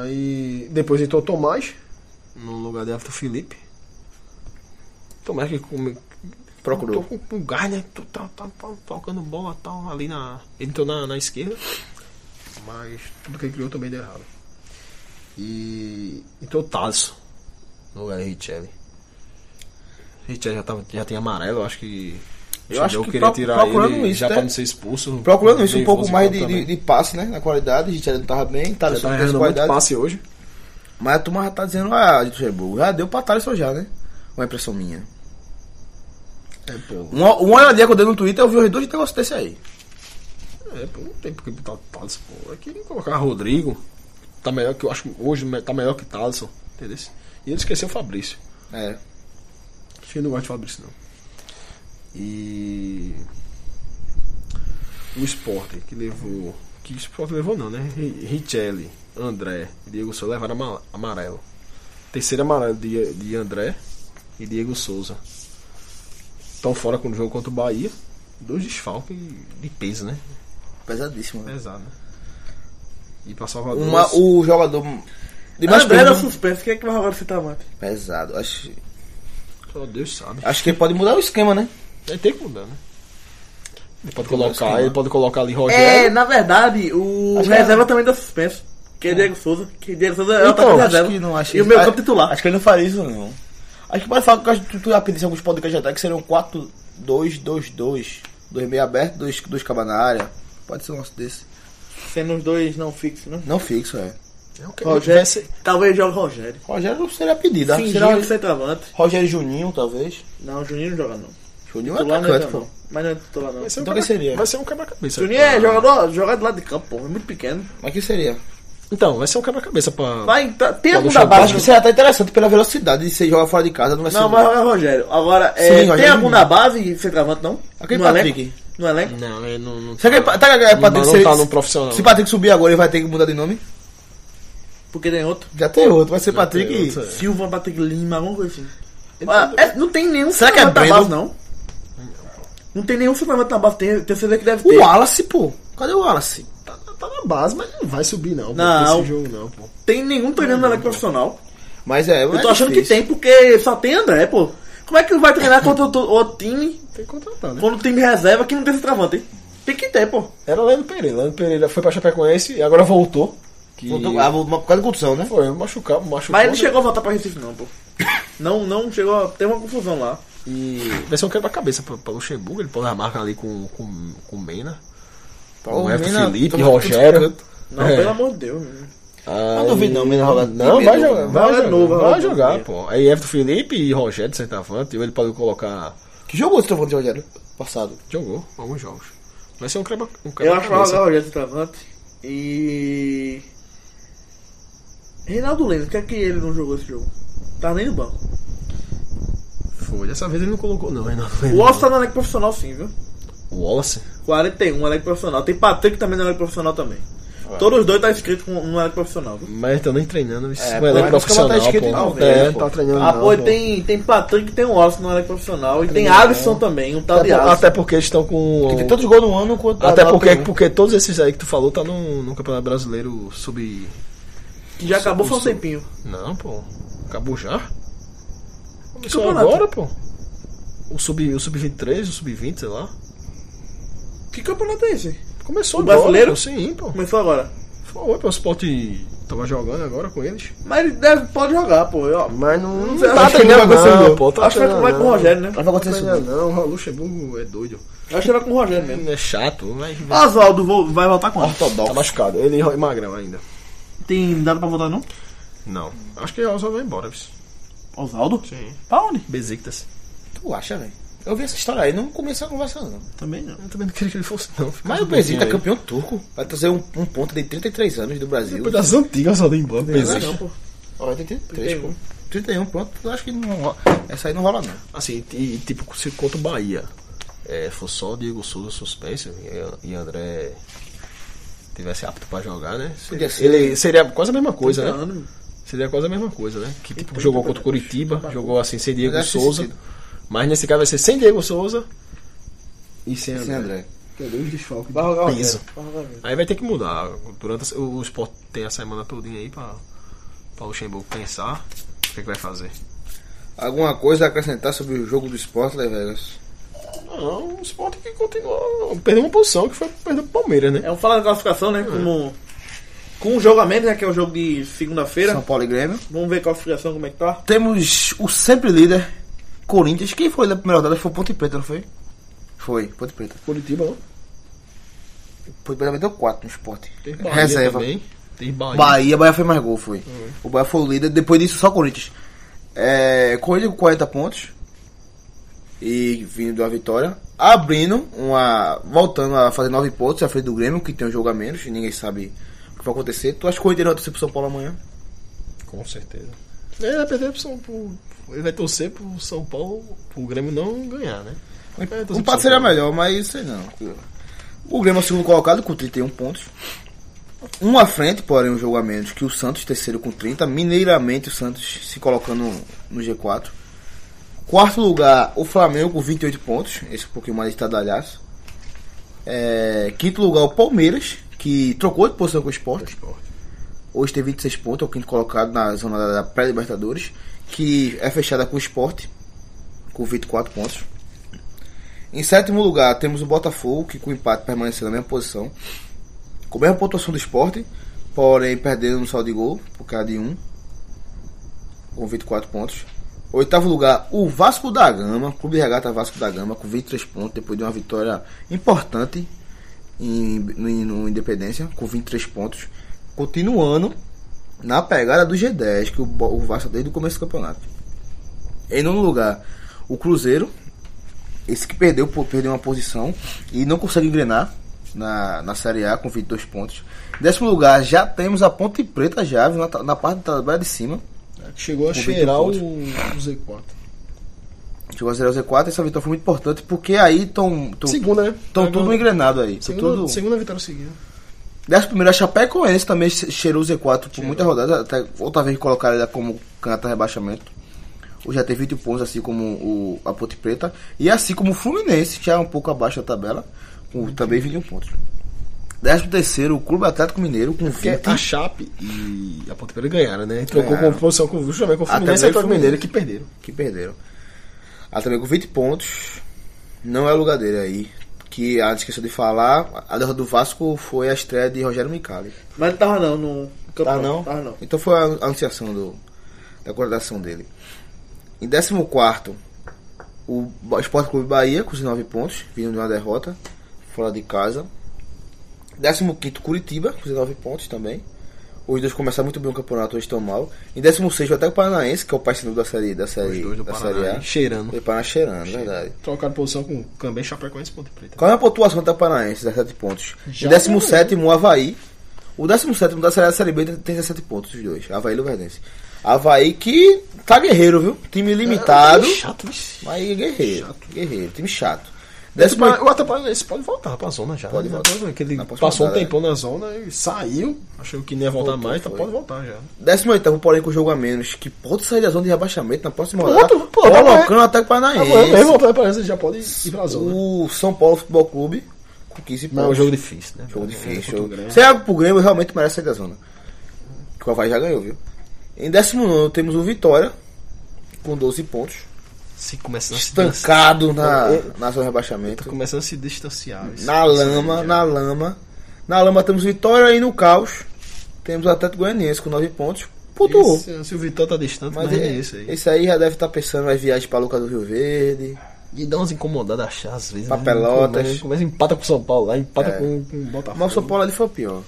Speaker 3: Aí depois entrou Tomás, no lugar de Vitor Felipe. Tomás que come-
Speaker 2: Procurou.
Speaker 3: Tô com o gás, né? Tô, tá, tá, tá tocando bola tal, ali na. Ele entrou na, na esquerda. Mas tudo que ele criou também deu errado. E. Entrou o Tasso. No lugar de Richelli. Richelli já, tava, já tem amarelo, eu acho que.
Speaker 2: Eu
Speaker 3: Xandão
Speaker 2: acho que
Speaker 3: queria
Speaker 2: pro-
Speaker 3: tirar
Speaker 2: procurando
Speaker 3: ele
Speaker 2: isso,
Speaker 3: já
Speaker 2: né?
Speaker 3: pra não ser expulso.
Speaker 2: Procurando isso um
Speaker 3: Nervoso
Speaker 2: pouco mais de,
Speaker 3: também.
Speaker 2: de, de passe, né? Na qualidade, Richelli não tava bem,
Speaker 3: Já
Speaker 2: Thales
Speaker 3: tá
Speaker 2: não tem essa
Speaker 3: errando muito
Speaker 2: qualidade.
Speaker 3: passe hoje.
Speaker 2: Mas a turma já tá dizendo, ah, Luxemburgo, já deu pra Thales já, né? Uma impressão minha.
Speaker 3: É, pô.
Speaker 2: Uma, uma olhadinha que eu dei no Twitter, eu vi os dois negócios desse aí.
Speaker 3: É, pô, não tem por que botar o Thales, pô. É que colocar Rodrigo. Tá melhor que eu acho que hoje, tá melhor que Thaleson. Entendeu? E ele esqueceu o Fabrício.
Speaker 2: É.
Speaker 3: Acho que ele não gosta de Fabrício, não. E. O Sport, que levou. Que o Sport levou, não, né? Ri- Richelli, André e Diego Souza levaram ama- amarelo. Terceiro amarelo de, de André e Diego Souza. Estão fora com o jogo contra o Bahia. Dois desfalques de peso, né?
Speaker 2: Pesadíssimo, né?
Speaker 3: Pesado, né? E pra Salvador.
Speaker 2: Uma, o jogador de mais
Speaker 4: André era
Speaker 2: peso.
Speaker 4: suspenso, quem é que vai jogar no centroavante?
Speaker 2: Ah, Pesado. Acho,
Speaker 3: Só Deus sabe.
Speaker 2: acho que ele pode mudar o esquema, né?
Speaker 3: Ele tem que mudar, né? Ele pode
Speaker 2: Tem que
Speaker 3: colocar,
Speaker 2: esquema.
Speaker 3: ele pode colocar ali Rogério.
Speaker 4: É, na verdade, o
Speaker 2: Acho que
Speaker 4: reserva também tá suspenso. Que é Diego Souza. Que Diego Souza é o
Speaker 2: Então,
Speaker 4: atacante
Speaker 2: acho
Speaker 4: reserva.
Speaker 2: que não, acho
Speaker 4: e o
Speaker 2: que-
Speaker 4: meu
Speaker 2: ah,
Speaker 4: campo titular.
Speaker 2: Acho que ele não faria isso, não. Acho que pode falar que tu, tu ia pedir alguns pontos de até que seriam 4, 2, 2, 2. 2 meio aberto, 2, 2 caba na área. Pode ser um lance desse.
Speaker 4: Sendo os dois não fixos, né?
Speaker 2: Não fixo, é.
Speaker 3: É o que ele
Speaker 4: Rogério,
Speaker 3: tivesse-
Speaker 4: talvez jogue Rogério.
Speaker 2: Rogério não seria pedido. acho que
Speaker 4: Fingindo
Speaker 2: Seria
Speaker 4: de centroavante.
Speaker 2: Rogério Juninho, talvez.
Speaker 4: Não, o Juninho não joga não.
Speaker 2: Juninho é
Speaker 4: Titular não é
Speaker 2: atacante, pô.
Speaker 4: não. Mas não é titular não.
Speaker 3: Vai ser um
Speaker 2: Então
Speaker 3: quebra-
Speaker 2: quem seria?
Speaker 3: Vai ser um quebra-cabeça.
Speaker 4: Juninho é jogador, joga do lado de campo, pô. É muito pequeno.
Speaker 2: Mas que seria?
Speaker 3: Então, vai ser um quebra-cabeça pra.
Speaker 4: Vai, tá, tem
Speaker 3: Pode
Speaker 4: algum da
Speaker 3: deixar
Speaker 2: Acho
Speaker 4: base.
Speaker 2: que
Speaker 4: no-
Speaker 2: seria até interessante pela velocidade de você jogar fora de casa, não vai ser.
Speaker 4: Não, mas é Rogério. Agora, é,
Speaker 2: Sim,
Speaker 4: tem
Speaker 2: Rogério
Speaker 4: algum
Speaker 2: Juninho.
Speaker 4: da base centroavante não?
Speaker 2: Aquele
Speaker 4: no
Speaker 2: Patrick. Hum.
Speaker 4: elenco? No elenco?
Speaker 3: Não, ele não. não
Speaker 2: Será que ele, tá,
Speaker 3: Não-
Speaker 2: Patrick,
Speaker 3: não
Speaker 2: se,
Speaker 3: tá no profissional.
Speaker 2: se Patrick subir agora, ele vai ter que mudar de nome?
Speaker 4: Porque tem outro.
Speaker 2: Já tem outro, vai ser Patrick.
Speaker 3: tem outro, é.
Speaker 4: Silva, Patrick Lima, alguma coisa assim.
Speaker 3: Ele-
Speaker 4: Ah, é, não tem nenhum
Speaker 2: tá- Será que é
Speaker 4: centroavante na base,
Speaker 2: Breno?
Speaker 4: não? Não tem nenhum centroavante na base, tem, tem certeza que deve ter.
Speaker 2: O Wallace, pô. Cadê o Wallace?
Speaker 3: Tá, tá na base, mas não vai subir, não. pô,
Speaker 4: Não.
Speaker 3: Esse jogo, não, pô.
Speaker 4: Tem nenhum treinando no elenco profissional.
Speaker 2: Mas é,
Speaker 4: Eu tô achando que tem, porque só tem André, pô. Como é que vai treinar contra outro, outro time,
Speaker 3: Tem que contratar, né?
Speaker 4: quando o time reserva, que não tem centroavante? hein? Tem que ter, pô.
Speaker 3: Era Leandro Pereira. Leandro Pereira foi pra Chapecoense e agora voltou. Que...
Speaker 2: Por causa da condição, né?
Speaker 3: Foi, machucado, machucou.
Speaker 4: Mas ele
Speaker 3: né?
Speaker 4: não chegou a voltar pra Recife, não, pô. Não, não chegou a ter uma confusão lá.
Speaker 3: E vai ser um quebra-cabeça pra, pra Luxemburgo. Ele pode armar ali com, com, com o Mena.
Speaker 2: o
Speaker 3: o Everton
Speaker 2: Mena
Speaker 3: Felipe,
Speaker 2: toma
Speaker 3: Rogério.
Speaker 2: tudo
Speaker 4: Não,
Speaker 3: É.
Speaker 4: pelo amor de Deus. meu.
Speaker 3: Não
Speaker 2: duvido não, o Mena joga-
Speaker 3: Não,
Speaker 2: tem medo,
Speaker 3: vai
Speaker 2: né?
Speaker 3: jogar.
Speaker 2: não. é
Speaker 3: Vai,
Speaker 4: Vai
Speaker 3: jogar,
Speaker 4: novo, vai
Speaker 3: vai
Speaker 4: novo.
Speaker 3: jogar, pô. Aí Everton Felipe e Rogério de centroavante. Ele pode colocar.
Speaker 2: Que jogo você tá falando de Rogério? Passado.
Speaker 3: Jogou alguns jogos. Vai ser um quebra-
Speaker 4: Eu
Speaker 3: um
Speaker 4: acho que vai
Speaker 3: quebra-cabeça.
Speaker 4: jogar o Rogério centroavante. E. Reinaldo Lemos, por que, é que ele não jogou esse jogo? Tá nem no banco.
Speaker 3: Foi, dessa vez ele não colocou não, Renato.
Speaker 4: O Wallace tá no elenco profissional, sim, viu?
Speaker 3: O Wallace?
Speaker 4: 41, elenco profissional. Tem Patrick também no elenco profissional também. Todos os dois tá inscrito com- no elenco profissional, viu?
Speaker 3: Mas ele tá nem treinando, isso
Speaker 2: É,
Speaker 3: é,
Speaker 2: pô,
Speaker 3: ele
Speaker 2: mas
Speaker 3: é
Speaker 2: os caras
Speaker 3: profissional,
Speaker 2: tá escrito em
Speaker 3: pô.
Speaker 2: novembro,
Speaker 3: É,
Speaker 2: pô.
Speaker 3: não tá treinando
Speaker 4: Ah,
Speaker 3: não,
Speaker 4: pô,
Speaker 3: pô.
Speaker 4: tem, tem Patrick e tem o Wallace no elenco profissional. E tem
Speaker 3: Legal.
Speaker 4: Alisson também, um tal
Speaker 3: Até,
Speaker 4: de
Speaker 3: por-
Speaker 4: Alisson.
Speaker 3: até porque eles estão com...
Speaker 2: Tem tantos gols no ano quanto.
Speaker 3: Até
Speaker 2: Ah,
Speaker 3: porque,
Speaker 2: tem, né?
Speaker 3: porque todos esses aí que tu falou tá no, no Campeonato Brasileiro sub...
Speaker 4: Que já acabou faz um
Speaker 3: Sul.
Speaker 4: tempinho.
Speaker 3: Não, pô. Acabou já? Começou
Speaker 4: campeonato?
Speaker 3: agora, pô. O sub-23, o sub-20, o sub sei lá.
Speaker 4: Que campeonato é esse?
Speaker 3: Começou
Speaker 4: O
Speaker 3: agora,
Speaker 4: brasileiro?
Speaker 3: pô, sim, pô.
Speaker 4: Começou agora.
Speaker 3: Foi, pô, o Sport Tava jogando agora com eles.
Speaker 2: Mas ele deve, pode jogar, pô. Eu,
Speaker 5: Mas não, não
Speaker 2: tá
Speaker 5: acho que vai
Speaker 2: treinando com esse
Speaker 5: acontecer
Speaker 2: jogo.
Speaker 5: não, pô. Tá
Speaker 4: Acho que vai vai com o Rogério, né?
Speaker 5: Não vai acontecer isso
Speaker 3: Não,
Speaker 5: não.
Speaker 3: não, o Luxemburgo é doido.
Speaker 4: Eu acho que vai com o Rogério mesmo.
Speaker 2: né?
Speaker 3: É chato, mas
Speaker 4: Oswaldo vo- vai voltar quando?
Speaker 2: Ah,
Speaker 3: tá machucado. Ele e Magrão ainda.
Speaker 4: Tem dado pra voltar não?
Speaker 3: Não. Acho que o Oswald vai embora. viu?
Speaker 4: Oswaldo?
Speaker 3: Sim.
Speaker 4: Pra onde?
Speaker 3: Besiktas.
Speaker 2: Tu acha, velho? Eu vi essa história aí, não comecei a conversa, não.
Speaker 4: Também não.
Speaker 3: Eu também não queria que ele fosse, não. Fica
Speaker 2: Mas o Besiktas é campeão turco. Vai trazer um, um ponto de 33 anos do Brasil.
Speaker 3: Depois das antigas, só tem embora.
Speaker 2: Não, é
Speaker 3: Besiktas.
Speaker 2: não, pô. Ó, 33,
Speaker 3: um.
Speaker 2: pô. 31, pronto. Eu acho que não rola. Essa aí não rola, não.
Speaker 3: Assim, e tipo, se contra o Bahia é, fosse só o Diego Souza suspenso e, e André tivesse apto pra jogar, né?
Speaker 2: Podia ser.
Speaker 3: Ele seria quase a mesma coisa,
Speaker 2: Tá
Speaker 3: né?
Speaker 4: Ano,
Speaker 3: Seria quase a mesma coisa, né? Que tipo, jogou contra o Curitiba, jogou assim sem Diego
Speaker 2: Mas acho
Speaker 3: Souza.
Speaker 2: sentido.
Speaker 3: Mas nesse caso vai ser sem Diego Souza e sem André.
Speaker 2: Sim, André.
Speaker 5: Vai jogar o
Speaker 3: Peso.
Speaker 5: Vai jogar o
Speaker 3: Aí vai ter que mudar. Durante a- o, o Sport tem a semana todinha aí pra, pra Luxemburgo pensar o que, é que vai fazer.
Speaker 2: Alguma coisa a acrescentar sobre o jogo do esporte, né, velho?
Speaker 3: Não, o Sport que continua. Perdeu uma posição que foi perder pro Palmeiras, né?
Speaker 4: É um falar da classificação, né? Como. Com o jogo a menos, né? Que é o jogo de segunda-feira.
Speaker 2: São Paulo e Grêmio.
Speaker 4: Vamos ver a classificação como é que tá.
Speaker 2: Temos o sempre líder, Corinthians. Quem foi da primeira rodada? Foi o Ponte Preta, não foi? Foi, Ponte Preta.
Speaker 3: Curitiba, não.
Speaker 2: Ponte Preta meteu 4 no esporte.
Speaker 3: Tem Bahia
Speaker 2: Reserva.
Speaker 3: também. Tem Bahia.
Speaker 2: Bahia, Bahia foi mais gol, foi. O Bahia foi o líder, depois disso só Corinthians. É, Corinthians com 40 pontos. E vindo da vitória. Abrindo uma. Voltando a fazer 9 pontos à frente do Grêmio, que tem um jogo a menos, e ninguém sabe o que vai acontecer. Tu acha que o Corinthians não vai torcer pro São Paulo amanhã?
Speaker 3: Com certeza. Ele vai perder pro São Paulo. Ele vai torcer pro São Paulo, pro Grêmio não ganhar, né? Vai torcer pro
Speaker 2: O
Speaker 3: São
Speaker 2: Um empate seria
Speaker 3: Paulo.
Speaker 2: melhor, mas sei não. O Grêmio é o segundo colocado com 31 pontos. Um à frente, porém, um jogo a menos que o Santos, terceiro com 30. Mineiramente, o Santos se colocando no G4. Quarto lugar, o Flamengo com 28 pontos. Esse é um pouquinho mais estadalhaço. É, quinto lugar, o Palmeiras, que trocou de posição com o Sport. Hoje tem 26 pontos, é o quinto colocado na zona da- da pré-Libertadores. Que é fechada com o Sport, com 24 pontos. Em sétimo lugar, temos o Botafogo, que com empate permaneceu na mesma posição. Com a mesma pontuação do esporte, porém perdendo no saldo de gol, por causa de um. Com 24 pontos. Oitavo lugar, o Vasco da Gama, Clube de Regata Vasco da Gama, com 23 pontos, depois de uma vitória importante em, no- no Independência, com 23 pontos. Continuando na pegada do G10, que o, Bo- o Vasco desde o começo do campeonato. Em nono lugar, o Cruzeiro, esse que perdeu, pô, perdeu uma posição e não consegue engrenar na, na Série A com 22 pontos. Décimo lugar, já temos a Ponte Preta já, viu, na, ta- na parte da tabela de cima.
Speaker 3: É, Chegou a
Speaker 2: Com
Speaker 3: cheirar o,
Speaker 2: 28
Speaker 3: o Z4.
Speaker 2: Chegou a 0 ao Z4, essa vitória foi muito importante porque aí estão
Speaker 3: Segunda, né? Agora-
Speaker 2: tudo engrenado aí. Tão
Speaker 3: Segunda,
Speaker 2: tudo...
Speaker 3: segunda vitória seguida.
Speaker 2: Décimo primeiro, a Chapecoense também che- cheirou o Z4 por muita rodada, até outra vez colocaram ela como canta rebaixamento. O já tem 20 pontos, assim como o, a Ponte Preta. E assim como o Fluminense, que é um pouco abaixo da tabela, com também 21 pontos. Décimo terceiro, o Clube Atlético Mineiro, com 20.
Speaker 3: Porque a Chape e a Ponte Preta ganharam, né? Trocou
Speaker 2: Ganharam.
Speaker 3: com posição com o né? Flamengo, com o
Speaker 2: Ah,
Speaker 3: Fluminense e
Speaker 2: também
Speaker 3: o Atlético
Speaker 2: Fluminense.
Speaker 3: Mineiro que perderam.
Speaker 2: que perderam. Ela também com 20 pontos. Não é o lugar dele aí. Que ela esqueceu de falar. A derrota do Vasco foi a estreia de Rogério Micali.
Speaker 4: Mas não tava não no campeonato.
Speaker 2: Tá não?
Speaker 4: Tava não.
Speaker 2: Então foi a anunciação do, da acordação dele. Em 14, o Ba- Esporte Clube Bahia com 19 pontos, vindo de uma derrota, fora de casa. 15, Curitiba com 19 pontos também. Os dois começaram muito bem o campeonato, hoje estão mal. Em 16, até o Paranaense, que é o parceiro da série, da
Speaker 3: Os
Speaker 2: série,
Speaker 3: dois do
Speaker 2: da série
Speaker 3: Paraná.
Speaker 2: A.
Speaker 3: hein? Cheirando.
Speaker 2: Foi Paraná cheirando, é verdade.
Speaker 3: Trocaram posição com Cambé, Chapecoense e Ponte Preta.
Speaker 2: Qual é a pontuação do Paranaense? 17 pontos.
Speaker 3: Já
Speaker 2: em 17, o Havaí. O 17 da Série A da Série B tem 17 pontos, os dois. Havaí e Luverdense. Havaí que tá guerreiro, viu? Time limitado,
Speaker 3: Chato, vixi.
Speaker 2: mas é guerreiro. Guerreiro, time chato.
Speaker 3: Esse
Speaker 2: Décimo...
Speaker 3: pa- O Atlético Paranaense pode voltar pra zona já.
Speaker 2: Pode
Speaker 3: né?
Speaker 2: voltar.
Speaker 3: Depois que ele
Speaker 2: Na próxima
Speaker 3: passou um
Speaker 2: rodada,
Speaker 3: tempão na zona e saiu. Achou que não ia voltar
Speaker 2: Voltou,
Speaker 3: mais, então
Speaker 2: foi. É
Speaker 3: pode voltar já.
Speaker 2: 18, porém, com jogo a menos, que pode sair da zona de rebaixamento na próxima
Speaker 3: Pronto,
Speaker 2: rodada.
Speaker 3: pô, tá
Speaker 2: colocando o ataque
Speaker 3: Agora mesmo, o
Speaker 2: paranaense.
Speaker 3: Atlético Paranaense já pode ir pra zona.
Speaker 2: O São Paulo Futebol Clube com 15 pontos.
Speaker 3: Mas é um jogo difícil, né?
Speaker 2: Jogo difícil.
Speaker 3: Jogo
Speaker 2: Jogo...
Speaker 3: grande.
Speaker 2: Se é pro Grêmio, realmente merece sair da zona. Que o Havaí já ganhou, viu? Em 19 temos o Vitória, com 12 pontos.
Speaker 3: Se começando a se distanciar.
Speaker 2: Estancado na,
Speaker 3: Eu-
Speaker 2: na zona de rebaixamento.
Speaker 3: Começando a se distanciar. é
Speaker 2: Na lama, na lama. Na lama temos Vitória e no caos. Temos o Atlético Goianiense com 9 pontos. Pontuou.
Speaker 3: Esse- se o Vitor tá distante, mas,
Speaker 2: Mas é,
Speaker 3: é isso aí.
Speaker 2: esse aí já deve estar pensando nas viagens pra Luca do Rio Verde.
Speaker 3: E dá umas incomodadas a achar às vezes. né?
Speaker 2: Papelotas.
Speaker 3: Começa- Começa empata com o São Paulo lá, empata
Speaker 2: É.
Speaker 3: com, com o Botafogo.
Speaker 2: Mas o São Paulo ali foi o pior.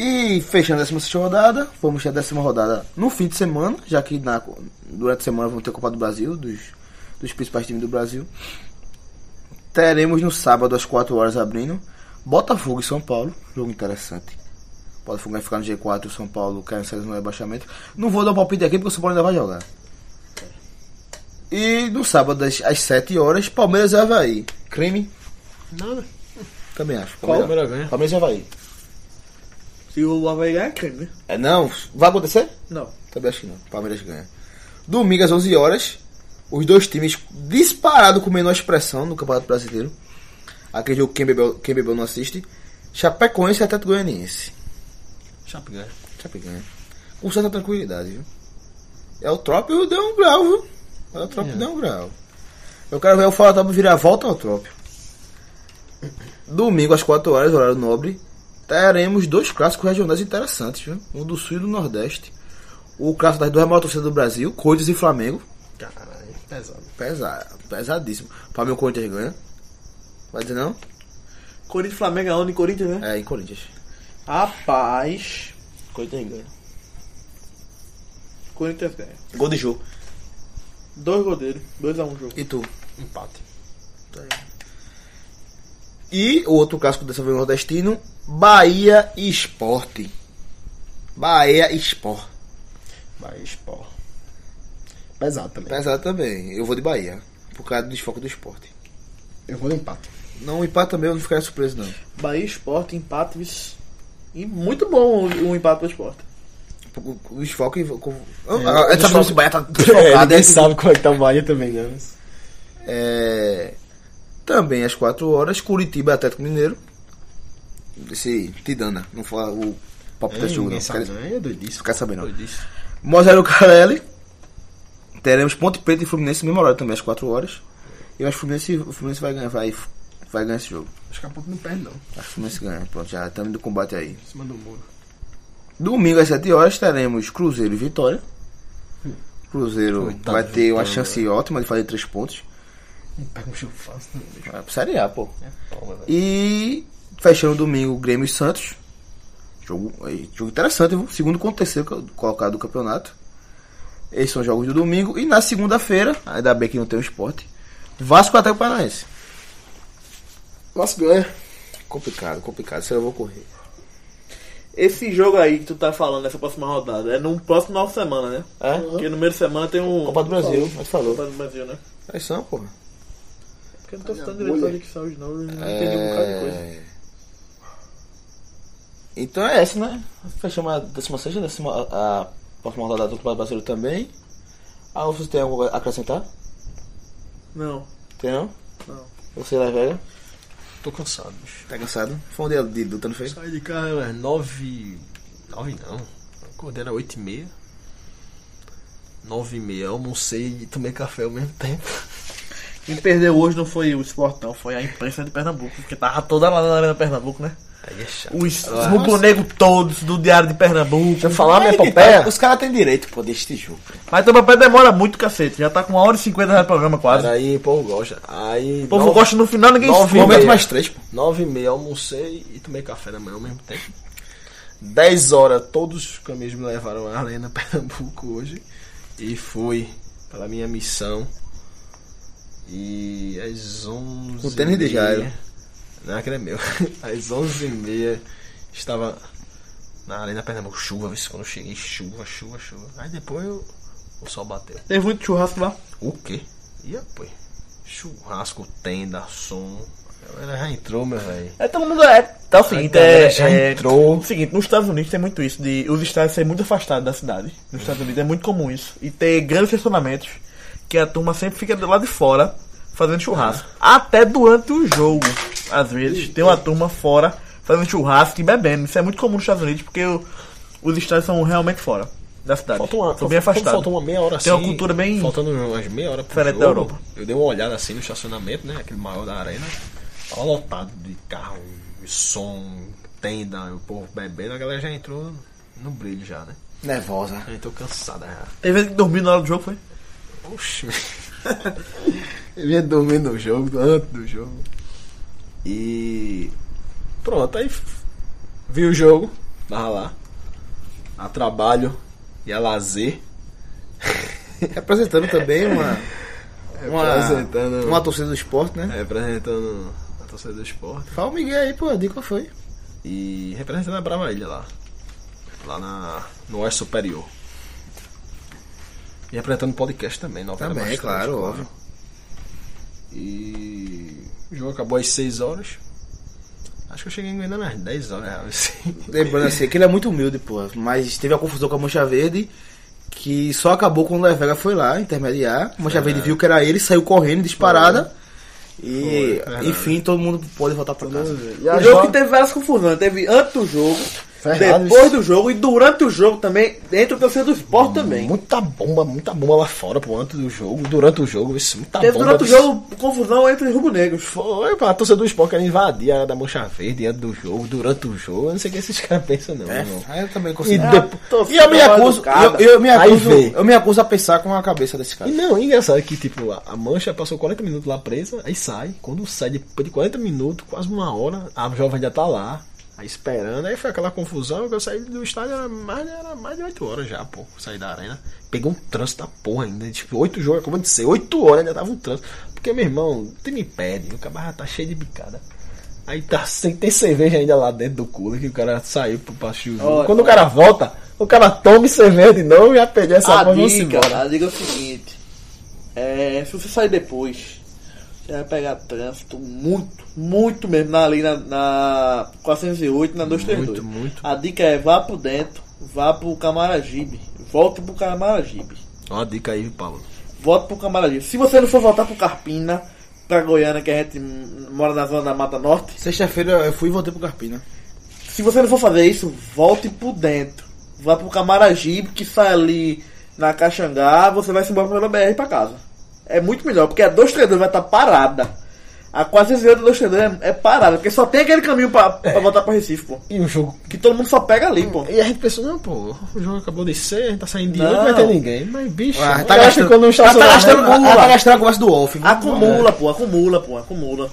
Speaker 2: E fechando a 16 rodada, vamos ter a décima rodada no fim de semana, já que na, durante a semana vamos ter a Copa do Brasil, dos, dos principais times do Brasil. Teremos no sábado às 4 horas abrindo Botafogo e São Paulo, jogo interessante. Botafogo vai ficar no G4, o São Paulo quer sair no rebaixamento. Não vou dar um palpite aqui porque o São Paulo ainda vai jogar. E no sábado às, às 7 horas, Palmeiras e Havaí. Crime?
Speaker 3: Nada.
Speaker 2: Também acho.
Speaker 3: Qual?
Speaker 2: Palmeiras-
Speaker 3: Palmeiras ganha.
Speaker 2: Palmeiras e Havaí.
Speaker 4: Se o Havaí ganhar, é crime, né?
Speaker 2: É, não, vai acontecer?
Speaker 4: Não.
Speaker 2: Também acho que não. Palmeiras ganha. Domingo às 11 horas, os dois times disparado com menor expressão no Campeonato Brasileiro. Aquele jogo que quem bebeu, quem bebeu não assiste. Chapecoense e Atlético Goianiense.
Speaker 3: Chape ganha.
Speaker 2: Chape ganha. é? Com certa tranquilidade, viu? É o Trópio deu um grau, viu? É o Trópio deu um grau. Eu quero ver o Falatópio virar a volta ao Trópio. Domingo às 4 horas, horário nobre, teremos dois clássicos regionais interessantes, viu? Um do Sul e do Nordeste. O clássico das duas maiores torcidas do Brasil, Corinthians e Flamengo.
Speaker 3: Caralho, pesado.
Speaker 2: Pesado, pesadíssimo. Pra mim o Corinthians ganha. Vai dizer não?
Speaker 4: Corinthians e Flamengo é onde Corinthians, né?
Speaker 2: É, em Corinthians.
Speaker 4: Rapaz. Corinthians ganha. Corinthians ganha.
Speaker 2: Gol de jogo.
Speaker 4: Dois goleiros, dois a um jogo.
Speaker 2: E tu?
Speaker 3: Empate.
Speaker 2: E o outro clássico dessa vez nordestino, Bahia e Esporte. Bahia e Esporte.
Speaker 3: Mas, pô. Pesado também.
Speaker 2: Pesado também. Eu vou de Bahia. Por causa do desfoque do esporte.
Speaker 3: Eu vou no empate.
Speaker 2: Não empata também, eu não ficaria surpreso, não.
Speaker 4: Bahia Esporte, empate. vixe. E muito bom o, o empate pro esporte.
Speaker 2: O, o desfoque. Com... Ah,
Speaker 3: o
Speaker 2: tá falando
Speaker 3: desfoque-
Speaker 2: se o Bahia tá
Speaker 3: É,
Speaker 2: desfocado.
Speaker 3: ninguém
Speaker 2: É,
Speaker 3: sabe como é que tá o Bahia também, né?
Speaker 2: é, Também às 4 horas, Curitiba e Atlético Mineiro. Esse Tidana, não fala o
Speaker 3: Tá
Speaker 2: papo desse jogo, não. Quer-
Speaker 3: É doidice.
Speaker 2: Ficar sabendo, não. Mozart Carelli. Teremos Ponte Preta e Fluminense no mesmo horário também, às 4 horas. E eu acho que o Fluminense, o Fluminense vai ganhar, vai, vai ganhar esse jogo.
Speaker 3: Acho que a pouco não perde, não.
Speaker 2: Acho que o Fluminense ganha. Pronto, já estamos do combate aí.
Speaker 3: Em cima do muro.
Speaker 2: Domingo às 7 horas teremos Cruzeiro e Vitória. Cruzeiro
Speaker 3: Coitado
Speaker 2: vai
Speaker 3: do
Speaker 2: ter uma
Speaker 3: Vitória,
Speaker 2: chance ótima de fazer 3 pontos.
Speaker 3: Não pega um jogo fácil, não, bicho.
Speaker 2: Vai pra Série A, pô.
Speaker 3: É palma, velho.
Speaker 2: E fechando o domingo, Grêmio e Santos. Jogo, eh, jogo interessante, viu? Segundo contra terceiro co- colocado do campeonato. Esses são os jogos do domingo. E na segunda-feira, ainda bem que não tem o esporte. Vasco até o Paranaense.
Speaker 3: Vasco ganha.
Speaker 2: Complicado, complicado. Isso eu vou correr.
Speaker 4: Esse jogo aí que tu tá falando, essa próxima rodada, é no próximo final de semana, né?
Speaker 2: É?
Speaker 3: Uhum.
Speaker 4: Porque no meio de semana tem um.
Speaker 2: Copa do Brasil, mas falou.
Speaker 4: Copa do Brasil, né?
Speaker 2: Aí são, porra.
Speaker 4: Porque eu não tô citando direito a dicção hoje, não. Eu não entendi um bocado de coisa.
Speaker 2: É... Então é essa, né? Fechamos a 16 a, décima- a próxima rodada do Campeonato Brasileiro também. Ah, você tem algo a acrescentar?
Speaker 4: Não.
Speaker 2: Tem não?
Speaker 4: Não.
Speaker 2: Você lá, velho?
Speaker 3: Tô cansado, bicho.
Speaker 2: Tá cansado? Foi um dia de luta, não foi?
Speaker 3: Saí de casa às nove... Nove não. Acordei era oito e meia. Nove e meia. Almocei e tomei café ao mesmo tempo.
Speaker 4: Quem perdeu hoje não foi o esporte, não. Foi a imprensa de Pernambuco. Porque tava toda lá na Arena Pernambuco, né?
Speaker 3: Aí é chato.
Speaker 4: Os, os rubro-negro todos do Diário de Pernambuco.
Speaker 3: Deixa eu falar minha
Speaker 2: Aí que
Speaker 3: epopeia.
Speaker 2: tá, Os caras têm direito, pô, deste jogo.
Speaker 4: Mas teu papel demora muito, cacete. Já tá com uma hora e cinquenta já de programa quase.
Speaker 3: Aí o povo gosta. Aí...
Speaker 4: O povo
Speaker 3: nove-
Speaker 4: gosta no final, ninguém
Speaker 3: nove
Speaker 4: escuta.
Speaker 3: e meia.
Speaker 2: três, pô.
Speaker 3: Nove e meia almocei e tomei café da manhã ao mesmo tempo. Dez horas todos os caminhos me levaram à Arena Pernambuco hoje. E fui pela minha missão. E às onze
Speaker 2: O tênis de
Speaker 3: e meia-
Speaker 2: Jairo.
Speaker 3: Não, aquele é meu. Às onze e meia estava na Arena Pernambuco. Chuva, viu? quando eu cheguei, chuva, chuva, chuva. Aí depois eu- o sol bateu.
Speaker 4: Teve muito churrasco lá.
Speaker 3: O quê? E apoio? Churrasco, tenda, som. A galera já entrou, meu velho.
Speaker 4: É, todo mundo é. Tá o seguinte,
Speaker 3: A galera
Speaker 4: é.
Speaker 3: já
Speaker 4: é,
Speaker 3: entrou.
Speaker 4: o seguinte, nos Estados Unidos tem muito isso, de os estados serem muito afastados da cidade. Nos Estados Unidos é muito comum isso. E ter grandes estacionamentos, que a turma sempre fica do lado de fora, fazendo churrasco. Até durante o jogo, às vezes, tem uma turma fora fazendo churrasco e bebendo. Isso é muito comum nos Estados Unidos, porque o- os estados são realmente fora da cidade.
Speaker 3: Faltou uma,
Speaker 4: são bem
Speaker 3: faltou-
Speaker 4: afastados.
Speaker 3: faltou uma meia hora
Speaker 4: Tem
Speaker 3: assim.
Speaker 4: uma cultura bem-
Speaker 3: Faltando umas meia hora pro
Speaker 4: Diferente
Speaker 3: jogo,
Speaker 4: da Europa.
Speaker 3: Eu dei uma olhada assim no estacionamento, né? Aquele maior da arena. Tava lotado de carro, de um som, tenda, o povo bebendo, a galera já entrou no brilho já, né?
Speaker 2: Nervosa.
Speaker 3: Já entrou cansada já.
Speaker 4: Teve vezes que dormiu na hora do jogo, foi?
Speaker 3: Oxi. Eu vinha dormindo no jogo, antes do jogo. E. Pronto, aí f- vi o jogo, tava lá. A trabalho e a lazer.
Speaker 2: Representando também uma, uma,
Speaker 3: É Representando-
Speaker 2: uma torcida do esporte, né?
Speaker 3: Representando a torcida do esporte.
Speaker 2: Fala o Miguel aí, pô, diga qual foi.
Speaker 3: E representando a Brava Ilha lá. Lá na, no Oeste Superior. E representando o podcast também, novela
Speaker 2: Também,
Speaker 3: Bastante,
Speaker 2: claro, óbvio.
Speaker 3: E o jogo acabou às 6 horas. Acho que eu cheguei ainda nas 10 horas, real, assim.
Speaker 2: Lembrando assim, que ele é muito humilde, pô. Mas teve a confusão com a Mancha Verde, que só acabou quando o André Vega foi lá intermediar. A Mancha Verde viu que era ele, saiu correndo, disparada. E,
Speaker 3: Foi, verdade.
Speaker 2: enfim, todo mundo pode voltar pra casa.
Speaker 5: E
Speaker 4: O jogo que teve várias confusões. Teve antes do jogo,
Speaker 5: Ferrados.
Speaker 4: depois do jogo e durante o jogo também, dentro do torcida do esporte também.
Speaker 3: Muita bomba, muita bomba lá fora, pô, antes do jogo, durante o jogo, isso, muita
Speaker 4: Teve
Speaker 3: bomba.
Speaker 4: durante o
Speaker 3: vixe.
Speaker 4: jogo confusão entre os rubro-negros.
Speaker 3: Foi, pô, a torcida do esporte querendo invadir a área da Mancha Verde antes do jogo, durante o jogo, eu não sei o que esses caras pensam, não.
Speaker 2: É,
Speaker 3: irmão.
Speaker 2: aí eu também
Speaker 3: E,
Speaker 4: Ah,
Speaker 2: consigo.
Speaker 3: depois,
Speaker 4: torcida
Speaker 2: E eu me
Speaker 4: mal
Speaker 2: acuso,
Speaker 4: educada.
Speaker 2: eu, eu me
Speaker 3: Aí
Speaker 2: acuso,
Speaker 3: vê.
Speaker 2: eu me acuso a pensar com a cabeça desse
Speaker 3: E
Speaker 2: cara.
Speaker 3: não, engraçado que, tipo, a a mancha passou 40 minutos lá presa, aí sai. Quando sai, depois de 40 minutos, quase uma hora, a jovem já tá lá, aí esperando. Aí foi aquela confusão que eu saí do estádio, era mais, era mais de 8 horas já, pô, saí da arena. Peguei um trânsito da porra ainda, tipo, 8 jogos, acabou de ser, 8 horas ainda tava um trânsito. Porque, meu irmão, o time pede, o cabra já tá cheio de bicada. Aí tá, sem tem cerveja ainda lá dentro do culo, que o cara saiu pro baixo do jogo.
Speaker 4: Olha,
Speaker 3: Quando o cara volta, o cara toma cerveja de novo, já perdeu essa
Speaker 4: a
Speaker 3: porra, vamos embora.
Speaker 4: dica, a dica é o seguinte: é, se você sair depois, você vai pegar trânsito muito, muito mesmo na, ali na, na 408, na 232.
Speaker 3: Muito, muito.
Speaker 4: A dica é vá pro dentro, vá pro Camaragibe, volte pro Camaragibe.
Speaker 3: Ó a dica aí, Paulo.
Speaker 4: Volte pro Camaragibe. Se você não for voltar pro Carpina, pra Goiânia, que a gente hum, mora na zona da Mata Norte,
Speaker 2: Sexta-feira eu fui e voltei pro Carpina.
Speaker 4: se você não for fazer isso, volte pro dentro. Vá pro Camaragibe, que sai ali na Caxangá, você vai se embora pela BR pra casa. É muito melhor, porque a 232 vai estar parada. A 408 da 232 é, é parada, porque só tem aquele caminho pra, pra voltar pra Recife, pô.
Speaker 3: E o jogo.
Speaker 4: Que todo mundo só pega ali, pô.
Speaker 3: E a gente pensou, não, pô, o jogo acabou de ser, a gente tá saindo de
Speaker 4: Não.
Speaker 3: hoje, não vai ter ninguém. Mas, bicho,
Speaker 2: Ah, tá
Speaker 3: o cara
Speaker 2: gastando-
Speaker 3: ficou num
Speaker 2: Ela tá
Speaker 3: estacionamento.
Speaker 2: gastando,
Speaker 4: Acumula.
Speaker 2: ela tá gastando a conversa do Wolf. viu?
Speaker 4: Acumula, pô, acumula, pô, acumula.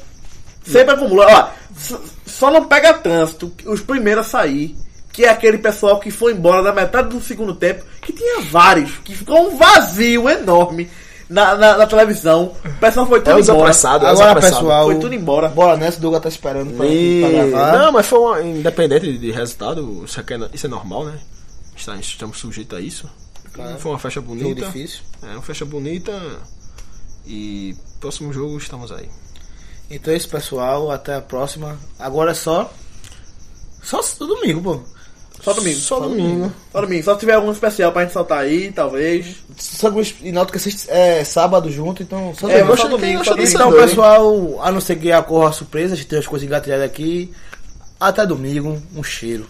Speaker 4: Sempre acumula. Ó, s- só não pega trânsito os primeiros a sair, que é aquele pessoal que foi embora na metade do segundo tempo, que tinha vários, que ficou um vazio enorme na, na, na televisão. O pessoal
Speaker 2: um
Speaker 4: foi tudo
Speaker 3: É os
Speaker 4: embora.
Speaker 3: apressados, é os
Speaker 2: Agora,
Speaker 3: apressados.
Speaker 2: pessoal,
Speaker 4: Foi tudo embora.
Speaker 2: bora nessa, o Douglas tá esperando pra,
Speaker 3: E-
Speaker 2: pra gravar.
Speaker 3: Não, mas foi uma, independente de resultado, isso, aqui é, isso é normal, né? Está- Estamos sujeitos a isso.
Speaker 2: Claro.
Speaker 3: Foi uma festa
Speaker 2: Jogo
Speaker 3: bonita.
Speaker 2: difícil.
Speaker 3: É, uma festa bonita. E próximo jogo estamos aí.
Speaker 2: Então é isso, pessoal. Até a próxima. Agora é só. Só domingo, pô.
Speaker 4: Só domingo.
Speaker 3: Só domingo.
Speaker 4: Só domingo. Só se tiver algum especial pra gente soltar aí, talvez.
Speaker 2: Sanguis e Náutico é sexta- é sábado junto, então só
Speaker 4: É,
Speaker 2: domingo.
Speaker 4: mas só domingo, só domingo.
Speaker 2: Então,
Speaker 4: dois,
Speaker 2: pessoal, a não ser que ocorra surpresa, a gente tem as coisas engatilhadas aqui. Até domingo, um cheiro.